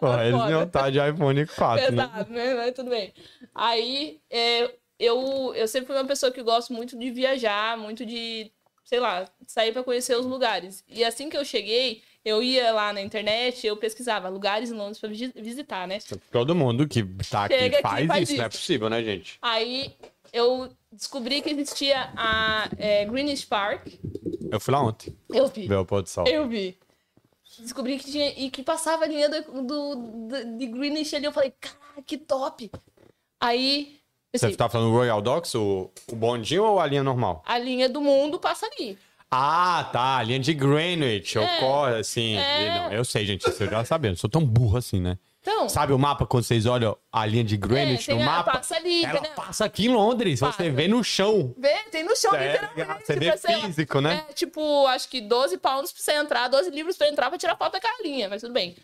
Pô, eles
foda.
não tá de iPhone 4, né?
pesado, né? Mas tudo bem. Aí, é, eu, eu sempre fui uma pessoa que gosto muito de viajar, muito de, sei lá, sair para conhecer os lugares. E assim que eu cheguei, eu ia lá na internet, eu pesquisava lugares em Londres para visitar, né?
Todo mundo que tá aqui
Chega aqui
faz,
e faz
isso, não é
isso.
possível, né, gente?
Aí, eu descobri que existia a é, Greenwich Park.
Eu fui lá ontem,
Eu vi.
ver o pôr do sol.
Eu vi. Descobri que tinha. E que passava a linha do, do, do- de Greenwich ali. Eu falei, caraca, que top! Aí.
Você
Assim,
tá falando Royal Docks, o, o bondinho ou a linha normal?
A linha do mundo passa ali.
Ah, tá, a linha de Greenwich, ocorre assim.
É.
Não, eu sei, gente, isso eu já sabia, eu não sou tão burro assim, né?
Então.
Sabe o mapa, quando vocês olham a linha de Greenwich
tem
no
a-
mapa?
É, passa ali,
ela
entendeu?
passa aqui em Londres, você
Passa.
vê no chão.
Vê, tem no chão,
É,
literalmente.
você vê
pra, sei lá,
físico, né?
É, tipo, acho que 12 pounds pra você entrar, 12 livros pra entrar pra tirar foto daquela linha, mas tudo bem.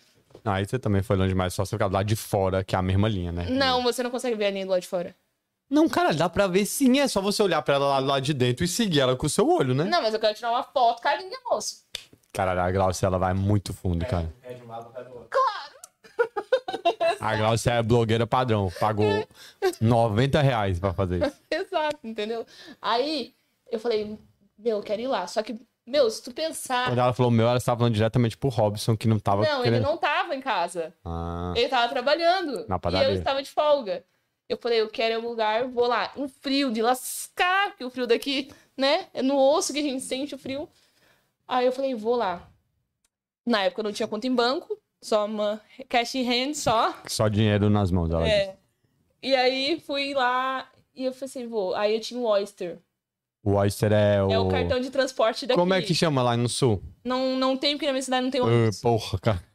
Ah, Aí você também foi longe demais, só você ficar do lado de fora, que é a mesma linha, né?
Não, você não consegue ver a linha do lado de fora.
Não, cara, dá pra ver sim. É só você olhar pra ela lá, lá de dentro e seguir ela com o seu olho, né?
Não, mas eu quero tirar uma foto com a linha, moço.
Caralho, a Glaucia, ela vai muito fundo, cara.
É de um lado pra do outro.
A Glaucia é blogueira padrão. Pagou 90 reais pra fazer isso.
Exato, entendeu? Aí eu falei, meu, eu quero ir lá. Só que, meu, se tu pensar.
Quando ela falou meu, ela estava falando diretamente pro Robson, que não tava
Não, ele
querendo-
não tava em casa.
Ah,
Ele tava trabalhando.
Na padaria.
E eu estava de folga. Eu falei, eu quero ir a um lugar, vou lá. Um frio de lascar, que o frio daqui, né? É no osso que a gente sente o frio. Aí eu falei, vou lá. Na época eu não tinha conta em banco, só uma cash in hand só.
só dinheiro nas mãos, ela disse.
É. E aí fui lá. E eu falei assim, vou. Aí eu tinha o Oyster.
O Oyster é o.
É o cartão de transporte daqui.
Como é que chama lá no sul?
Não, não tem, porque na minha cidade não tem
Ah,
ônibus.
porra, cara.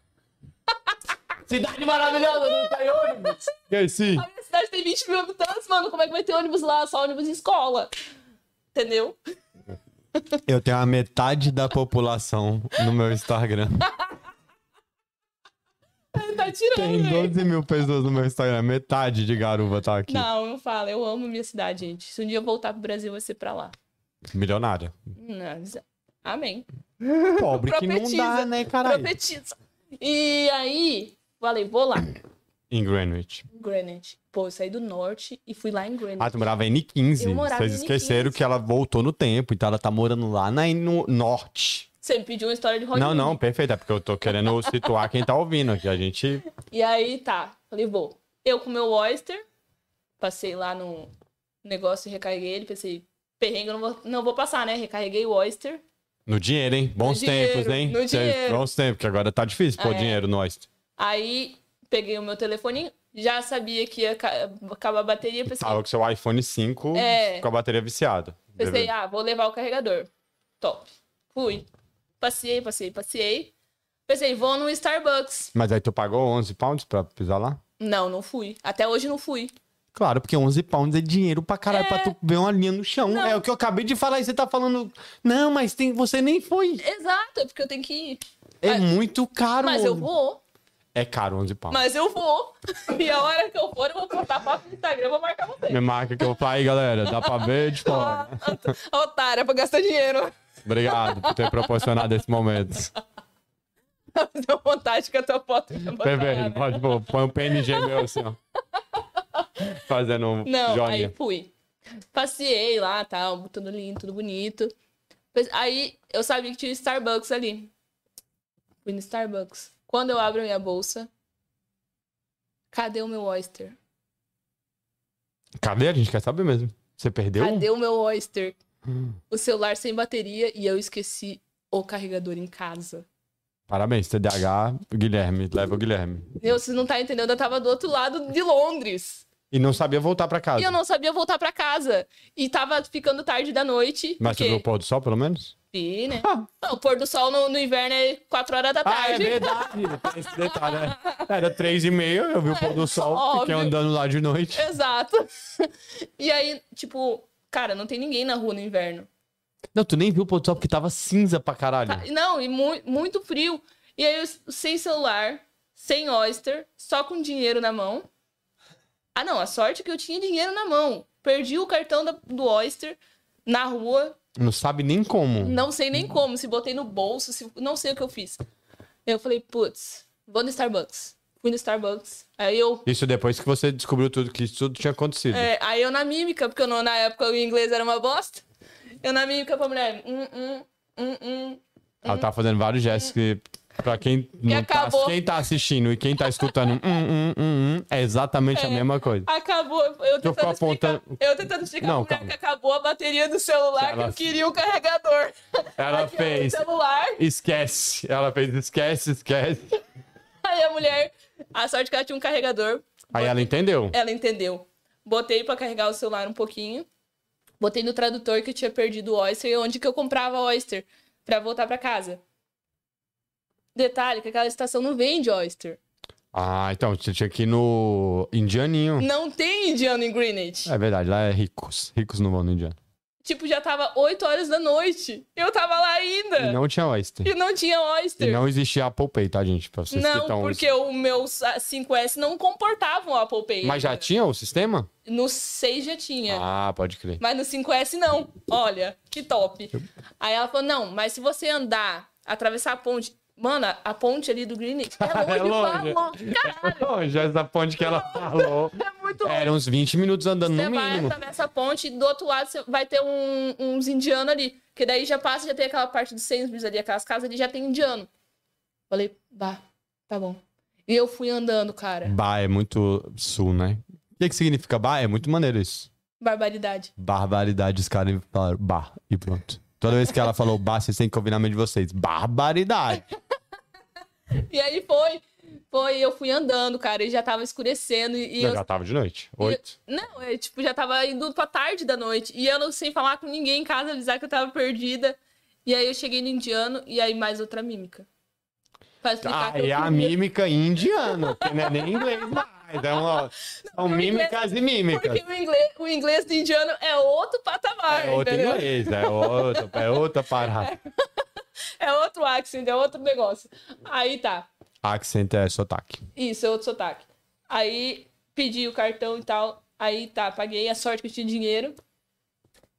Cidade maravilhosa, não tem ônibus.
Esqueci.
A minha cidade tem 20 mil habitantes, mano. Como é que vai ter ônibus lá? Só ônibus em escola. Entendeu?
Eu tenho a metade da população no meu Instagram.
Tá tirando,
Tem
velho.
12 mil pessoas no meu Instagram. Metade de garuva tá aqui.
Não, eu falo, eu amo minha cidade, gente. Se um dia eu voltar pro Brasil, vai ser pra lá.
Milionária.
Mas, é. Amém.
Pobre que não dá,
Profetiza.
né, caralho?
Profetiza. E aí, falei, vou lá.
Em Greenwich.
Greenwich. Pô, eu saí do norte e fui lá em Greenwich.
Ah, tu morava em N15.
Eu morava
Vocês
em
esqueceram
N15.
que ela voltou no tempo, então ela tá morando lá na, no norte.
Você me pediu uma história de
Não,
Hollywood.
não, perfeito. É porque eu tô querendo situar quem tá ouvindo aqui. A gente.
E aí, tá. Falei, vou. Eu com meu Oyster, passei lá no negócio e recarreguei ele. Pensei, perrengue, eu não vou, não vou passar, né? Recarreguei o Oyster.
No dinheiro, hein? Bons
dinheiro,
tempos, hein?
no
Tem-
dinheiro.
Bons tempos, que agora tá difícil pôr
É.
dinheiro no Oyster.
Aí, peguei o meu telefoninho. Já sabia que ia ca- acabar a bateria. Pensei,
Tava com seu iPhone 5
É.
com a bateria viciada.
Pensei, ah, vou levar o carregador. Top. Fui. Passei, passei, passei. Pensei, vou no Starbucks.
Mas aí tu pagou 11 pounds pra pisar lá?
Não, não fui. Até hoje não fui.
Claro, porque 11 pounds é dinheiro pra caralho, pra tu ver uma linha no chão.
Não.
É o que eu acabei de falar e você tá falando. Não, mas tem... você nem foi.
Exato, é porque eu tenho que ir.
É
Mas-
muito caro.
Mas eu
11.
vou.
É caro 11 pounds.
Mas eu vou. E a hora que eu for, eu vou botar foto no Instagram, eu vou marcar você.
Me marca que eu falo aí, galera. Dá pra ver de fora.
A otária pra gastar dinheiro.
Obrigado por ter proporcionado esse momento.
Deu vontade com a tua foto. pra botar lá,
Perfeito.
né?
Pode pôr. Põe um PNG meu assim, ó. Fazendo um
Não,
joinha.
aí fui. Passeei lá, tal, tudo lindo, tudo bonito. Pois- Aí eu sabia que tinha um Starbucks ali. Fui no Starbucks. Quando eu abro a minha bolsa, cadê o meu Oyster?
Cadê? A gente quer saber mesmo. Você perdeu?
Cadê o meu Oyster? O celular sem bateria e eu esqueci o carregador em casa.
Parabéns, TDAH, Guilherme. Leva o Guilherme.
Meu, vocês não tá entendendo, eu tava do outro lado de Londres.
E não sabia voltar pra casa.
E eu não sabia voltar pra casa. E tava ficando tarde da noite.
Mas tu
porque...
viu o pôr do sol, pelo menos?
Sim, né? O pôr do sol no, no inverno é 4 horas da
Ah, é
tarde.
verdade. Tem esse detalhe, né? Era três e meia, eu vi o pôr do sol, fiquei
é Óbvio. É.
andando lá de noite.
Exato. E aí, tipo, cara, não tem ninguém na rua no inverno.
Não, tu nem viu o pôr do sol porque tava cinza pra caralho.
Tá- Não, e mu- muito frio. E aí, eu sem celular, sem oyster, só com dinheiro na mão. Ah, não, a sorte é que eu tinha dinheiro na mão. Perdi o cartão da- do oyster na rua,
Não sabe nem como.
não sei nem como, se botei no bolso, se... não sei o que eu fiz. Eu falei, putz, vou no Starbucks. Fui no Starbucks. Aí eu
Isso depois que você descobriu tudo, que isso tudo tinha acontecido.
É, aí eu na mímica, porque eu não- na época o inglês era uma bosta. Eu na mímica pra mulher. Hum, hum, hum, hum.
Ela tá fazendo vários gestos que, pra quem, não tá,
acabou.
quem tá assistindo e quem tá escutando, hum, hum, hum, hum, é exatamente a mesma coisa.
Acabou. Eu
Então ficou
tentando, explicar,
apontando-
eu tentando explicar
Não,
pra mulher
calma.
que acabou a bateria do celular,
Ela-
que eu queria o carregador.
Ela
Aqui, ó,
fez,
O celular.
esquece. Ela fez, esquece, esquece.
Aí a mulher, a sorte que ela tinha um carregador,
Aí ela entendeu.
ela entendeu. Botei pra carregar o celular um pouquinho. Botei no tradutor que eu tinha perdido o Oyster e onde que eu comprava Oyster pra voltar pra casa. Detalhe que aquela estação não vende Oyster.
Ah, então, você tinha que ir no Indianinho.
Não tem indiano em Greenwich.
É verdade, lá é ricos. Ricos não vão no Indiano.
Tipo, já tava 8 horas da noite. Eu tava lá ainda.
E não tinha oyster.
E não tinha
E
Oyster.
não existia Apple Pay, tá, gente? Pra vocês que
Não,
estão...
porque o meu sa- 5S não comportava o Apple Pay.
Mas já
ainda.
tinha o sistema?
No 6 já tinha.
Ah, pode crer.
Mas no 5S não. Olha, que top. Aí ela falou: não, mas se você andar, atravessar a ponte. Mano, a- a ponte ali do Greenwich é longe,
É longe.
pra longe. Caralho,
Longe, essa ponte que ela falou.
é muito longe.
Era uns 20 minutos andando
Você
no
vai
mínimo.
atravessar a ponte e do outro lado você vai ter um- uns indianos ali. Que daí já passa, já tem aquela parte dos Sainsbury's ali, aquelas casas ali, já tem indiano. Falei, bah, tá bom. E eu fui andando, cara.
Bah é muito sul, né? O que, que significa bah? É muito maneiro isso.
Barbaridade.
Barbaridade, os caras falaram bah e pronto. Toda vez que ela falou bah, vocês têm que ouvir na mente de vocês. Barbaridade.
E aí foi. Foi, eu fui andando, cara, e já tava escurecendo. E, e
Eu
eu,
já tava de noite. Oito.
Não, eu, tipo, já tava indo pra tarde da noite. E eu não sem falar com ninguém em casa, avisar que eu tava perdida. E aí eu cheguei no indiano e aí mais outra mímica. Pra explicar
Ah,
que eu
e a
fui-
mímica indiana, que não é nem inglês mais. É uma, são
porque-
mímicas e mímicas.
Porque o inglês, o inglês do indiano é outro patamar,
É outro
entendeu?
inglês, é outra, é outra parada.
É outro accent, é outro negócio. Aí tá.
Accent é sotaque.
Isso, é outro sotaque. Aí pedi o cartão e tal. Aí tá, paguei. A sorte que eu tinha dinheiro.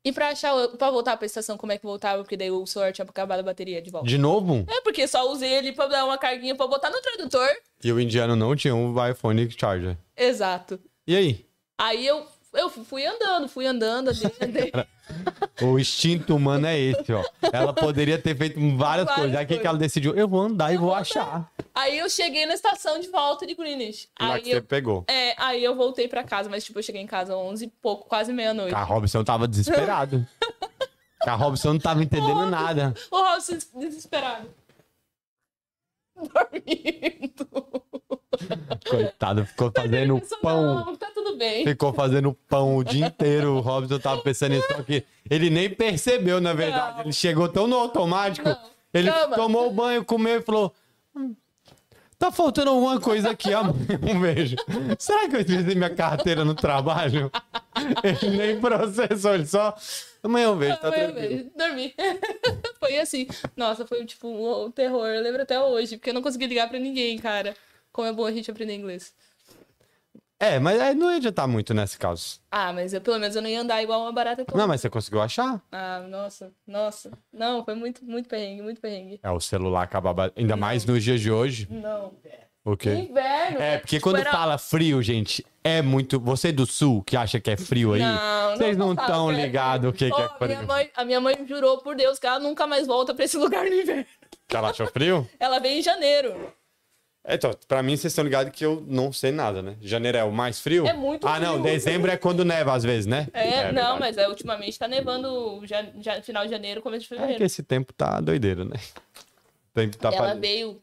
E pra achar, o- pra voltar pra estação, como é que voltava? Porque daí o celular tinha acabado a bateria de volta.
De novo?
É porque só usei ele pra dar uma carguinha pra botar no tradutor.
E o indiano não tinha um iPhone Charger.
Exato.
E aí?
Aí eu, eu fui andando, fui andando. assim, né? andei, andei.
O instinto humano é esse, ó. Ela poderia ter feito várias,
Várias
coisas. Aí o que,
coisas.
que ela decidiu? Eu vou andar e vou achar.
Aí eu cheguei na estação de volta de Greenwich.
Lá que
Aí
você
eu,
pegou.
é, aí eu voltei pra casa, mas tipo, eu cheguei em casa 11 e pouco, quase meia-noite.
A Robson tava desesperado. A Robson não tava entendendo nada.
O Robson des- desesperado. Dormindo.
Coitado, ficou
Ele
fazendo
pensou,
pão.
Não, tá tudo bem.
Ficou fazendo pão o dia inteiro. O Robson tava pensando nisso só que Ele nem percebeu, na verdade.
Não.
Ele chegou tão no automático.
Não.
Ele
Calma.
tomou o banho, comeu e falou: "Hum, Tá faltando alguma coisa aqui, amor. Um beijo. Será que eu esqueci minha carteira no trabalho? Ele nem processou, ele só. Amanhã eu vejo, tá
Foi,
tranquilo.
velho, é Dormi. foi assim. Nossa, foi tipo o terror. Eu lembro até hoje, porque eu não consegui ligar pra ninguém, cara. Como é bom a gente aprender inglês.
É, mas aí não ia adiantar muito nesse caso.
Ah, mas eu, pelo menos eu não ia andar igual uma barata toda.
Não, mas você conseguiu achar?
Ah, nossa, nossa. Não, foi muito, muito perrengue, muito perrengue.
É, o celular acabava. Ainda mais nos dias de hoje.
Não.
O quê?
Inverno.
É,
né?
porque
Tipo,
quando
era-
fala frio, gente, é muito. Você do sul que acha que é frio aí,
Não, não
vocês não
passava,
estão
cara.
ligados o que, que
Ó,
é
a minha
frio.
mãe, a minha mãe jurou por Deus que ela nunca mais volta pra esse lugar no inverno.
Que ela achou frio?
Ela veio em janeiro.
É, Então, pra mim, vocês estão ligados que eu não sei nada, né? Janeiro é o mais frio?
É muito
Ah, não,
frio.
dezembro é quando neva, às vezes, né?
É, não,
verdade.
mas é, ultimamente tá nevando já, já- final de janeiro, começo de
É
fevereiro.
que esse tempo tá doideiro, né? O tempo tá
Ela
pra-
veio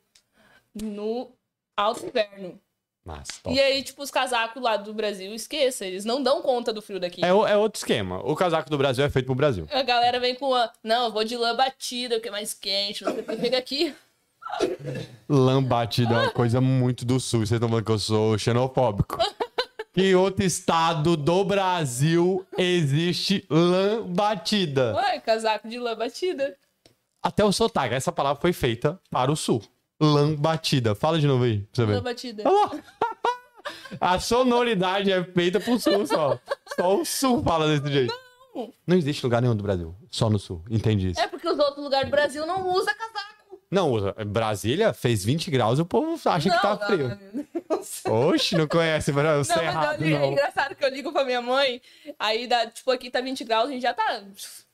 no alto inverno.
Nossa, top.
E aí, tipo, os casacos lá do Brasil, esqueça, eles não dão conta do frio daqui.
É, o- é outro esquema. O casaco do Brasil é feito pro Brasil.
A galera vem com a. Não, eu vou de lã batida, porque é mais quente. Você fica aqui.
Lambatido é uma coisa muito do sul. Vocês estão falando que eu sou xenofóbico. Em outro estado do Brasil existe lambatida.
Ué, casaco de lã batida.
Até o sotaque. Essa palavra foi feita para o sul. Lambatida. Fala de novo aí, pra você
Lã
ver.
batida.
A sonoridade é feita pro sul só. Só o sul fala desse jeito.
Não.
Não existe lugar nenhum do Brasil. Só no sul. Entendi isso.
É porque os outros lugares do Brasil não usam casaco.
Não, Brasília fez 20 graus e o povo acha
não,
que tá
não,
frio.
não sei.
Oxe, não conhece o
Não, mas
Cerrado,
eu, é
não.
engraçado que eu ligo pra minha mãe, aí dá, tipo, aqui tá 20 graus, a gente já tá.
Não.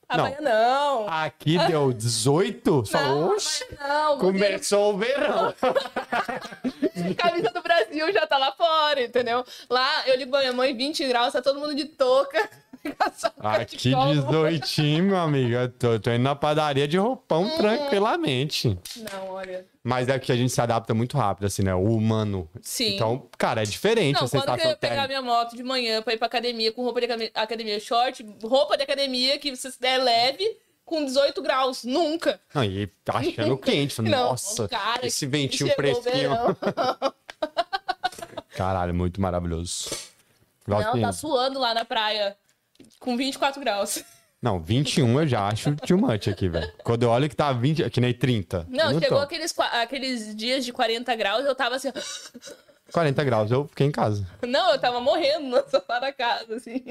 Amanhã não.
Aqui deu 18? Só,
Não,
Ah, oxe,
Amanhã não. porque
começou o verão.
a Camisa do Brasil já tá lá fora, entendeu? Lá eu ligo pra minha mãe, 20 graus, tá todo mundo de touca. casaco,
Aqui
cachecol.
18, meu amigo. Eu Tô, tô indo na padaria de roupão
Hum.
tranquilamente.
Não, olha.
Mas é que a gente se adapta muito rápido, assim, né? O humano.
Sim.
Então, cara, é diferente
Não,
a
quando que eu
sensação
ia pegar
térmica.
minha moto de manhã pra ir pra academia com roupa de academia- academia short, roupa de academia que você é leve, com 18 graus? Nunca.
Não, e tá achando quente. falando,
Não, um
Nossa,
cara,
esse ventinho
chegou o
fresquinho.
verão.
Caralho, muito maravilhoso. Gosto
Não, tá
mesmo.
suando lá na praia com 24 graus.
Não, 21 eu já acho too much aqui, velho. Quando eu olho que tá 20, que nem 30.
Não,
eu
chegou
tô.
aqueles, qua- aqueles dias de 40 graus, eu tava assim.
40 graus, eu fiquei em casa.
Não, eu tava morrendo no sofá da casa, assim.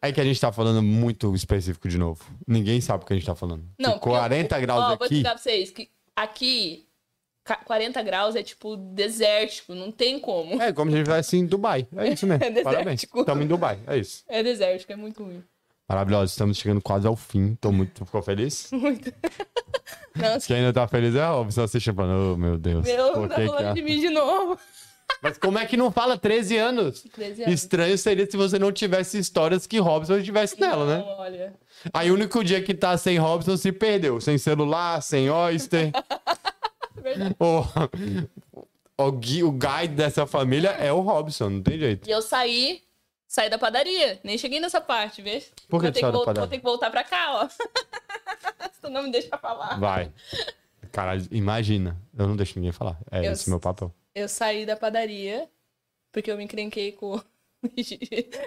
É que a gente tá falando muito específico de novo. Ninguém sabe o que a gente tá falando.
Não,
Que 40
porque eu-
graus
Ó, vou
aqui.
explicar pra vocês que aqui, ca- 40 graus é tipo desértico, não tem como.
É como se a gente estivesse em Dubai. É isso mesmo.
É
Parabéns.
desértico.
Estamos em Dubai. É isso.
É desértico, é muito ruim.
Maravilhoso. Estamos chegando quase ao fim. Tô muito. Ficou feliz?
Não,
Quem ainda tá feliz é a Robson assistindo. falando, Oh, meu Deus.
meu,
por
tá
que que
falando
ela-
de mim de novo.
Mas como é que não fala 13 anos?
13 anos.
Estranho seria se você não tivesse histórias que Robson tivesse nela, né?
Não, olha.
Aí o único dia que tá sem Robson se perdeu. Sem celular, sem Oyster.
Verdade.
Ô, o, gui, o guide dessa família é o Robson, não tem jeito.
E eu saí, saí da padaria. Nem cheguei nessa parte, vê?
Por que
vou,
tu
ter
saiu da
vol-
padaria?
vou ter que voltar pra cá, ó. tu não me deixa falar.
Vai. Caralho, imagina. Eu não deixo ninguém falar. É
Eu
esse meu papel.
Eu saí da padaria, porque eu me encrenquei com,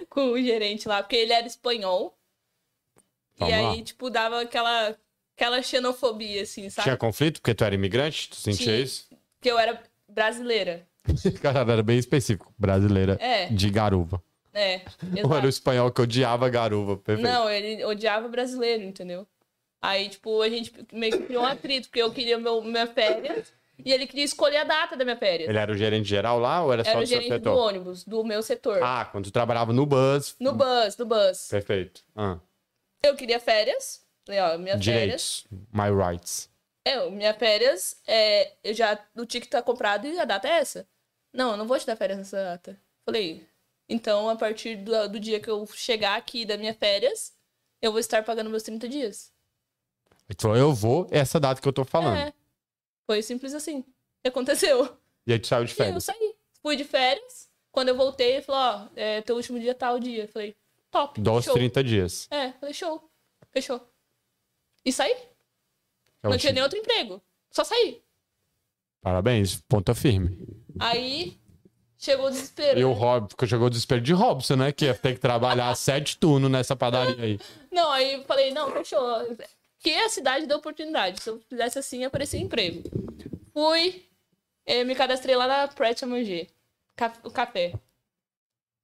com o gerente lá, porque ele era espanhol.
Vamos
e
lá.
aí, tipo, dava aquela, aquela xenofobia, assim, sabe?
Tinha conflito porque tu era imigrante? Tu sentia
Tinha.
isso?
Porque eu era brasileira.
Caralho, era bem específico. Brasileira
É,
de garuva.
é.
Ou era o
exato.
espanhol que odiava garuva. Perfeito.
Não, ele odiava brasileiro, entendeu? Aí, tipo, a gente meio que criou um atrito, porque eu queria meu, minha férias e ele queria escolher a data da minha férias.
Ele era o gerente geral lá ou era, só
Era o
do seu
gerente
setor?
do ônibus, do meu setor.
Ah, quando tu trabalhava no bus.
No bus, do bus.
Perfeito. Ah,
Eu queria férias. Falei, ó, minhas férias.
direitos. My rights.
Eu, É, minha férias, é, eu já, o ticket tá comprado e a data é essa. Não, eu não vou te dar férias nessa data. Falei, então a partir do, do dia que eu chegar aqui da minha férias, eu vou estar pagando meus 30 dias.
Ele falou, eu vou, é essa data que eu tô falando.
É. Foi simples assim. E aconteceu.
E aí tu saiu de
E eu
férias.
saí. Fui de férias. Quando eu voltei, ele falou, ó, é, teu último dia tá o dia. Eu Falei, top,
Dos
show.
30 dias.
É, falei, show. Fechou. E saí.
É
não
o
tinha
chi-
nem outro emprego. Só saí.
Parabéns, ponta firme.
Aí, chegou o desespero.
E o
né?
Rob, porque chegou o desespero de Robson, né? Que ia ter que trabalhar sete turnos nessa padaria aí.
Não, aí eu falei, não, fechou. Que é a cidade da oportunidade. Se eu fizesse assim, ia aparecer emprego. Fui, eh, me cadastrei lá na Pret Manger. O café.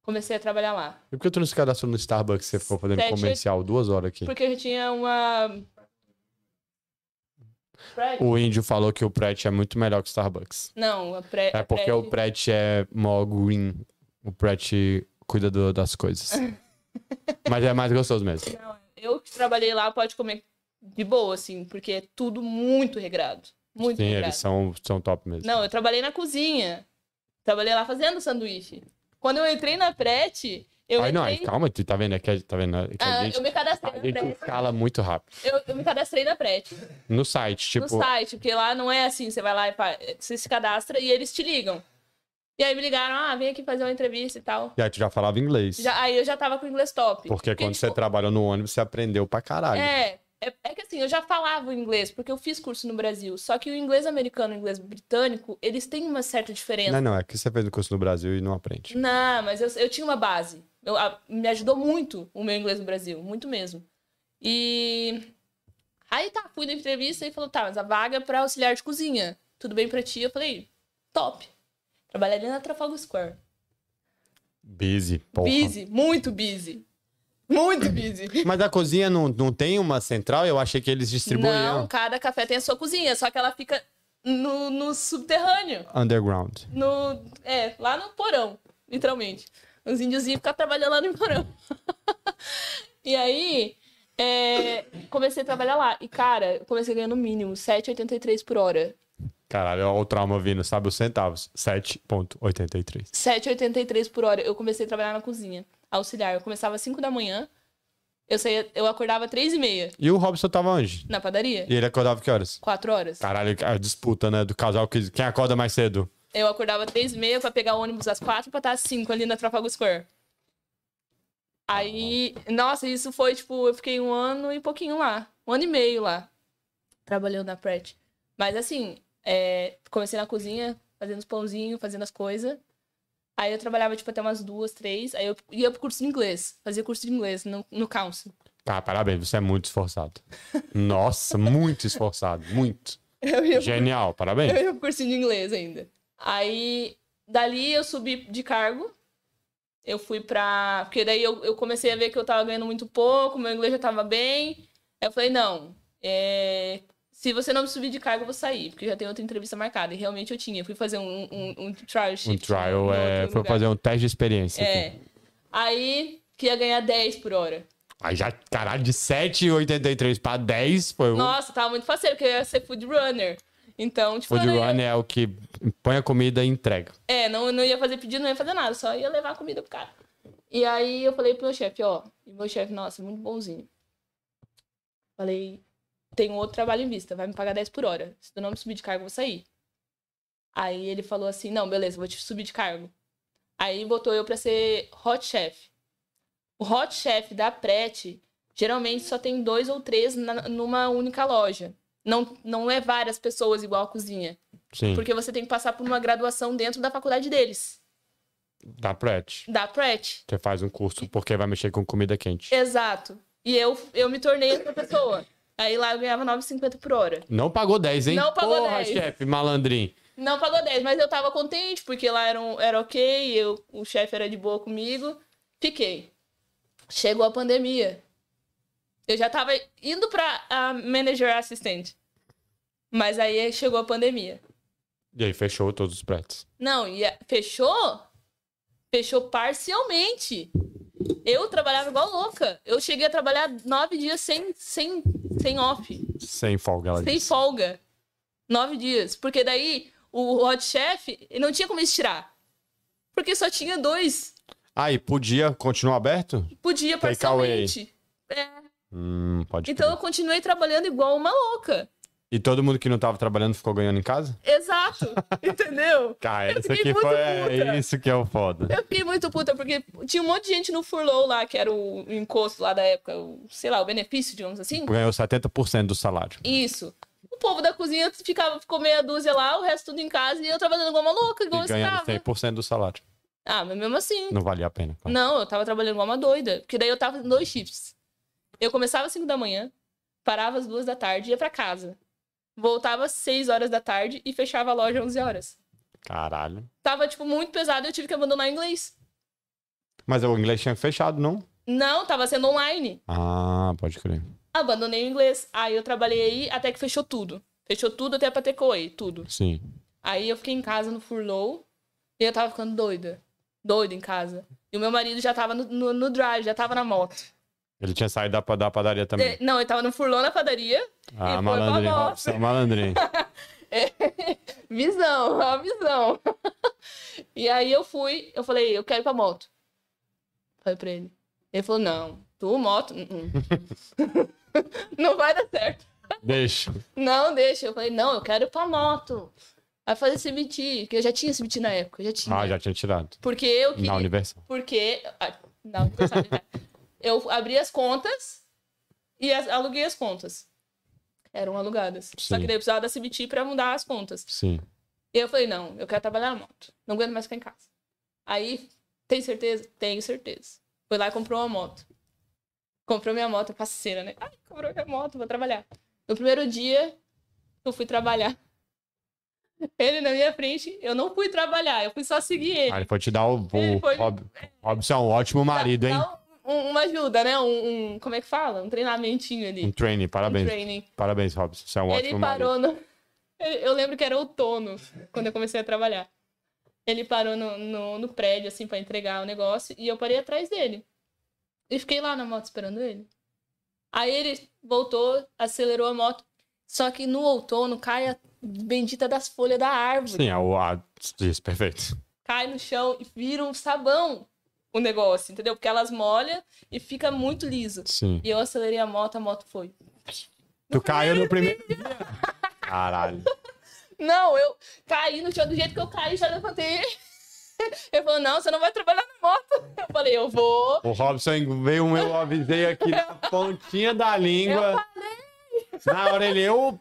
Comecei a trabalhar lá.
E por que tu não se cadastrou no Starbucks? Você ficou fazendo
Sete,
comercial duas horas aqui.
Porque eu já tinha uma. Pret?
O índio falou que o Pret é muito melhor que o Starbucks.
Não, a Pret.
É porque o Pret é mó green. O Pret cuida do- das coisas. Mas é mais gostoso mesmo.
Não, eu que trabalhei lá pode comer de boa, assim, porque é tudo muito regrado. Muito
Sim,
regrado.
eles são, são top mesmo.
Não, eu trabalhei na cozinha. Trabalhei lá fazendo sanduíche. Quando eu entrei na Pret, eu
Ai, não,
entrei...
calma, tu tá vendo aqui, a- tá vendo aqui a
Ah,
gente,
eu me
a
cadastrei na
gente
Pret.
escala muito rápido.
Eu, eu me cadastrei na Pret.
No site, tipo,
No site, porque lá não é assim, você vai lá e fa- você se cadastra e eles te ligam. E aí me ligaram, ah, vem aqui fazer uma entrevista e tal.
e aí tu já falava inglês.
Já, aí eu já tava com o inglês top.
Porque é quando você tá
tipo,
trabalhou no ônibus, você aprendeu pra caralho.
É, é, é que assim, eu já falava o inglês, porque eu fiz curso no Brasil. Só que o inglês americano e o inglês britânico, eles têm uma certa diferença.
Não, não, é que você fez o curso no Brasil e não aprende.
Não, mas eu, eu tinha uma base. Eu- a- me ajudou muito o meu inglês no Brasil, muito mesmo. E aí tá, fui na entrevista e falou: tá, mas a vaga é pra auxiliar de cozinha. Tudo bem pra ti? Eu falei: top. Trabalhei ali na Trafalgar Square.
Busy, porra.
Busy, muito busy. Muito busy.
Mas a cozinha não, não tem uma central? Eu achei que eles
Não,
distribuíam.
cada café tem a sua cozinha, só que ela fica no, no subterrâneo.
Underground.
No, é, lá no porão, literalmente. Os índiozinhos ficavam trabalhando lá no porão. e aí, é, comecei a trabalhar lá. E, cara, eu comecei ganhando mínimo 7,83 por hora.
Caralho, olha o trauma vindo, sabe os centavos. 7,83.
7,83 por hora. Eu comecei a trabalhar na cozinha, auxiliar. Eu começava às 5 da manhã, eu, saía, eu acordava às 3 e meia
E o Robson tava onde?
na padaria.
E Tá. ele acordava que horas?
4 horas.
Caralho, a disputa, né? Do casal que quem acorda mais cedo.
Eu acordava às 3 e meia pra pegar o ônibus às 4 pra estar às 5 ali na Trafalgar Square. Aí, nossa, isso foi tipo, eu fiquei um ano e pouquinho lá. Um ano e meio lá. Trabalhando na Pret. Mas assim, é, comecei na cozinha, fazendo os pãozinhos, fazendo as coisas. Aí eu trabalhava, tipo, até umas duas, três. Aí eu ia pro curso de inglês. Fazia curso de inglês no, no council.
Tá, parabéns, você é muito esforçado. Nossa, muito esforçado, muito.
Eu ia pro
Genial,
Eu
parabéns.
ia pro cursinho de inglês ainda. Aí, dali eu subi de cargo. Eu fui pra. Porque daí eu, eu comecei a ver que eu tava ganhando muito pouco, meu inglês já tava bem. Aí eu falei, não, é, se você não me subir de cargo, eu vou sair, porque já tem outra entrevista marcada. E realmente eu tinha. Eu fui fazer um, um, um trial
Um
shift.
trial,
no
é,
outro
foi
lugar.
fazer um teste de experiência. aqui.
É. Aí, que ia ganhar 10 por hora.
Aí já, caralho, de 7,83 pra 10 foi um.
Nossa, tava muito faceiro, porque eu ia ser food runner. Então, tipo,
Food
eu ia-
run é o que põe a comida e entrega.
É, não, não ia fazer pedido, não ia fazer nada, só ia levar a comida pro cara. E aí eu falei pro meu chefe, ó, e meu chefe, nossa, muito bonzinho. um Falei, tem outro trabalho em vista, vai me pagar 10 por hora. Se tu não me subir de cargo, eu vou sair. Aí ele falou assim: não, beleza, vou te subir de cargo. Aí botou eu pra ser hot chef. O hot chef da Pret geralmente só tem dois ou três na- numa única loja. Não, não é várias pessoas igual a cozinha.
Sim.
Porque você tem que passar por uma graduação dentro da faculdade deles,
Da Pret.
da Pret.
Você faz um curso porque vai mexer com comida
É.
quente.
Exato. E eu, eu me tornei outra pessoa. Aí lá eu ganhava 9,50 por hora.
Não pagou 10, hein?
Não pagou
Porra,
10.
chefe, malandrinho.
Não pagou 10, mas eu tava contente, porque lá era, um- era ok, eu, o chefe era de boa comigo. Fiquei. Chegou a pandemia. Eu já tava indo pra a manager assistente. Mas aí chegou a pandemia.
E aí, fechou todos os Prets.
Não, e a- fechou? Fechou parcialmente. Eu trabalhava igual louca. Eu cheguei a trabalhar nove dias sem, sem, sem off.
Sem folga, ela
Sem
disse.
folga. Nove dias. Porque daí o hot chef ele não tinha como eles tirar. Porque só tinha dois.
Aí, podia continuar aberto?
Podia
Take
parcialmente. É.
Hum, pode
Então eu
crer.
continuei trabalhando igual uma louca.
E todo mundo que não tava trabalhando ficou ganhando em casa?
Exato. Entendeu?
Cara, isso
fiquei
aqui
muito
foi... É
puta.
isso que é o foda.
Eu fiquei muito puta, porque tinha um monte de gente no Furlough lá, que era o encosto lá da época, o, sei lá, o benefício, digamos assim.
Ganhou 70% do salário.
Isso. O povo da cozinha ficava, ficou meia dúzia lá, o resto tudo em casa, e eu trabalhando igual uma louca, igual
E ganhando
escrava.
100% do salário.
Ah, mas mesmo assim,
Não valia a pena, claro.
Não, eu tava trabalhando igual uma doida. Porque daí eu tava em dois shifts. Eu começava às 5 da manhã, parava às 2 da tarde, ia pra casa. Voltava às 6 horas da tarde e fechava a loja às 11 horas.
Caralho.
Tava, tipo, muito pesado eu tive que abandonar o inglês.
Mas o inglês tinha fechado, não?
Não, tava sendo online.
Ah, pode crer.
Abandonei o inglês. Aí eu trabalhei aí até que fechou tudo. Fechou tudo até pra ter Coei, tudo.
Sim.
Aí eu fiquei em casa no furlough e eu tava ficando doida. Doida em casa. E o meu marido já tava no, no, no drive, já tava na moto.
Ele tinha saído da, pa- da padaria também.
Eh, Não, ele tava no furlough na padaria.
Ah,
foi
malandrinho.
pra
Robson, malandrinho.
Visão, a visão. e aí eu fui, eu falei, eu quero ir pra moto. Falei pra ele. Ele falou, não, tu moto. hum, hum. não vai dar certo.
Deixa.
Não, deixa. Eu falei, não, eu quero ir pra moto. Aí fazer CBT, que eu já tinha CBT na época, eu já tinha.
Ah, já tinha tirado.
Porque eu queria.
Na Universal.
Porque. ah, na universidade, né? eu abri as contas e as- aluguei as contas. Eram alugadas. Só
Sim.
que daí eu precisava da CBT pra mudar as contas.
Sim.
E eu falei, não, eu quero trabalhar na moto. Não aguento mais ficar em casa. Aí, tem certeza? Tenho certeza. Foi lá e comprou uma moto. Comprou minha moto, parceira, né? Ai, comprou minha moto, vou trabalhar. No primeiro dia que eu fui trabalhar, ele na minha frente, eu não fui trabalhar, eu fui só seguir ele.
Ah, ele foi te dar o...
Ele
o
foi-
Rob- Robson, um ótimo marido, hein?
Dá um- uma ajuda, né? Um, um- como é que fala? Um treinamentinho ali.
Um training.
Um
Parabéns.
training.
Parabéns, Robson. Você é um
Ele
ótimo marido.
parou no. Eu lembro que era outono, quando eu comecei a trabalhar. Ele parou no, no, no prédio, assim, pra entregar o negócio, e eu parei atrás dele. E fiquei lá na moto esperando ele. Aí ele voltou, acelerou a moto. Só que no outono cai a bendita das folhas da árvore.
Sim, é o... a- Isso, perfeito.
Cai no chão e vira um sabão o negócio, entendeu? Porque elas molham e fica muito liso.
Sim.
E eu acelerei a moto, a moto foi.
Tu caiu no primeiro dia. Caralho.
Não, eu caí no chão do jeito que eu caí, já levantei. Ele falou, não, você não vai trabalhar na moto. Eu falei, eu vou.
O Robson veio, um, eu avisei aqui na pontinha da língua. Na orelha, eu...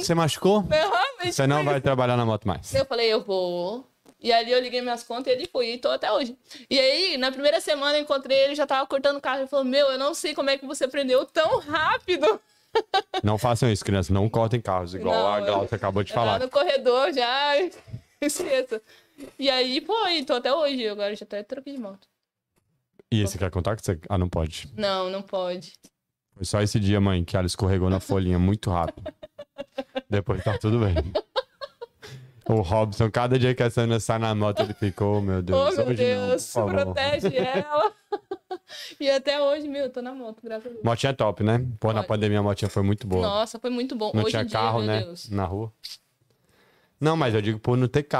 Você machucou?
Eu realmente
Você não
fui.
vai trabalhar na moto mais.
Eu falei, eu vou. E ali eu liguei minhas contas e ele foi, e tô até hoje. E aí, na primeira semana, eu encontrei ele, já tava cortando o carro. Ele falou, meu, eu não sei como é que você aprendeu tão rápido.
Não façam isso, crianças. Não cortem carros, igual
Não,
a
eu-
Glaucia acabou de
Eu tava
falar.
no corredor já, esqueça. E aí, foi, tô até hoje. Agora eu já até troquei de moto.
E esse quer contar que você... Ah, não pode.
Não, não pode.
Foi só esse dia, mãe, que ela escorregou na folhinha muito rápido. Depois tá tudo bem. O Robson, cada dia que a Sandra sai na moto, ele ficou, meu
Oh,
Deus,
meu
hoje não, por
Deus,
favor."
protege ela. e até hoje, meu, eu tô na moto, graças a Deus.
Motinha top, né? Pô, na
Olha.
pandemia a motinha foi muito boa.
Nossa, foi muito bom.
não
hoje
tinha
em dia,
carro,
meu
né?
Deus.
Na rua. Não, mas eu digo por não ter carro.